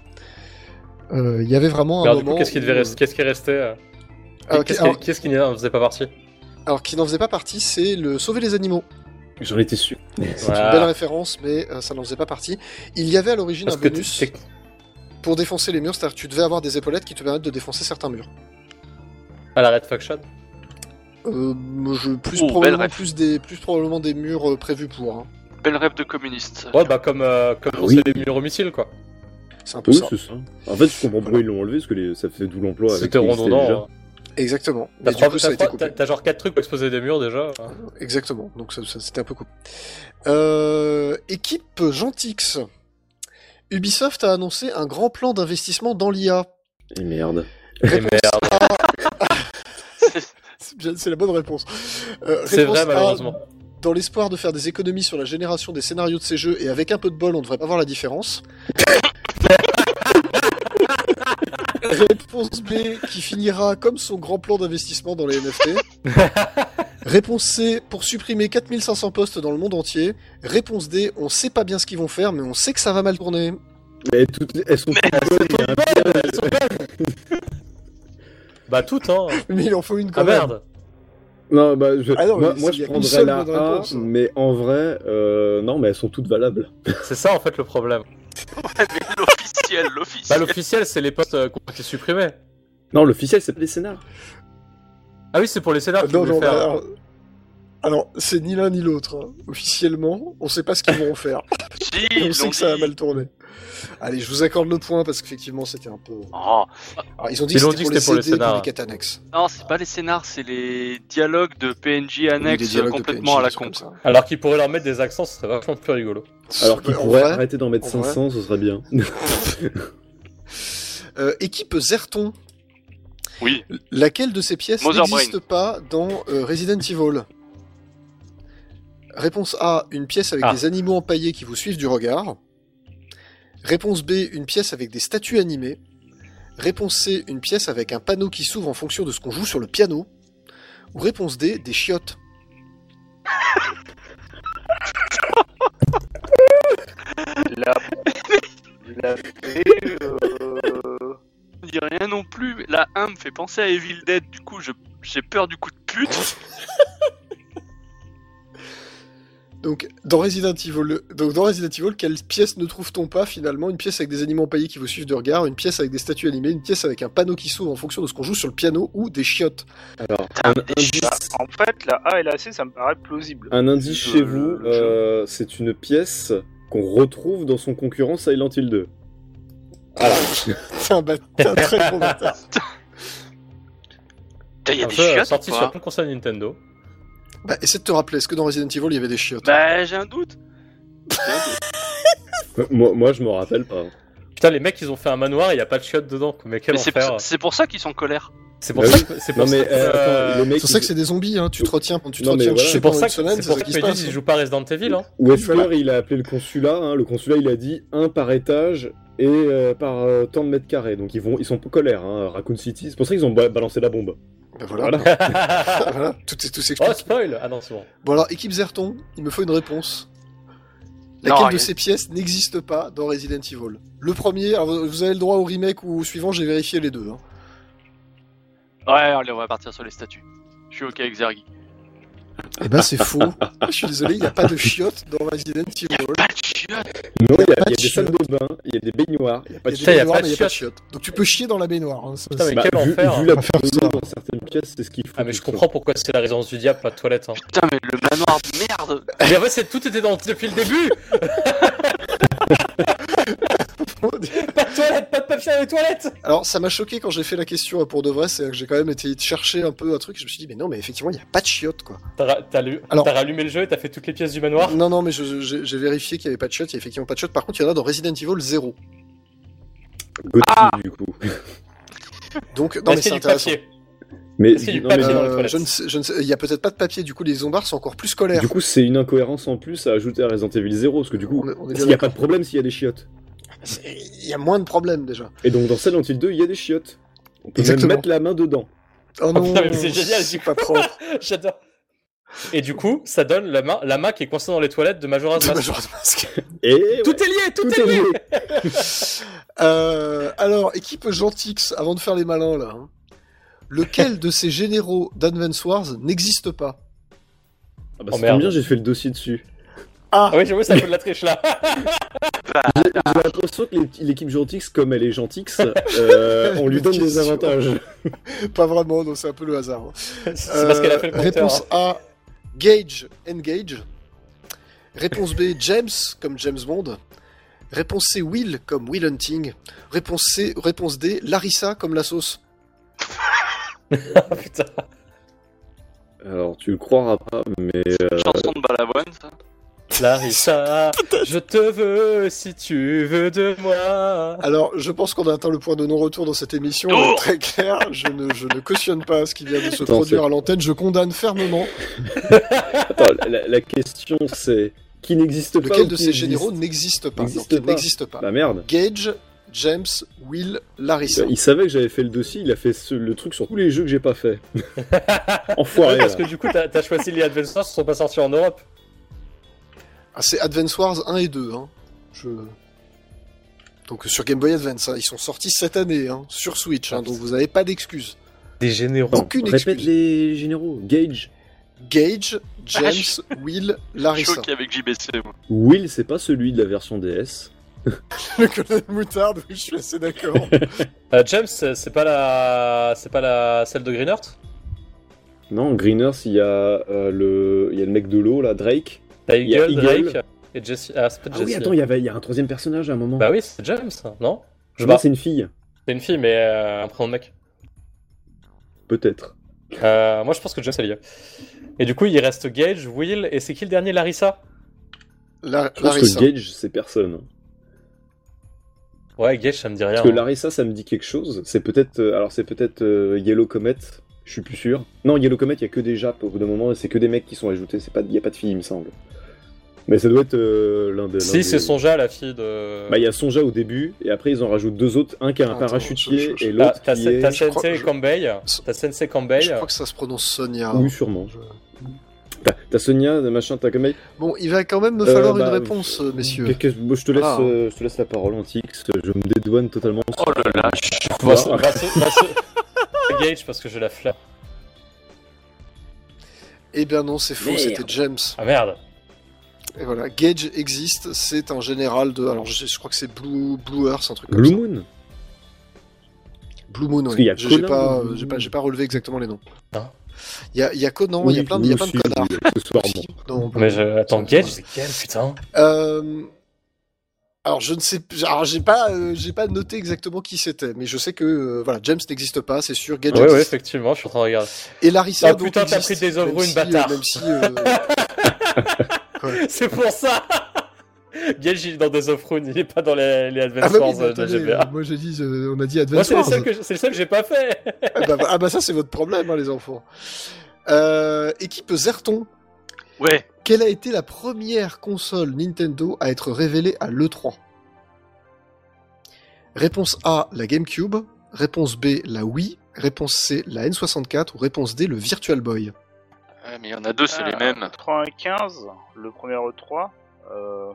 S6: Euh, Il y avait vraiment un
S2: Alors, du
S6: moment.
S2: coup, qu'est-ce qui devait
S6: où-
S2: rester Qu'est-ce qui restait euh,
S1: Oh, Ah, ok,
S2: Qu'est-ce qui,
S1: alors,
S2: qu'est-ce qui n'en faisait pas partie
S1: alors, qui n'en faisait pas partie, c'est le sauver les animaux.
S4: J'en étais sûr.
S1: C'est
S2: Voilà.
S1: une belle référence, mais euh, ça n'en faisait pas partie. Il y avait à l'origine un
S2: Parce que
S1: bonus
S2: t- t-
S1: pour défoncer les murs, c'est-à-dire que tu devais avoir des épaulettes qui te permettent de défoncer certains murs.
S2: à la Red Faction
S1: Euh, je, plus,
S3: Oh, belle
S1: probablement,
S3: ref.
S1: plus, des, plus probablement des murs euh, prévus pour. hein.
S3: Belle rêve de communiste.
S2: Ouais, bah comme, euh, comme
S4: Ah
S2: on
S4: oui.
S2: sait les murs au missile, quoi.
S1: C'est un peu
S4: Oui,
S1: ça.
S4: c'est ça. En fait, je comprends pourquoi ils l'ont enlevé, parce que les- ça fait double emploi. avec
S2: C'était
S4: ce qui existait déjà.
S2: redondant. hein.
S1: Exactement.
S2: T'as
S1: Mais du
S2: trois-
S1: coup, ça a
S2: t'as
S1: été
S2: trois-
S1: coupé.
S2: t'as- t'as genre 4 trucs pour exposer des murs déjà. hein.
S1: Exactement. Donc ça, ça- c'était un peu cool. Euh, équipe Gentix. Ubisoft a annoncé un grand plan d'investissement dans l'IA.
S2: hein.
S4: Et merde.
S2: Et merde.
S1: C'est bien- c'est la bonne réponse. Euh,
S2: C'est
S1: réponse
S2: vrai,
S1: A,
S2: malheureusement.
S1: dans l'espoir de faire des économies sur la génération des scénarios de ces jeux, et avec un peu de bol, on devrait pas voir la différence. Réponse B, qui finira comme son grand plan d'investissement dans les NFT. Réponse C, pour supprimer 4500 postes dans le monde entier. Réponse D, on sait pas bien ce qu'ils vont faire, mais on sait que ça va mal tourner.
S4: Mais toutes, elles sont toutes bonnes, hein. il y a un
S2: Bah, tout, hein.
S1: Mais il en faut une quand
S2: Ah
S1: même.
S2: merde.
S4: Non, bah, je,
S1: Ah non, mais
S4: moi,
S1: c'est-
S4: moi,
S1: y a
S4: je
S1: une
S4: prendrais
S1: seule
S4: la
S1: bonne
S4: A,
S1: réponse.
S4: mais en vrai, euh, non, mais elles sont toutes valables.
S2: C'est ça, en fait, le problème.
S3: Mais l'officiel,
S2: Bah,
S3: l'officiel.
S2: l'officiel, c'est les postes euh, qui ont été supprimés.
S4: Non, l'officiel, c'est pas des scénars.
S2: Ah oui, c'est pour les scénars qu'ils
S1: Non, non,
S2: voulaient faire.
S1: alors, alors, c'est ni l'un ni l'autre. hein. Officiellement, on sait pas ce qu'ils vont en faire.
S3: Si,
S1: Et Bah, on
S3: ils
S1: sait
S3: l'ont
S1: que ça a
S3: dit.
S1: mal tourné. Allez, je vous accorde le point parce qu'effectivement, c'était un peu.
S3: Oh.
S1: Alors, ils ont dit
S2: Ils
S1: que
S2: ont
S1: c'était
S2: dit
S1: pour,
S2: que
S1: les
S2: c'était pour le
S1: CD, pour
S2: scénar.
S1: les quêtes annexes.
S3: Non, c'est pas les scénars, c'est les dialogues de PNJ
S1: Ou les
S3: annexes
S1: dialogues de
S3: complètement
S1: PNJ,
S3: à la
S1: des trucs
S3: con.
S1: comme ça.
S2: Alors qu'ils pourraient leur mettre des accents, ce serait vachement plus rigolo.
S4: Alors qu'ils
S1: En
S4: pourraient
S1: vrai,
S4: arrêter d'en mettre
S1: en vrai.
S4: 500, ce serait bien.
S1: euh, équipe Zerton,
S3: Oui.
S1: laquelle de ces pièces
S3: Mother Brain.
S1: n'existe pas dans euh, Resident Evil Réponse A, une pièce avec
S2: Ah.
S1: des animaux empaillés qui vous suivent du regard. Réponse B, une pièce avec des statues animées. Réponse C, une pièce avec un panneau qui s'ouvre en fonction de ce qu'on joue sur le piano. Ou réponse D, des chiottes.
S5: La... La B, euh,
S3: On dit rien non plus. mais La 1 me fait penser à Evil Dead, du coup, je- j'ai peur du coup de pute.
S1: Donc dans, Resident Evil, donc, dans Resident Evil, quelle pièce ne trouve-t-on pas finalement Une pièce avec des animaux empaillés qui vous suivent de regard, une pièce avec des statues animées, une pièce avec un panneau qui s'ouvre en fonction de ce qu'on joue sur le piano ou des chiottes.
S4: Alors,
S3: Putain,
S4: un
S3: mais des
S4: indice,
S5: bah, en fait, la A et la C, ça me paraît plausible.
S4: un indice
S5: Euh,
S4: chez vous,
S5: le jeu.
S4: euh, c'est une pièce qu'on retrouve dans son concurrent Silent Hill 2.
S1: C'est un, bat- un très gros bâtard.
S3: Putain, y a
S2: Un
S3: des
S2: jeu, euh,
S3: chiottes ou
S2: sorti
S3: pas
S2: sur une console Nintendo.
S1: Bah, essaie de te rappeler, est-ce que dans Resident Evil il y avait des chiottes
S3: Bah, j'ai un doute. J'ai un doute.
S4: Euh, Moi, moi, je m'en rappelle pas.
S2: Putain, les mecs, ils ont fait un manoir et y a pas de chiottes dedans. Mais quel
S3: Mais c'est pour ça-
S2: enfer.
S3: c'est pour ça qu'ils sont en colère.
S2: C'est pour
S4: Bah
S2: ça que. C'est pour
S4: Non,
S2: ça
S4: mais
S2: que,
S4: euh,
S2: euh,
S4: attends, le mec.
S1: C'est pour ça
S4: il-
S1: que c'est des zombies, hein. tu te retiens, tu te
S4: Non, mais
S1: retiens
S4: voilà.
S1: je sais
S2: c'est pour
S1: pendant
S2: ça
S1: une
S2: que
S1: semaine,
S2: c'est pour
S1: ça
S2: ça que
S1: qui se
S2: Peggy,
S1: passe.
S2: ils jouent pas à Resident Evil. Hein.
S4: Wesker,
S1: Voilà.
S4: il a appelé le consulat. hein, Le consulat, il a dit un par étage et euh, par euh, tant de mètres carrés. Donc ils vont, ils sont en colère. Hein, Raccoon City, c'est pour ça qu'ils ont ba- balancé la bombe.
S1: Bah, voilà.
S4: Voilà.
S2: hein.
S1: Voilà. tout est- tout s'explique.
S2: oh, spoil Ah non, c'est bon.
S1: Bon alors, équipe Zerton, il me faut une réponse.
S3: Non,
S1: Laquelle de
S3: rien.
S1: ces pièces n'existe pas dans Resident Evil Le premier, alors, vous avez le droit au remake ou au suivant, j'ai vérifié les deux. hein.
S3: Ouais, allez, on va partir sur les statues. Je suis ok avec Zergi.
S1: Eh ben, c'est faux. Je suis désolé, il n'y a pas de chiottes dans Resident Evil.
S3: Pas de chiottes
S4: Non, il y
S1: pas
S4: a, il y a
S1: de
S4: des salles de bain, il y a des baignoires, il y a pas de
S1: Il y a
S2: Putain,
S1: des
S2: y a
S1: baignoires,
S2: pas de
S1: mais il n'y a pas de chiottes. Donc tu peux chier dans la baignoire. hein, ça,
S2: Putain, mais
S1: c'est-
S4: Bah,
S2: quel
S4: vu,
S2: enfer.
S4: vu la
S6: On va faire
S4: portée
S6: ça.
S4: dans certaines pièces, c'est ce qu'il faut.
S2: Ah mais je
S4: tout
S2: comprends pourquoi c'est la résidence du diable, pas de toilette. Hein.
S3: Putain, mais le manoir de merde
S2: mais en fait, c'est- tout était dans, depuis le début Pas de toilette, pas de papier à les toilettes
S1: Alors, ça m'a choqué quand j'ai fait la question euh, pour de vrai, c'est que j'ai quand même été chercher un peu un truc. Je me suis dit, mais non, mais effectivement, il n'y a pas de chiottes, quoi.
S2: T'as ra- t'as lu-
S1: Alors-
S2: t'as rallumé le jeu et t'as fait toutes les pièces du manoir
S1: Non, non, mais je- je- j'ai vérifié qu'il n'y avait pas de chiottes. Il n'y a effectivement pas de chiottes. Par contre, il y en a dans Resident Evil 0.
S4: ça. Gauthier, du coup.
S1: Donc, non, mais
S2: Bah, Est-ce qu'il
S1: c'est
S2: y a du
S1: intéressant.
S2: papier
S4: Mais,
S2: Est-ce qu'il y a du
S4: non, mais-
S2: papier dans les
S1: Euh,
S2: toilettes
S1: je ne sais, je ne sais- il n'y a peut-être pas de papier, du coup les zombards sont encore plus scolaires.
S4: du coup, c'est une incohérence en plus à ajouter à Resident Evil 0, parce que du coup,
S1: On est- on est bien
S4: il n'y a pas de problème s'il y a des chiottes.
S1: C'est- Il y a moins de problèmes déjà.
S4: Et donc, dans Silent Hill 2, il y a des chiottes. On peut
S1: Exactement.
S4: même mettre la main dedans.
S1: Oh non,
S2: Ah, putain, mais c'est génial,
S1: c'est
S2: du
S1: pas propre.
S2: J'adore. Et du coup, ça donne la main, la main qui est coincée dans les toilettes de Majora's
S1: De
S2: Mask.
S1: Majora's Mask.
S4: Et ouais,
S2: Tout est lié, tout, est lié.
S1: Euh, alors, équipe Gentix, avant de faire les malins là, hein. lequel de ces généraux d'Advance Wars n'existe pas
S4: Ah bah,
S2: Oh,
S4: c'est
S2: merde.
S4: bien, j'ai fait le dossier dessus.
S2: Ah oui, j'avoue, ça fait de la triche là.
S4: J'ai l'impression que l'é- l'équipe Gentix, comme elle est Gentix, euh, on lui donne des
S1: Question.
S4: avantages.
S1: Pas vraiment, donc c'est un peu le hasard. hein.
S2: c'est parce qu'elle a fait le
S1: Euh,
S2: compteur.
S1: Réponse
S2: hein.
S1: A, Gage, Engage. Réponse B, James, comme James Bond. Réponse C, Will, comme Will Hunting. Réponse, C, réponse D, Larissa, comme la sauce.
S2: Ah, putain.
S4: Alors, tu le croiras pas, mais euh,
S3: Chanson de Balavoine, ça.
S2: Clarissa, je te veux si tu veux de moi.
S1: Alors, je pense qu'on a atteint le point de non-retour dans cette émission. euh,
S3: Oh
S1: Très clair, je ne, je ne cautionne pas ce qui vient de se
S4: Attends,
S1: produire
S4: c'est-
S1: à l'antenne. Je condamne fermement.
S4: attends, la, la question c'est qui n'existe pas
S1: Lequel
S4: ou
S1: de
S4: qui
S1: ces
S4: existe
S1: généraux n'existe pas
S4: N'existe
S1: Donc, il
S4: pas.
S1: N'existe pas.
S4: Bah merde.
S1: Gage, James, Will, Larissa.
S4: Il savait que j'avais fait le dossier, il a fait ce- le truc sur tous les jeux que j'ai pas fait. Enfoiré.
S2: parce
S4: là.
S2: que du coup, t'as t'as choisi les Advance Wars qui sont pas sortis en Europe.
S1: Ah, c'est Advance Wars 1 et 2. Hein. Je... Donc sur Game Boy Advance, hein. ils sont sortis cette année hein, sur Switch, hein, donc vous n'avez pas d'excuses.
S2: Des généraux.
S4: Attends,
S1: aucune
S4: répète
S1: excuse.
S4: les généraux. Gage.
S1: Gage, James,
S3: Ah, je-
S1: Will,
S3: Je suis
S1: Larissa.
S3: ok avec JBC, moi.
S4: Will, c'est pas celui de la version DS.
S1: Le colonel Moutarde, oui, je suis assez d'accord.
S2: Euh, James, c'est c'est pas la, c'est pas la celle de Greenheart
S4: Non, Greeners, il y a euh, le, il y a le mec de l'eau là, Drake.
S2: T'as
S4: Il y a
S2: Eagle,
S4: Eagle.
S2: Drake et Jesse. Ah, c'est pas
S4: Ah
S2: Jesse.
S4: oui, attends, il y avait, il y a un troisième personnage à un moment.
S2: Bah oui, c'est James, non
S4: je
S2: bah,
S4: pense c'est une fille,
S2: C'est une fille, mais euh, un prénom de mec.
S4: peut-être.
S2: Euh, moi, je pense que James est lié. Et du coup, il reste Gage, Will, et c'est qui le dernier Larissa
S1: La-
S4: Je pense
S1: Larissa.
S4: que Gage, c'est personne.
S2: Ouais, Gage, ça me dit rien.
S4: Parce que
S2: hein.
S4: Larissa, ça me dit quelque chose. C'est peut-être, euh, alors c'est peut-être euh, Yellow Comet. Je suis plus sûr. Non, Yellow Comet, il y a que des Japs au bout d'un moment. et C'est que des mecs qui sont ajoutés. C'est pas, il y a pas de filles, il me semble. Mais ça doit être euh, l'un des. l'un
S2: Si, c'est
S4: des-
S2: Sonja, la fille de.
S4: Bah, il y a Sonja au début, et après ils en rajoutent deux autres, un qui a
S1: Ah,
S4: un
S1: Attends, je-
S4: parachutier
S1: je- je-
S4: et
S2: T'as-
S4: l'autre
S2: T'as
S4: qui est...
S2: t'as
S1: je crois-
S2: Sensei
S1: je-
S2: et Kanbei.
S1: So-
S2: T'as Sensei et Kanbei.
S1: Je crois que ça se prononce Sonia.
S4: Oui, sûrement.
S1: Ah, Je-
S4: T'as- T'as Sonia, machin, t'as comme...
S1: Bon, il va quand même me
S4: Euh,
S1: falloir
S4: bah,
S1: une réponse, euh, messieurs.
S4: Qu'est-ce que- bon, je, te laisse,
S1: Ah.
S4: euh, je te laisse la parole, Antix, je me dédouane totalement.
S3: Oh là là,
S2: Bah,
S4: Voilà.
S2: c'est- bah, c'est- bah, c'est- Gage, parce que je la flamme.
S1: Eh bien non, c'est faux,
S4: Merde.
S1: c'était James.
S2: Ah merde
S1: Et voilà, Gage existe, c'est un général de... Alors je, je crois que c'est Blue, Blue Earth, un truc comme
S4: Blue
S1: ça.
S4: Moon
S1: Blue Moon,
S4: Parce
S1: ouais.
S4: qu'il y a
S1: Je- J'ai
S4: Conan
S1: pas,
S4: ou-
S1: euh, j'ai pas, j'ai pas relevé exactement les noms.
S2: Hein
S1: Il y a, il y a Conan, il y a plein de, il y a plein de connards.
S4: Ce soir, bon.
S1: Si, non,
S2: Mais je... attends,
S1: c'est-
S2: Gage, c'est quel putain
S1: Euh, alors je ne sais, alors j'ai pas, euh, j'ai pas noté exactement qui c'était, mais je sais que euh, voilà, James n'existe pas, c'est sûr. Gadget
S2: Ouais, ouais,
S1: existe.
S2: effectivement, je suis en train de regarder.
S1: Et Larissa
S2: Ah,
S1: donc,
S2: putain, t'as
S1: existe,
S2: pris des œuvres,
S1: même
S2: une
S1: si,
S2: bâtard.
S1: euh, même si, euh,
S2: C'est pour ça Gage, il est dans des off-run, il est pas dans les, les
S1: ah,
S2: Advance
S1: bah, oui,
S2: Wars
S1: mais
S2: euh, de la
S1: attendez,
S2: GBA.
S1: euh, moi j'ai dit, euh, on a dit
S2: Moi,
S1: Advance
S2: c'est le
S1: Wars.
S2: seul que je- c'est le seul que j'ai pas fait
S1: Ah, bah, ah, bah, ça c'est votre problème, hein, les enfants. Euh, équipe Zerton.
S3: Ouais,
S1: Quelle a été la première console Nintendo à être révélée à l'E3 Réponse A, la GameCube. Réponse B, la Wii. Réponse C, la N64. Ou réponse D, le Virtual Boy.
S3: Ouais, mais il y en a deux, c'est les
S5: Ah,
S3: mêmes.
S5: 95, le premier E3. Euh,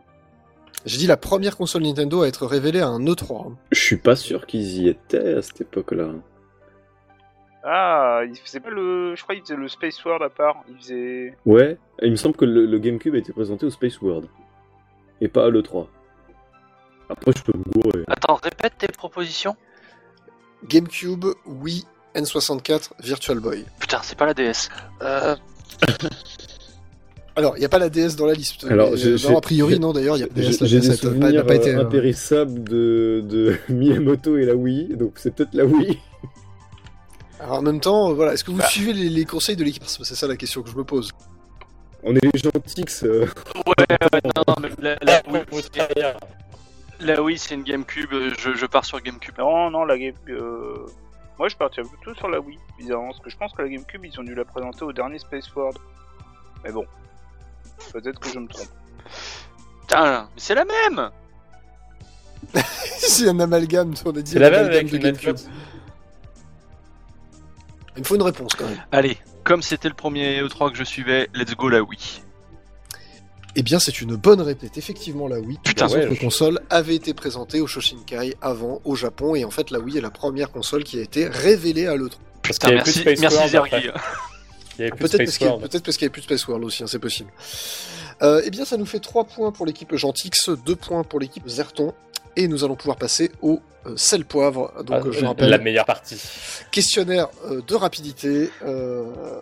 S1: J'ai dit la première console Nintendo à être révélée à un E3. hein.
S4: Je suis pas sûr qu'ils y étaient à cette époque-là.
S5: Ah, il faisait pas le. Je crois qu'il faisait le Space World à part. Il faisait.
S4: Ouais, et il me semble que le, le GameCube a été présenté au Space World. Et pas à l'E3. Après, je peux me gourer.
S3: Attends, répète tes propositions.
S1: GameCube, Wii, N64, Virtual Boy.
S3: Putain, c'est pas la DS. Euh,
S1: Alors, il n'y a pas la DS dans la liste.
S4: Alors,
S1: mais,
S4: j'ai-
S1: euh,
S4: j'ai-
S1: a priori,
S4: j'ai-
S1: non, d'ailleurs, il y a
S4: J'ai
S1: DS, la
S4: j'ai des
S1: DS, elle n'a pas- n'a
S4: souvenirs
S1: pas été.
S4: euh,
S1: euh,
S4: impérissables de, de Miyamoto et la Wii, donc c'est peut-être la Wii.
S1: Alors, en même temps, euh, voilà, est-ce que
S2: Bah.
S1: vous suivez les, les conseils de l'équipe C'est ça la question que je me pose.
S4: On est les gentils, que ça-
S3: non, non, mais la, la Wii,
S2: Vous
S3: c'est-
S2: travaillez à-
S3: la Wii, c'est une GameCube. euh, Je, je pars sur GameCube.
S5: Non, non, la Game. euh, Moi, je partirais plutôt sur la Wii, bizarrement, parce que je pense que la GameCube, ils ont dû la présenter au dernier Space World. Mais bon, peut-être que je me trompe.
S3: Putain, mais c'est la même
S1: C'est un amalgame, on a dit.
S2: C'est
S1: un
S2: la même
S1: amalgame
S2: avec
S1: de
S2: le
S1: GameCube.
S2: GameCube.
S1: Il me faut une réponse quand même.
S3: Allez, comme c'était le premier E3 que je suivais, let's go la Wii.
S1: Eh bien, c'est une bonne répète. Effectivement, la Wii, toutes
S3: Putain,
S1: les
S4: ouais,
S1: autres
S4: je-
S1: consoles avaient été présentées au Shoshinkai avant, au Japon, et en fait, la Wii est la première console qui a été révélée à l'E3.
S2: Parce
S3: Putain,
S2: qu'il y avait plus
S3: merci,
S2: de Space
S3: merci
S2: World, après.
S3: Zergy.
S2: Il y avait plus
S1: Peut-être
S2: de
S1: parce
S2: Space
S1: qu'il y a-
S2: World.
S1: peut-être parce qu'il n'y avait plus de Space World aussi, hein, c'est possible. Euh, eh bien, ça nous fait 3 points pour l'équipe Gentix, 2 points pour l'équipe Zerton, et nous allons pouvoir passer au euh, sel poivre. Donc,
S2: Ah,
S1: euh, je rappelle,
S2: La meilleure partie.
S1: questionnaire euh, de rapidité. euh,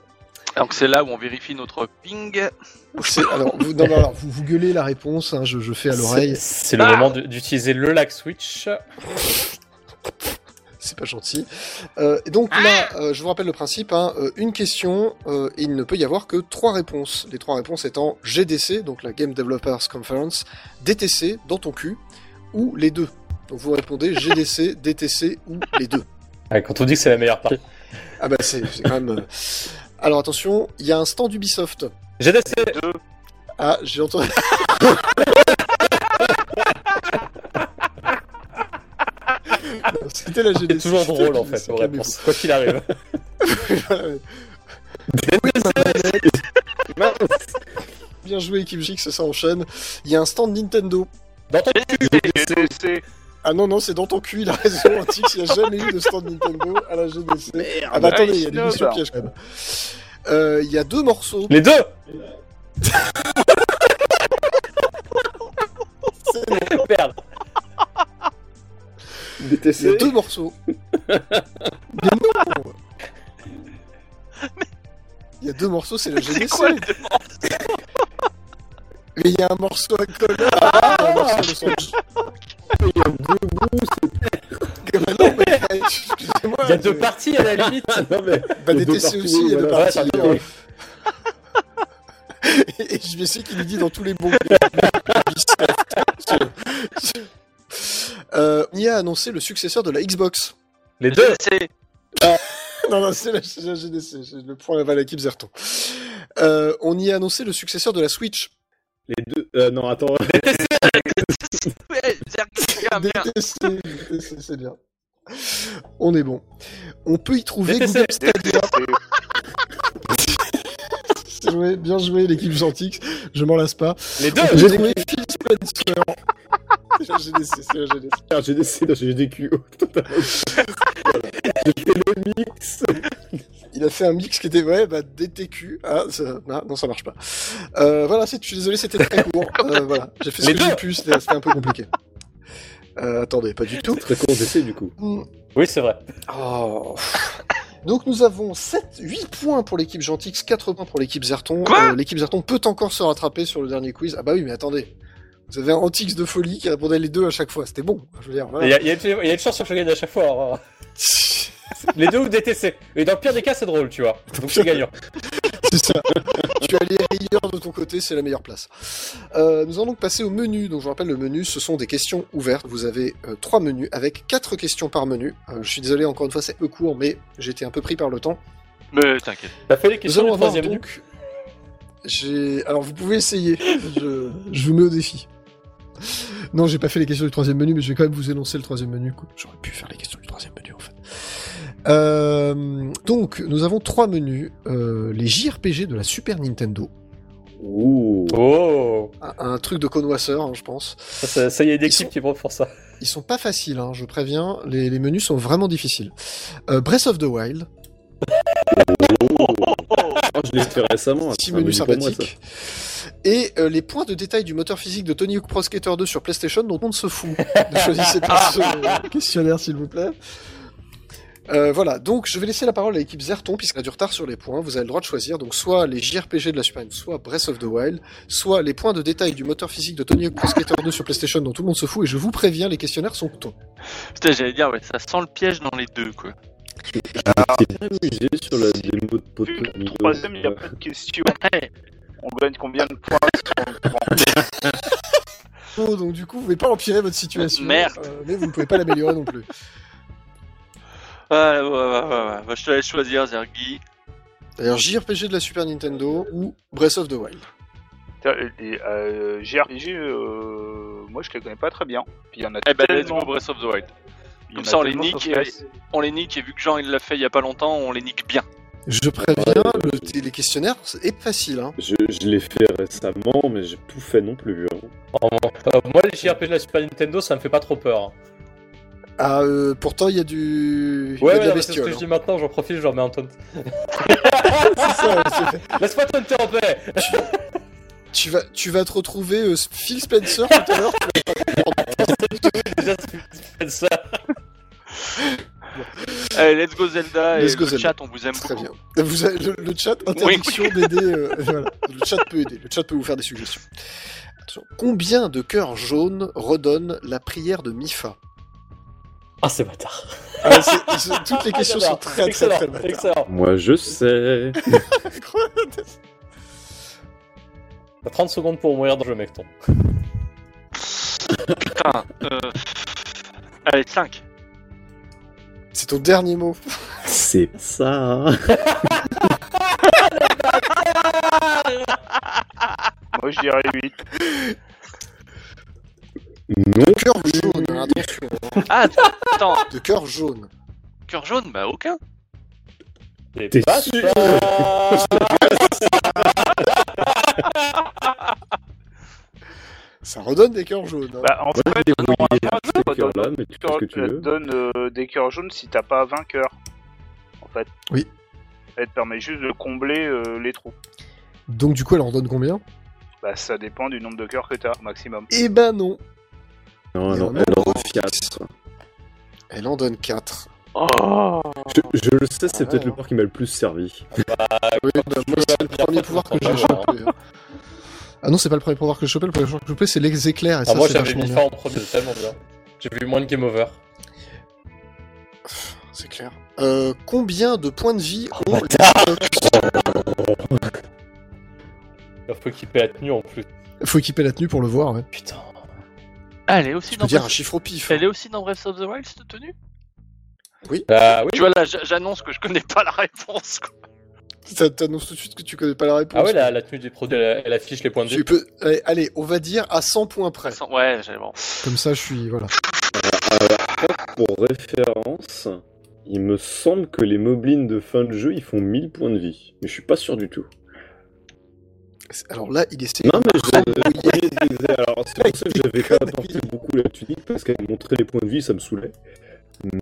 S3: Donc c'est là où on vérifie notre ping.
S1: c'est- alors, vous, non, mais alors, vous, vous gueulez la réponse, hein, je, je fais à l'oreille.
S2: C'est c'est le
S3: Ah
S2: moment de- d'utiliser le lag switch.
S1: C'est pas gentil. Euh, et donc là, euh, je vous rappelle le principe, hein, euh, une question, euh, il ne peut y avoir que trois réponses. Les trois réponses étant GDC, donc la Game Developers Conference, DTC, dans ton cul, ou les deux. Donc vous répondez GDC, DTC ou les deux.
S2: Ouais, Ah, Quand on dit que c'est la meilleure partie.
S1: Ah bah c'est c'est quand même... euh. Alors attention, il y a un stand Ubisoft.
S2: GDC
S1: Ah, j'ai entendu... C'était la
S2: c'est
S1: GDC.
S2: toujours drôle en
S1: C'était la
S2: fait,
S1: GDC,
S2: aux
S1: calmez-vous.
S2: réponses. Quoi qu'il arrive.
S4: Mince.
S1: Bien joué, équipe Jix, ça enchaîne. Il y a un stand Nintendo.
S2: Dans ton
S5: GDC
S1: Ah non, non, c'est dans ton cul, il a raison, Antix, il n'y a jamais eu de stand Nintendo à la GDC.
S4: Merde.
S1: Ah bah attendez,
S5: Ah,
S1: il y a des
S5: snob.
S1: missions pièges quand même. Euh, Il y a deux morceaux.
S2: Les deux Merde
S1: Il y a
S4: DTC.
S1: deux morceaux. Mais non Il y a deux morceaux, c'est la GDC.
S3: C'est quoi les deux
S1: Mais il y a un morceau à colère,
S3: Ah,
S1: il y a un morceau de son... Il y a un goût, excusez-moi.
S2: Il y a deux parties à la limite
S4: Non, mais
S1: Bah,
S4: Il y a deux
S1: DTC
S4: parties,
S1: aussi, il y a deux
S4: voilà.
S1: parties.
S2: Ouais,
S1: hein. et et je me sais qu'il le dit dans tous les bons. euh, Nia a annoncé le successeur de la Xbox.
S2: Les deux
S3: C'est
S1: Non, non, c'est la, c'est la GDC, c'est le point à l'équipe Zerton. Euh, on y a annoncé le successeur de la Switch.
S4: les deux. euh, non, attends.
S3: Ouais, Zergy, ah, merde.
S1: DTC, DTC, c'est bien. On est bon. On peut y trouver
S2: DTC.
S1: Google Stadia. C'est joué, bien joué, l'équipe Gentix. Je m'en lasse pas.
S2: Les deux
S1: On peut y trouver Phil Spencer. C'est la GDC, c'est la GDC.
S4: Merde, j'ai décidé, j'ai des culs. Totalement. Voilà. J'ai fait le mix.
S1: Il a fait un mix qui était ouais bah DTQ ah, ça- ah, non ça marche pas euh, voilà c'est je suis désolé c'était très court Euh, voilà j'ai fait ce
S2: Les
S1: que j'ai
S2: deux.
S1: pu c'était c'était un peu compliqué Euh, attendez pas du tout
S4: Très con d'essai du coup.
S1: Hmm,
S2: Oui, c'est vrai.
S1: oh. donc nous avons 7 8 points pour l'équipe Gentix 4 points pour l'équipe Zerton
S3: Quoi
S1: Euh, l'équipe Zerton peut encore se rattraper sur le dernier quiz ah bah oui mais attendez vous avez un Antix de folie qui répondait les deux à chaque fois c'était bon je veux dire voilà.
S2: Il y, a, il y a- il y a une chance sur que je gagne à chaque fois. hein. Les deux ou DTC. Et dans le pire des cas, c'est drôle, tu vois. Donc c'est gagnant.
S1: C'est ça. tu as les rayures de ton côté, c'est la meilleure place. Euh, nous allons donc passer au menu. Donc je vous rappelle, le menu, ce sont des questions ouvertes. Vous avez euh, trois menus avec quatre questions par menu. Euh, je suis désolé, encore une fois, c'est peu court, mais j'étais un peu pris par le temps.
S3: Mais t'inquiète.
S2: T'as fait les
S1: Nous
S2: questions
S1: allons
S2: du
S1: avoir
S2: troisième du
S1: donc. J'ai. Alors vous pouvez essayer. Je, je vous mets au défi. Non, j'ai pas fait les questions du troisième menu, mais je vais quand même vous énoncer le troisième menu. quoi. J'aurais pu faire les questions du troisième menu en fait. Euh, donc, nous avons trois menus. Euh, les JRPG de la Super Nintendo.
S4: Ouh.
S2: Oh
S1: un- un truc de connoisseur, hein, je pense.
S2: Ça, ça- ça y est, des
S1: Ils
S2: équipes
S1: sont-
S2: qui vont pour ça.
S1: Ils sont pas faciles, hein, je préviens. Les, les menus sont vraiment difficiles. Euh, Breath of the Wild,
S4: Oh, je l'ai fait récemment.
S1: Petit
S4: c'est un
S1: menu
S4: pour moi, ça.
S1: sympathique. Et euh, les points de détail du moteur physique de Tony Hawk Pro Skater 2 sur PlayStation dont on se fout. Ne Choisissez pas ce questionnaire, s'il vous plaît. Euh, voilà, donc je vais laisser la parole à l'équipe Zerton, puisqu'elle a du retard sur les points. Vous avez le droit de choisir donc soit les JRPG de la Super Nintendo, soit Breath of the Wild, soit les points de détail du moteur physique de Tony Hawk Pro Skater 2 sur PlayStation dont tout le monde se fout. Et je vous préviens, les questionnaires sont tons.
S3: Putain, j'allais dire, ouais, ça sent le piège dans les deux, quoi.
S4: J'étais bien amusé sur la démo de
S5: Vu
S4: Potter.
S5: que le troisième,
S4: euh,
S5: il n'y a pas de question.
S3: Ouais.
S5: On gagne combien de points
S1: Oh, donc du coup, vous pouvez pas empirer votre situation.
S3: Merde.
S1: euh, mais vous ne pouvez pas l'améliorer non plus.
S3: Ah, ouais, ouais, ouais, ouais, ouais. Bah, je te laisse choisir, Zergi.
S1: D'ailleurs, JRPG de la Super Nintendo ou Breath of the Wild.
S5: Tiens, les, euh, JRPG, euh, moi je les connais pas très bien. Puis il y en a
S3: Eh ben, let's
S5: tellement.
S3: go Breath of the Wild.
S5: il y en
S3: Comme
S5: a
S3: ça, on les
S5: tellement
S3: nique
S5: sur
S3: et-
S5: place.
S3: On les nique, et vu que Jean, il l'a fait il y a pas longtemps, on les nique bien.
S1: Je préviens, Euh, le- les questionnaires, c'est facile. Hein.
S4: Je, je l'ai fait récemment, mais j'ai tout fait non plus. hein.
S2: Euh, moi, les JRPG de la Super Nintendo, ça me fait pas trop peur. hein.
S1: Ah, euh, pourtant, il y a du. il y a
S2: Ouais,
S1: de
S2: ouais,
S1: la
S2: non, mais c'est ce
S1: bestiole.
S2: que je dis maintenant, j'en profite, j'en mets un taunt.
S1: hein. C'est ça, c'est fait.
S2: Laisse pas taunter en paix
S1: tu, vas, tu vas te retrouver euh, Phil Spencer tout à l'heure.
S2: Déjà, c'est- c'est ça.
S3: Allez, let's go Zelda
S1: Let's
S3: et
S1: go
S3: le
S1: Zelda.
S3: chat, on vous aime
S1: Très
S3: beaucoup.
S1: bien. Vous avez le, le chat, interdiction d'aider. euh, voilà. Le chat peut aider, le chat peut vous faire des suggestions. Attention. Combien de cœurs jaunes redonne la prière de Mifa
S2: Ah, c'est bâtard.
S1: Ah, c'est- c'est- Ah, Toutes les questions sont
S2: J'adore.
S1: très très
S2: excellent,
S1: très bâtards.
S2: excellent.
S4: Moi, je sais.
S2: T'as 30 secondes pour mourir dans le jeu, mec. ton.
S3: Putain. euh, Allez, 5.
S1: C'est ton dernier mot.
S4: C'est ça.
S5: Moi je dirais 8.
S4: Non.
S1: Cœur jaune, hein, attention.
S3: Ah, attends.
S1: De cœur jaune.
S3: Cœur jaune Bah, aucun.
S4: T'es
S2: pas
S4: sûr
S2: ça.
S1: Ça redonne des cœurs jaunes. hein.
S5: Bah, en
S4: Moi,
S5: fait,
S4: j'ai
S5: normalement,
S4: débrouillé
S5: ça
S4: ces
S5: donne,
S4: cœurs-là, mais tu fais ce que tu
S5: ça
S4: veux.
S5: donne, euh, des cœurs jaunes si t'as pas 20 cœurs. En fait.
S1: Oui.
S5: Elle te permet juste de combler euh, les trous.
S1: Donc du coup, elle en redonne combien
S5: Bah, ça dépend du nombre de cœurs que t'as, maximum.
S1: Eh ben non.
S4: Non,
S1: Il y a
S4: non,
S1: un
S4: elle en
S1: nombre
S4: fiat.
S1: Elle en donne 4.
S3: Oh.
S4: Je, je le sais, c'est
S1: Ah
S4: peut-être
S1: ouais,
S4: le port qui m'a le plus servi.
S1: moi, c'est le premier pouvoir que j'ai chopé. hein. Ah non, c'est pas le premier pouvoir que j'ai chopé. Le premier pouvoir que j'ai chopé, c'est les éclairs. Et
S2: Ah,
S1: ça,
S2: moi,
S1: c'est
S2: j'avais
S1: vachement
S2: mis
S1: bien.
S2: fin en premier, c'est tellement bien. J'ai vu moins de game over.
S1: C'est clair. Euh, combien de points de vie ont les Sphinx
S2: Il faut équiper la tenue en plus.
S1: Faut équiper la tenue pour le voir, ouais.
S2: Putain.
S3: Ah, elle est aussi
S1: Tu
S3: dans
S1: peux dire un
S3: Breath...
S1: chiffre au pif. hein.
S3: Elle est aussi dans Breath of the Wild, cette tenue
S2: Ah oui.
S3: Tu vois, là, j- j'annonce que je connais pas la réponse, quoi.
S1: Ça t'annonce tout de suite que tu connais pas la réponse.
S2: Ah ouais, la, la tenue des produits, elle, elle affiche les points de vie.
S1: Tu peux... allez, allez, on va dire à 100 points près.
S3: Ouais, j'avais bon.
S1: Comme ça, je suis... Voilà.
S4: Pour référence, il me semble que les moblines de fin de jeu, ils font 1000 points de vie. Mais je suis pas sûr du tout.
S1: Alors là, il essaie...
S4: Non, mais je... Alors, c'est pour ça que j'avais pas apporté beaucoup la tunique, parce qu'elle montrait les points de vie, ça me saoulait.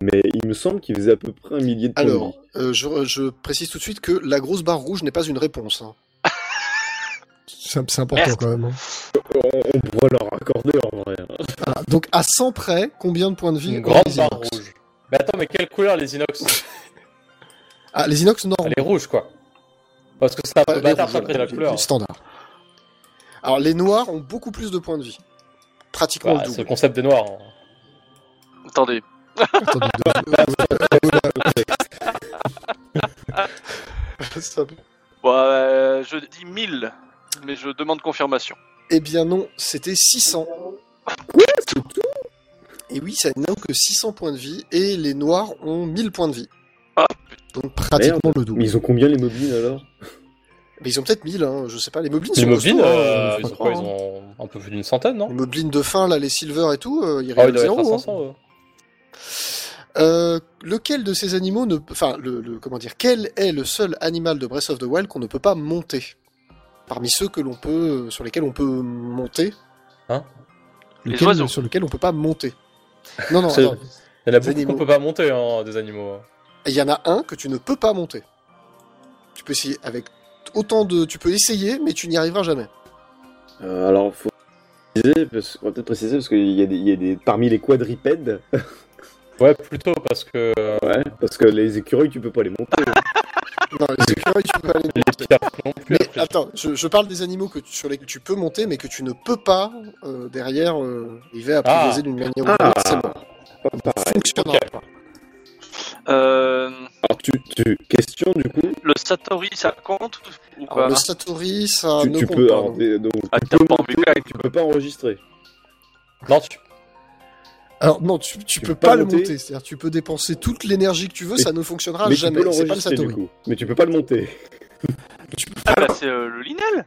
S4: Mais il me semble qu'il faisait à peu près un millier de points de
S1: Alors,
S4: vie.
S1: euh, je, je précise tout de suite que la grosse barre rouge n'est pas une réponse. hein. C'est c'est important
S3: Merde.
S1: quand même. hein.
S4: On, on pourrait leur accorder, en vrai. hein.
S1: Ah, donc à 100 près, combien de points de vie
S2: Une
S1: ont
S2: grande
S1: les
S2: barre
S1: inox
S2: rouge. Mais attends, mais quelle couleur les inox
S1: Ah, les inox normaux.
S2: Elle est rouge quoi. Parce que c'est un
S1: pas
S2: peu
S1: les
S2: bâtard
S1: rouges,
S2: ça,
S1: voilà,
S2: après la
S1: les-
S2: couleur.
S1: les standards. Alors les noirs ont beaucoup plus de points de vie. Pratiquement
S2: Bah,
S1: le
S2: c'est le
S1: double.
S2: concept des noirs. hein.
S3: Attendez.
S1: Attendez, deux- Ça-
S3: Bon, euh, je dis 1000, mais je demande confirmation.
S1: Eh bien non, c'était 600. Et oui, ça n'a que 600 points de vie et les noirs ont 1000 points de vie.
S3: Ah,
S1: Donc pratiquement le double.
S4: Mais ils ont combien, les moblines, alors
S1: Mais ils ont peut-être 1000, hein, je sais pas. Les moblines
S2: Les
S1: sont
S2: mobiles,
S1: costauds, hein,
S2: euh,
S1: faut
S2: ils, ont
S1: le
S2: quoi,
S1: croire,
S2: ils
S1: hein.
S2: ont un peu plus d'une centaine, non
S1: Les moblines de fin, là, les silver et tout, euh, ils
S2: Ah, ils
S1: arrivent à
S2: doivent être à
S1: zéro. hein.
S2: 500. eux.
S1: Euh, lequel de ces animaux ne, enfin, le, le- comment dire, quel est le seul animal de Breath of the Wild qu'on ne peut pas monter Parmi ceux que l'on peut, euh, sur lesquels on peut monter
S2: Hein
S3: Les
S1: Lequel-
S3: oiseaux.
S1: Sur lequel on peut pas monter Non, non,
S2: C'est-
S1: attends.
S2: Il y en
S1: Des
S2: a beaucoup qu'on
S1: animaux.
S2: peut pas monter, hein, des animaux.
S1: Et il y en a un que tu ne peux pas monter. Tu peux essayer avec autant de. Tu peux essayer, mais tu n'y arriveras jamais.
S4: Euh, alors, faut préciser, parce- on va peut-être préciser parce qu'il y, a des- il y a des parmi les quadripèdes,
S2: Ouais, plutôt parce que euh,
S4: ouais, parce que les écureuils tu peux pas les monter. hein.
S1: Non, les écureuils, tu peux pas les
S2: les girafes non plus.
S1: Mais
S2: après,
S1: attends, je, je parle des animaux que tu- sur lesquels tu peux monter, mais que tu ne peux pas euh, derrière euh, arriver à
S2: Ah.
S1: privilégier d'une manière ou d'une autre. C'est mort. Ça fonctionnera pas.
S3: Euh,
S4: Alors tu, tu question du coup,
S3: le Satori, ça compte ou
S1: Alors,
S3: pas
S1: le Satori, ça
S4: tu,
S1: ne
S4: tu
S1: compte
S4: peux
S1: pas.
S4: alors,
S1: non.
S4: des- donc,
S3: Ah,
S4: tu
S3: t'as
S4: peux
S3: pas
S4: monter,
S3: envie de-
S4: mais tu peux pas enregistrer.
S2: Non, tu-
S1: Alors non, tu, tu
S4: tu
S1: peux
S4: peux
S1: pas
S4: pas
S1: le
S4: monter.
S1: monter. C'est-à-dire, tu peux dépenser toute l'énergie que tu veux,
S4: Mais-
S1: ça ne fonctionnera
S4: mais
S1: jamais.
S4: tu peux
S1: C'est pas le
S4: l'enregistrer du
S1: Satori.
S4: coup, mais tu peux pas le monter.
S3: Ah, bah, c'est euh, le Linel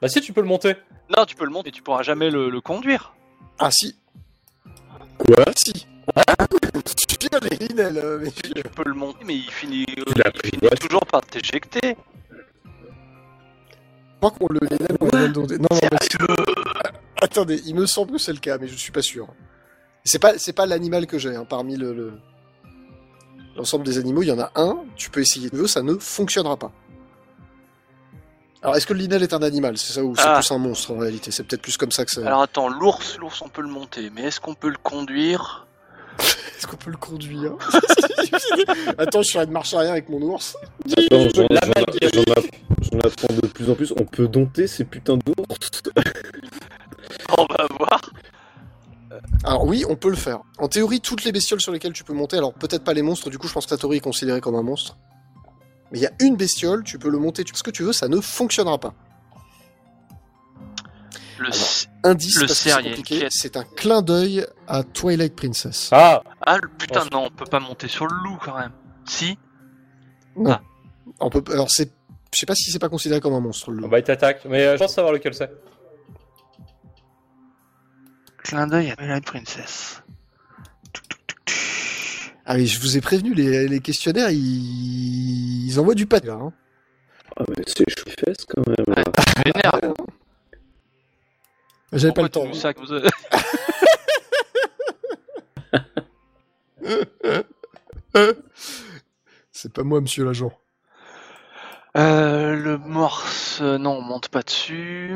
S2: Bah si, tu peux le monter.
S3: Non, tu peux le monter, tu pourras jamais le, le conduire.
S1: Ah si.
S4: Quoi
S1: Ah, Si. Tu viens les Linel, euh, messieurs.
S3: Tu peux le monter, mais il finit, euh,
S4: l'as
S3: il
S4: pris,
S3: finit
S4: ouais.
S3: toujours par t'éjecter.
S1: Je crois qu'on le Linel, on le donne dans des- Non, non, mais Attendez, il me semble que c'est le cas, mais je suis pas sûr. C'est pas, c'est pas l'animal que j'ai. hein, Parmi le, le- l'ensemble des animaux, il y en a un. Tu peux essayer deux, ça ne fonctionnera pas. Alors, est-ce que le linel est un animal C'est ça ou c'est
S3: Ah.
S1: plus un monstre en réalité C'est peut-être plus comme ça que ça.
S3: Alors attends, l'ours, l'ours, on peut le monter, mais est-ce qu'on peut le conduire
S1: Est-ce qu'on peut le conduire Attends, je suis en train de marcher arrière avec mon ours.
S4: Attends, j'en- j'en- j'en app- j'en apprends de plus en plus. On peut dompter ces putains d'ours.
S3: On va voir.
S1: Alors oui, on peut le faire. En théorie, toutes les bestioles sur lesquelles tu peux monter, alors peut-être pas les monstres, du coup je pense que Satori est considéré comme un monstre. Mais il y a une bestiole, tu peux le monter tu... ce que tu veux, ça ne fonctionnera pas.
S3: Le, c-
S1: Indice,
S3: Le
S1: parce que c'est
S3: cerf, il y a une
S1: compliqué,
S3: pièce.
S1: c'est un clin d'œil à Twilight Princess.
S2: Ah,
S3: Ah le- putain, non, on peut pas monter sur le loup quand même. Si
S1: On peut... Alors c'est... Je sais pas si c'est pas considéré comme un monstre. Le...
S2: bah il t'attaque. Mais euh, je pense savoir lequel c'est.
S3: Clin d'œil à Twilight Princess. Tuc, tuc, tuc, tuc.
S1: Ah mais je vous ai prévenu, les, les questionnaires, ils... ils envoient du pâté là. hein.
S4: Ah, mais c'est chaud les fesses quand même. là.
S3: Vénère.
S1: J'avais pas
S3: Pourquoi
S1: le temps.
S3: tu nous sacs comme ça
S1: C'est pas moi, monsieur l'agent.
S3: Euh, le morse, euh, non, on monte pas dessus.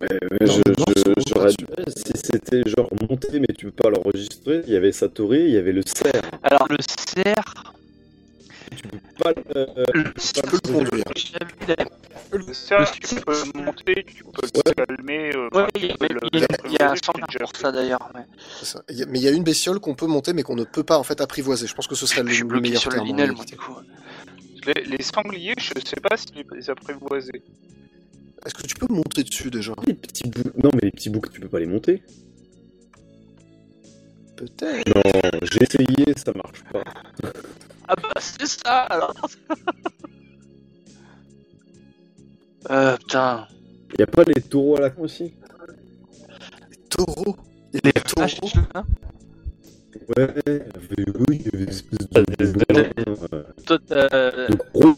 S4: Mais
S1: Non, non,
S4: je- je-
S1: c'est bon,
S4: J'aurais
S1: c'est
S4: si c'était genre monter, mais tu peux pas l'enregistrer. Il y avait Satori, il y avait le cerf.
S3: Alors le cerf,
S4: Pas le- euh,
S3: le cerf,
S1: peux le conduire.
S3: j'ai envie d'aller-
S5: Le cerf, tu peux le monter, tu peux le calmer. euh,
S3: Ouais,
S5: enfin,
S3: il y a,
S5: tu peux le-
S3: il y a- il y a
S5: l'apprivoiser, tu
S3: 120
S5: le gères.
S3: pour ça d'ailleurs. Mais...
S1: C'est ça. Il y a- Mais il y a une bestiole qu'on peut monter mais qu'on ne peut pas en fait apprivoiser. Je pense que ce serait le,
S3: Je suis
S1: le
S3: bloqué
S1: meilleur
S3: sur la
S1: terme, en
S3: linelle, moi,
S1: réalité.
S3: du coup.
S5: Les, les sangliers, je sais pas s'ils les apprivoisaient.
S1: Est-ce que tu peux monter dessus déjà
S4: les petits bouts. Non, mais les petits boucs, tu peux pas les monter.
S1: Peut-être.
S4: Non, j'ai essayé, ça marche pas.
S3: Ah bah c'est ça alors Euh putain,
S1: Oh,
S4: Y a pas les taureaux à la con aussi
S1: Taureau. Il y a des
S3: Ah,
S1: taureaux.
S3: je- hein
S4: Ouais, oui, il y avait des espèces de,
S2: Des- des-
S4: de- euh,
S3: toi t'as
S4: de gros.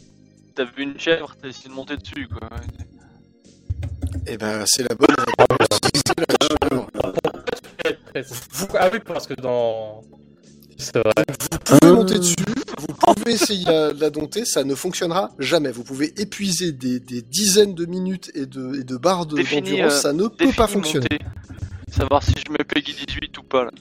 S3: t'as vu une chèvre, t'as essayé de monter dessus quoi.
S1: Eh ben c'est la bonne.
S2: Vous- Ah oui, parce que dans. C'est vrai.
S1: Vous pouvez monter dessus, vous pouvez essayer de la- de la dompter, ça ne fonctionnera jamais. Vous pouvez épuiser des, des dizaines de minutes et de, et de barres de-
S3: Définis,
S1: d'endurance,
S3: euh,
S1: ça ne peut
S3: Définis
S1: pas fonctionner.
S3: monter. Savoir si je mets Peggy 18 ou pas là.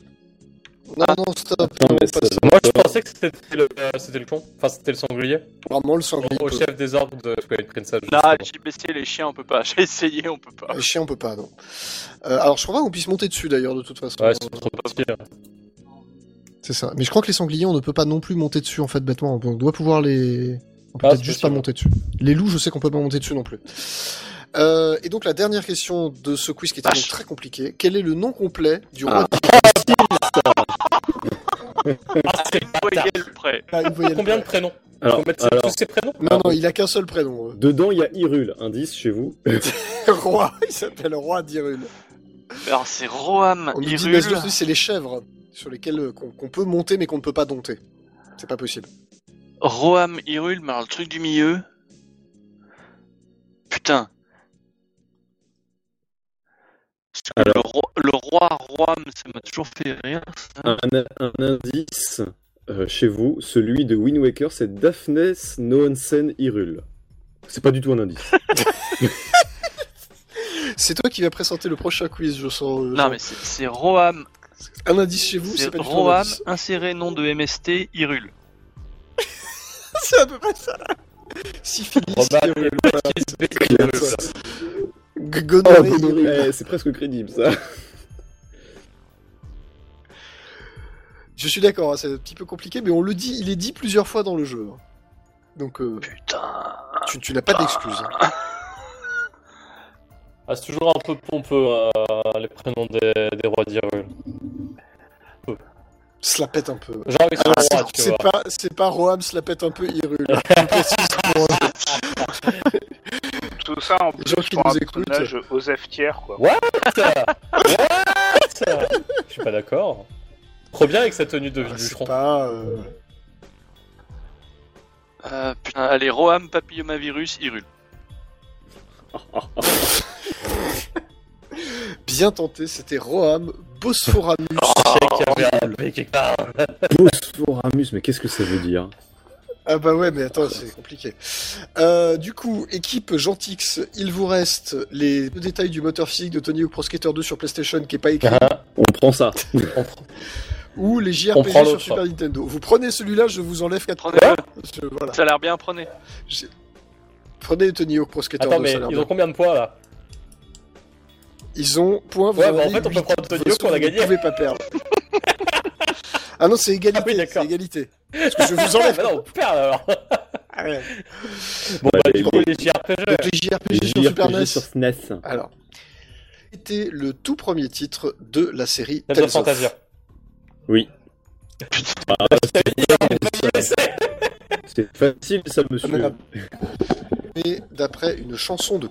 S1: Non, non, stop.
S4: Non, mais ça,
S1: pas ça.
S2: Moi, je pensais que c'était le, euh, c'était le con. Enfin, c'était le sanglier.
S1: Vraiment, le
S2: Au,
S1: sanglier.
S2: au
S1: peut.
S2: chef des ordres de Twilight Princess.
S3: Là,
S2: justement.
S3: JPC, les chiens on peut pas, j'ai essayé on peut pas.
S1: Le chien, on peut pas, non. Euh, alors, je crois pas qu'on puisse monter dessus, d'ailleurs, de toute façon.
S2: Ouais, c'est trop petit. hein.
S1: C'est ça. Mais je crois que les sangliers, on ne peut pas non plus monter dessus, en fait, bêtement. On doit pouvoir les. On peut
S2: Ah,
S1: peut-être
S2: c'est
S1: juste
S2: possible.
S1: pas monter dessus. Les loups, je sais qu'on peut pas monter dessus non plus. Euh, et donc, la dernière question de ce quiz qui était donc
S3: Vache.
S1: très compliqué. Quel est le nom complet du roi
S3: Ah. C'est une voyelle près.
S1: Ah, une voyelle
S2: Combien de
S1: près.
S2: prénoms
S4: Alors,
S2: Faut mettre
S4: alors,
S2: tous ces prénoms
S1: Non, non, il a qu'un seul prénom. euh.
S4: dedans, il y a Irul, indice chez vous.
S1: roi, il s'appelle Roi d'Irul.
S3: Alors c'est Roam,
S1: On nous dit,
S3: Irul.
S1: mais surtout, c'est les chèvres sur lesquelles euh, qu'on qu'on peut monter mais qu'on ne peut pas dompter. C'est pas possible.
S3: Roam, Irul, mais alors le truc du milieu. Putain. Parce que
S4: Alors.
S3: le, roi, le roi Roam, ça m'a toujours fait rire. ça.
S4: Un, un indice, euh, chez vous, celui de Wind Waker, c'est Daphnes Noonsen Hyrule. C'est pas du tout un indice.
S1: C'est toi qui vas présenter le prochain quiz, je sens. euh,
S3: Non, mais c'est- c'est Roam.
S1: Un indice chez vous, c'est
S3: C'est
S1: pas du tout un
S3: Roam,
S1: indice.
S3: inséré nom de MST, Irul.
S1: C'est à peu près ça. Syphilis,
S2: Robin,
S1: Hyrule,
S2: bah,
S1: G-
S4: Oh,
S1: gonorrhée,
S2: Ah,
S1: Hyrule.
S4: eh, c'est presque crédible ça.
S1: Je suis d'accord, hein, c'est un petit peu compliqué, mais on le dit, il est dit plusieurs fois dans le jeu. hein. Donc euh,
S3: Putain.
S1: tu, tu n'as pas d'excuse. hein.
S2: Ah, c'est toujours un peu pompeux euh, les prénoms des, des rois euh. d'Hyrule.
S1: Se la pète un peu.
S2: Genre avec son
S1: Alors,
S2: roi,
S1: c'est-
S2: Ah, tu
S1: c'est
S2: vois.
S1: pas, c'est pas Roam se la pète un peu Hyrule. Je précise pour, euh,
S5: Tout ça en
S1: Les
S5: plus
S1: gens qui
S5: pour un
S1: nous écoutent.
S5: personnage Osef Thiers, quoi.
S2: Je suis pas d'accord. Ah, Reviens avec sa tenue de
S1: c'est
S2: bûcheron.
S1: pas. euh,
S3: Euh, putain, allez, Roam, papillomavirus, Irul.
S1: Bien tenté, c'était Roam Bosphorami.
S4: Bosforamus, mais qu'est-ce que ça veut dire
S1: Ah bah ouais, mais attends, c'est compliqué. Euh, du coup, équipe Gentix, il vous reste les deux détails du moteur physique de Tony Hawk Pro Skater 2 sur PlayStation qui est pas écrit,
S4: On prend ça.
S1: ou les
S2: Ah. On prend
S1: JRPG sur
S2: l'autre. hein.
S1: Super Nintendo. Vous prenez celui-là, je vous enlève 4 points.
S3: Prenez-le.
S1: Je- voilà.
S3: Ça a l'air bien, prenez.
S1: Prenez Tony Hawk Pro Skater
S2: Attends,
S1: 2,
S2: mais
S1: ça a l'air
S2: ils
S1: bien.
S2: ont combien de poids là
S1: Ils ont point. vous
S2: Ouais,
S1: en
S2: bah, en
S1: avez
S2: fait, on
S1: huit.
S2: peut prendre Tony
S1: Vous
S2: Hawk, on l'a gagné.
S1: Vous pouvez pas perdre. ah non, c'est égalité.
S2: Ah oui,
S1: c'est
S2: d'accord.
S1: égalité. Parce que je vous enlève.
S2: Ah, bah non, on perd alors.
S1: Ah ouais.
S2: Bon, bah,
S4: Allez,
S2: du coup, les JRPG.
S1: Donc, les JRPG, sur Super NES.
S4: JRPG sur E SNES.
S1: Alors, c'était le tout premier titre de la série
S2: Tales of
S1: Tales of.
S2: Fantasia.
S4: Ah, C'est facile ça, monsieur.
S1: Merde. Mais d'après une chanson de.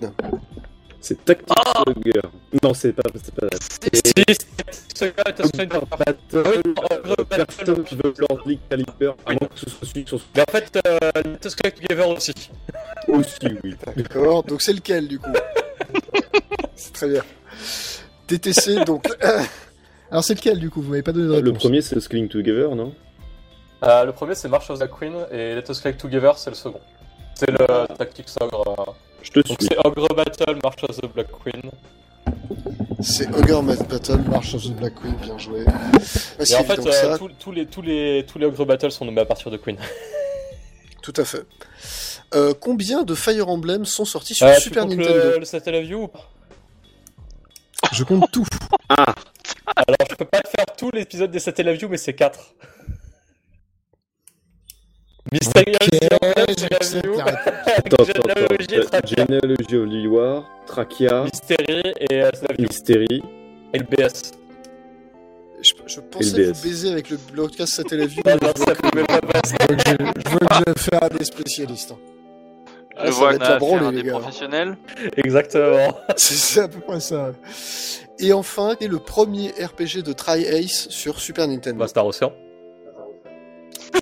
S4: C'est Tactic
S1: Ah
S4: Slugger. Non, c'est pas. C'est pas.
S2: Si, ce gars est un stream
S4: Battle,
S2: par-
S1: Ah
S4: euh,
S1: oh,
S2: Battle,
S4: Personne qui veut Lord League Caliper, à moins que ce soit celui sur
S2: Mais en fait, euh, Let's Go Together aussi.
S1: Ah
S4: aussi, oui.
S1: D'accord. Donc c'est lequel du coup C'est très bien. TTC donc. Alors c'est lequel du coup Vous m'avez pas donné de réponse.
S4: Le premier, c'est le Skilling Together, non
S2: Euh, le premier c'est March of the Queen et Let Us Collect Together c'est le second. C'est le Tactics Ogre. euh.
S4: Je te
S2: Donc
S4: suis.
S2: c'est Ogre Battle, March of the Black Queen.
S1: C'est Ogre Mass Battle, March of the Black Queen, bien joué. Voici
S2: Et en fait,
S1: donc
S2: euh,
S1: ça,
S2: tous- tous les, tous les, tous les Ogre Battle sont nommés à partir de Queen.
S1: tout à fait. Euh, combien de Fire Emblem sont sortis sur
S2: Euh, tu
S1: Super
S2: comptes
S1: Nintendo
S2: le, le Satellite View ou pas
S6: Je compte tout.
S2: Alors je peux pas te faire tout l'épisode des Satellite View mais c'est 4. Mysterious Emblem, Satellite View,
S4: Attends, attends,
S2: Généalogie et
S4: attends.
S2: Trachea.
S4: Généalogie of Lilloire, Trachia,
S2: Mystery et euh, Satellite View.
S4: Mystérie.
S2: Et le BS.
S1: je, je pensais
S4: LBS.
S1: vous baiser avec le broadcast satellite view,
S2: Non,
S1: mais
S2: non, ça pouvait pas passer.
S1: je vois que j'ai- je vois que j'ai affaire à des spécialistes. hein. Ah,
S3: Je
S1: ça
S3: vois
S1: va
S3: qu'on
S1: être la
S3: a
S1: branlée,
S3: affaire à
S1: les
S3: des
S1: gars.
S3: professionnels.
S2: Exactement.
S1: C'est c'est à peu près ça. Et enfin, c'est le premier RPG de Tri-Ace sur Super Nintendo.
S2: Bah, Star Ocean.
S4: Bah.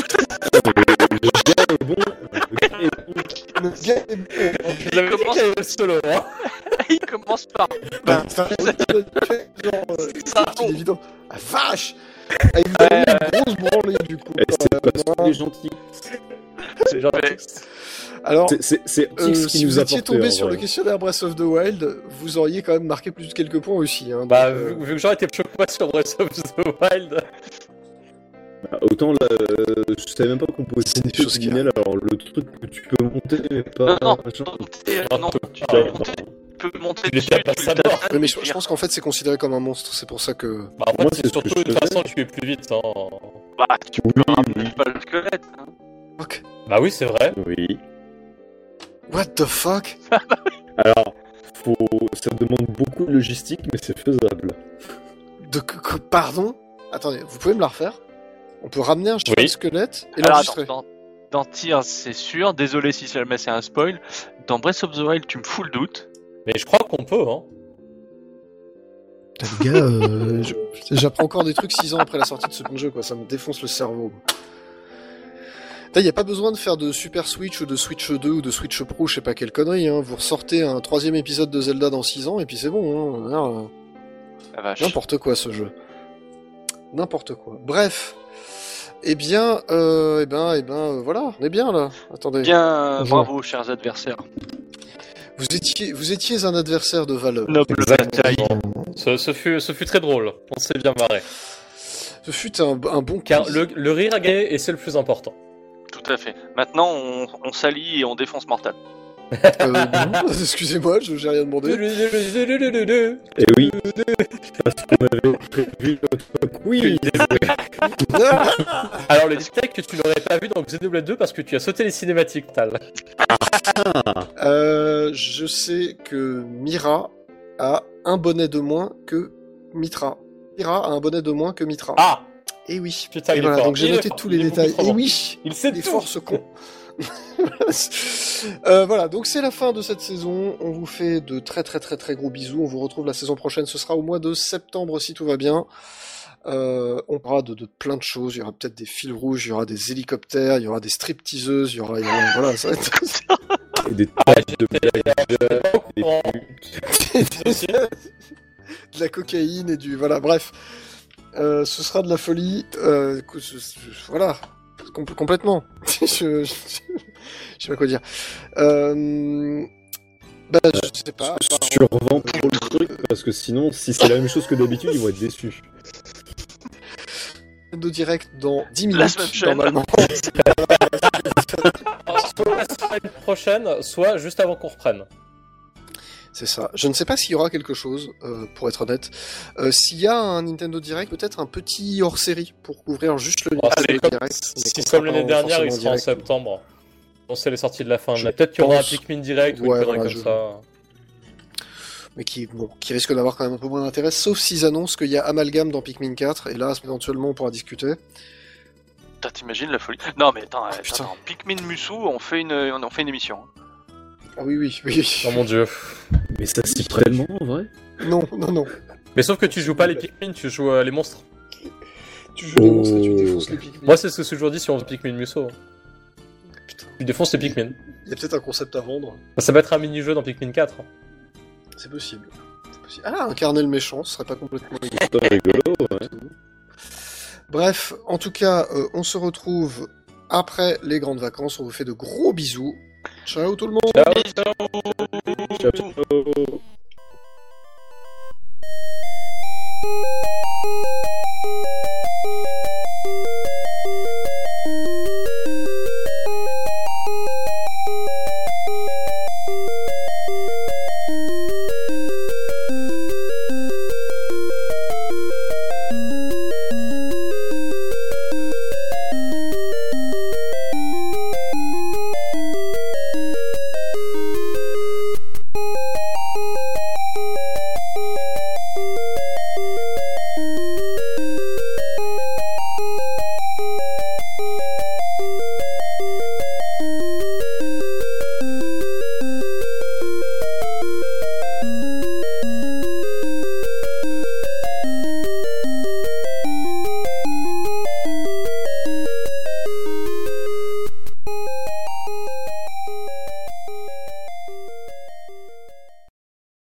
S1: Le gars est bon.
S2: Je l'avais dit
S3: commence-
S2: qu'il y avait le solo, hein.
S3: Il commence par
S1: Bah, c'est un peu- genre, euh,
S3: ça.
S1: c'est évident. La vache Ah, il vous a mis une grosse branlée, du coup.
S4: Eh, c'est pas
S1: Ah,
S4: tous les gentils.
S2: C'est genre-
S3: Ouais.
S1: Alors,
S4: C'est- C'est c'est
S1: euh,
S4: Tix
S1: si
S4: qui nous
S1: vous
S4: a
S1: étiez
S4: porté.
S1: tombé
S4: en
S1: sur
S4: vrai.
S1: le questionnaire Breath of the Wild, vous auriez quand même marqué plus de quelques points aussi. hein.
S2: Bah,
S1: Donc, euh,
S2: vu, vu que j'aurais été chocolat sur Breath of the Wild,
S4: Bah, Autant là, euh, je savais même pas qu'on pouvait
S1: C'est des
S4: monter
S1: choses qui
S4: Pinel, alors le truc que tu peux monter, mais pas.
S3: Non, non,
S4: machin.
S3: monter, euh,
S2: Ah,
S3: non, tu
S2: ah,
S3: peux monter, tu peux monter
S2: Tu les
S3: dessus,
S2: tapes à
S3: tu
S2: sa
S3: le
S2: mort.
S3: tapes,
S1: ouais, mais
S3: mais
S1: je, je
S3: tu
S1: pense qu'en fait, c'est considéré comme un monstre. C'est pour ça que.
S2: bah, en
S4: Moi, c'est
S2: fait, c'est
S4: ce que
S2: surtout
S4: je
S2: une
S4: faisais.
S2: façon de tuer plus vite. Hein.
S3: dis, bah, tu peux ramener pas le squelette. hein.
S1: Fuck.
S2: Bah oui, c'est vrai.
S4: Oui.
S1: What the fuck
S4: Alors, faut... ça demande beaucoup de logistique, mais c'est faisable.
S1: de... que- que- Pardon Attendez, vous pouvez me la refaire On peut ramener un cheval
S2: Oui.
S1: squelette et
S3: Alors
S1: l'enregistrer.
S3: attends, dans, dans Tears, c'est sûr, désolé si jamais c'est un spoil, dans Breath of the Wild, tu me fous le doute.
S2: Mais je crois qu'on peut, hein.
S1: Putain, les gars, euh, je- j'apprends encore des trucs 6 ans après la sortie de ce bon jeu, quoi. Ça me défonce le cerveau. Il n'y a pas besoin de faire de Super Switch ou de Switch 2 ou de Switch Pro, je sais pas quelle connerie. Hein. Vous ressortez un troisième épisode de Zelda dans 6 ans et puis c'est bon. Hein. Alors, euh,
S3: La vache.
S1: N'importe quoi ce jeu. N'importe quoi. Bref. Eh bien, euh, eh ben, eh ben, euh, voilà, on est bien là. Attendez.
S3: Bien,
S6: Ouais.
S3: bravo, chers adversaires.
S1: Vous étiez, vous étiez un adversaire de valeur.
S3: Noble bataille.
S2: Ce, ce fut, ce fut très drôle. On s'est bien marré.
S1: Ce fut un, un bon
S2: Car
S1: quiz.
S2: le, le rire a gagné et c'est le plus important.
S3: Tout à fait. Maintenant, on, on s'allie et on défonce Mortal.
S1: Euh, non, Excusez-moi, je j'ai rien demandé.
S4: Et Eh oui, parce qu'on avait prévu le quiz.
S2: Alors le disque que tu n'aurais pas vu dans XW2 parce que tu as sauté les cinématiques, Tal.
S1: Euh, je sais que Mira a un bonnet de moins que Mitra. Mira a un bonnet de moins que Mitra.
S2: Ah
S1: Et oui.
S2: Putain, il
S1: Et
S2: est
S1: voilà,
S2: fort.
S1: donc j'ai
S2: Il est
S1: noté
S2: fort,
S1: tous
S2: il
S1: les
S2: est
S1: détails.
S2: beaucoup trop
S1: Et
S2: bon.
S1: oui,
S2: Il sait
S1: les
S2: tout.
S1: forces cons. Euh, voilà, donc c'est la fin de cette saison. On vous fait de très très très très gros bisous. On vous retrouve la saison prochaine. Ce sera au mois de septembre si tout va bien. Euh, on parlera de, de plein de choses. Il y aura peut-être des fils rouges, il y aura des hélicoptères, il y aura des stripteaseuses, il y aura, il y aura- voilà, ça va être-
S4: Et des
S2: Ah,
S4: têtes de
S2: Au courant.
S1: de la cocaïne et du voilà. Bref, Euh, ce sera de la folie. euh, que ce- ce- voilà, Com- complètement. je, je, je sais pas quoi dire. Euh, bah, je sais pas. apparemment-
S4: survent pour le truc, parce que sinon, si c'est la même chose que d'habitude, ils vont être déçus.
S1: de direct dans 10
S3: La
S1: minutes,
S3: semaine prochaine.
S1: normalement.
S2: Soit la semaine prochaine, soit juste avant qu'on reprenne.
S1: C'est ça. Je ne sais pas s'il y aura quelque chose, euh, pour être honnête. Euh, s'il y a un Nintendo Direct, peut-être un petit hors-série pour couvrir juste le
S2: Oh, c'est
S1: Nintendo
S2: comme-
S1: Direct. mais
S2: C'est
S1: qu'on
S2: comme
S1: sera
S2: l'année
S1: pas
S2: dernière,
S1: forcément
S2: il sera en
S1: direct.
S2: septembre. On sait les sorties de la fin.
S1: Je
S2: mais Peut-être qu'il y aura un
S1: pense-
S2: Pikmin direct ou
S1: Ouais,
S2: une connerie
S1: voilà, je-
S2: comme ça.
S1: mais qui, bon, qui risque d'avoir quand même un peu moins d'intérêt, sauf s'ils annoncent qu'il y a Amalgam dans Pikmin 4, et là, éventuellement, on pourra discuter.
S3: Putain, t'imagines la folie. Non, mais attends, attends,
S1: Ah, putain.
S3: attends. Pikmin Musu, on fait une, on on fait une émission.
S1: Ah oui, oui, oui.
S2: Oh mon dieu.
S4: Mais ça s'y prête tellement, en vrai
S1: Non, non, non.
S2: Mais sauf que tu joues pas les Pikmin, tu joues euh, les monstres.
S1: Tu joues les monstres et tu défonces les Pikmin.
S2: Oh. Moi, c'est ce que j'ai toujours dit sur Pikmin Musso. Tu défonces les Pikmin.
S1: Il y a peut-être un concept à vendre.
S2: Ça peut être un mini-jeu dans Pikmin 4.
S1: C'est possible. C'est possible. Ah, incarner le méchant, ce serait pas complètement idiot.
S4: C'est pas rigolo, ouais.
S1: Bref, en tout cas, euh, on se retrouve après les grandes vacances. On vous fait de gros bisous. Ciao tout le monde
S2: Ciao,
S4: Ciao,
S2: ciao.
S4: ciao.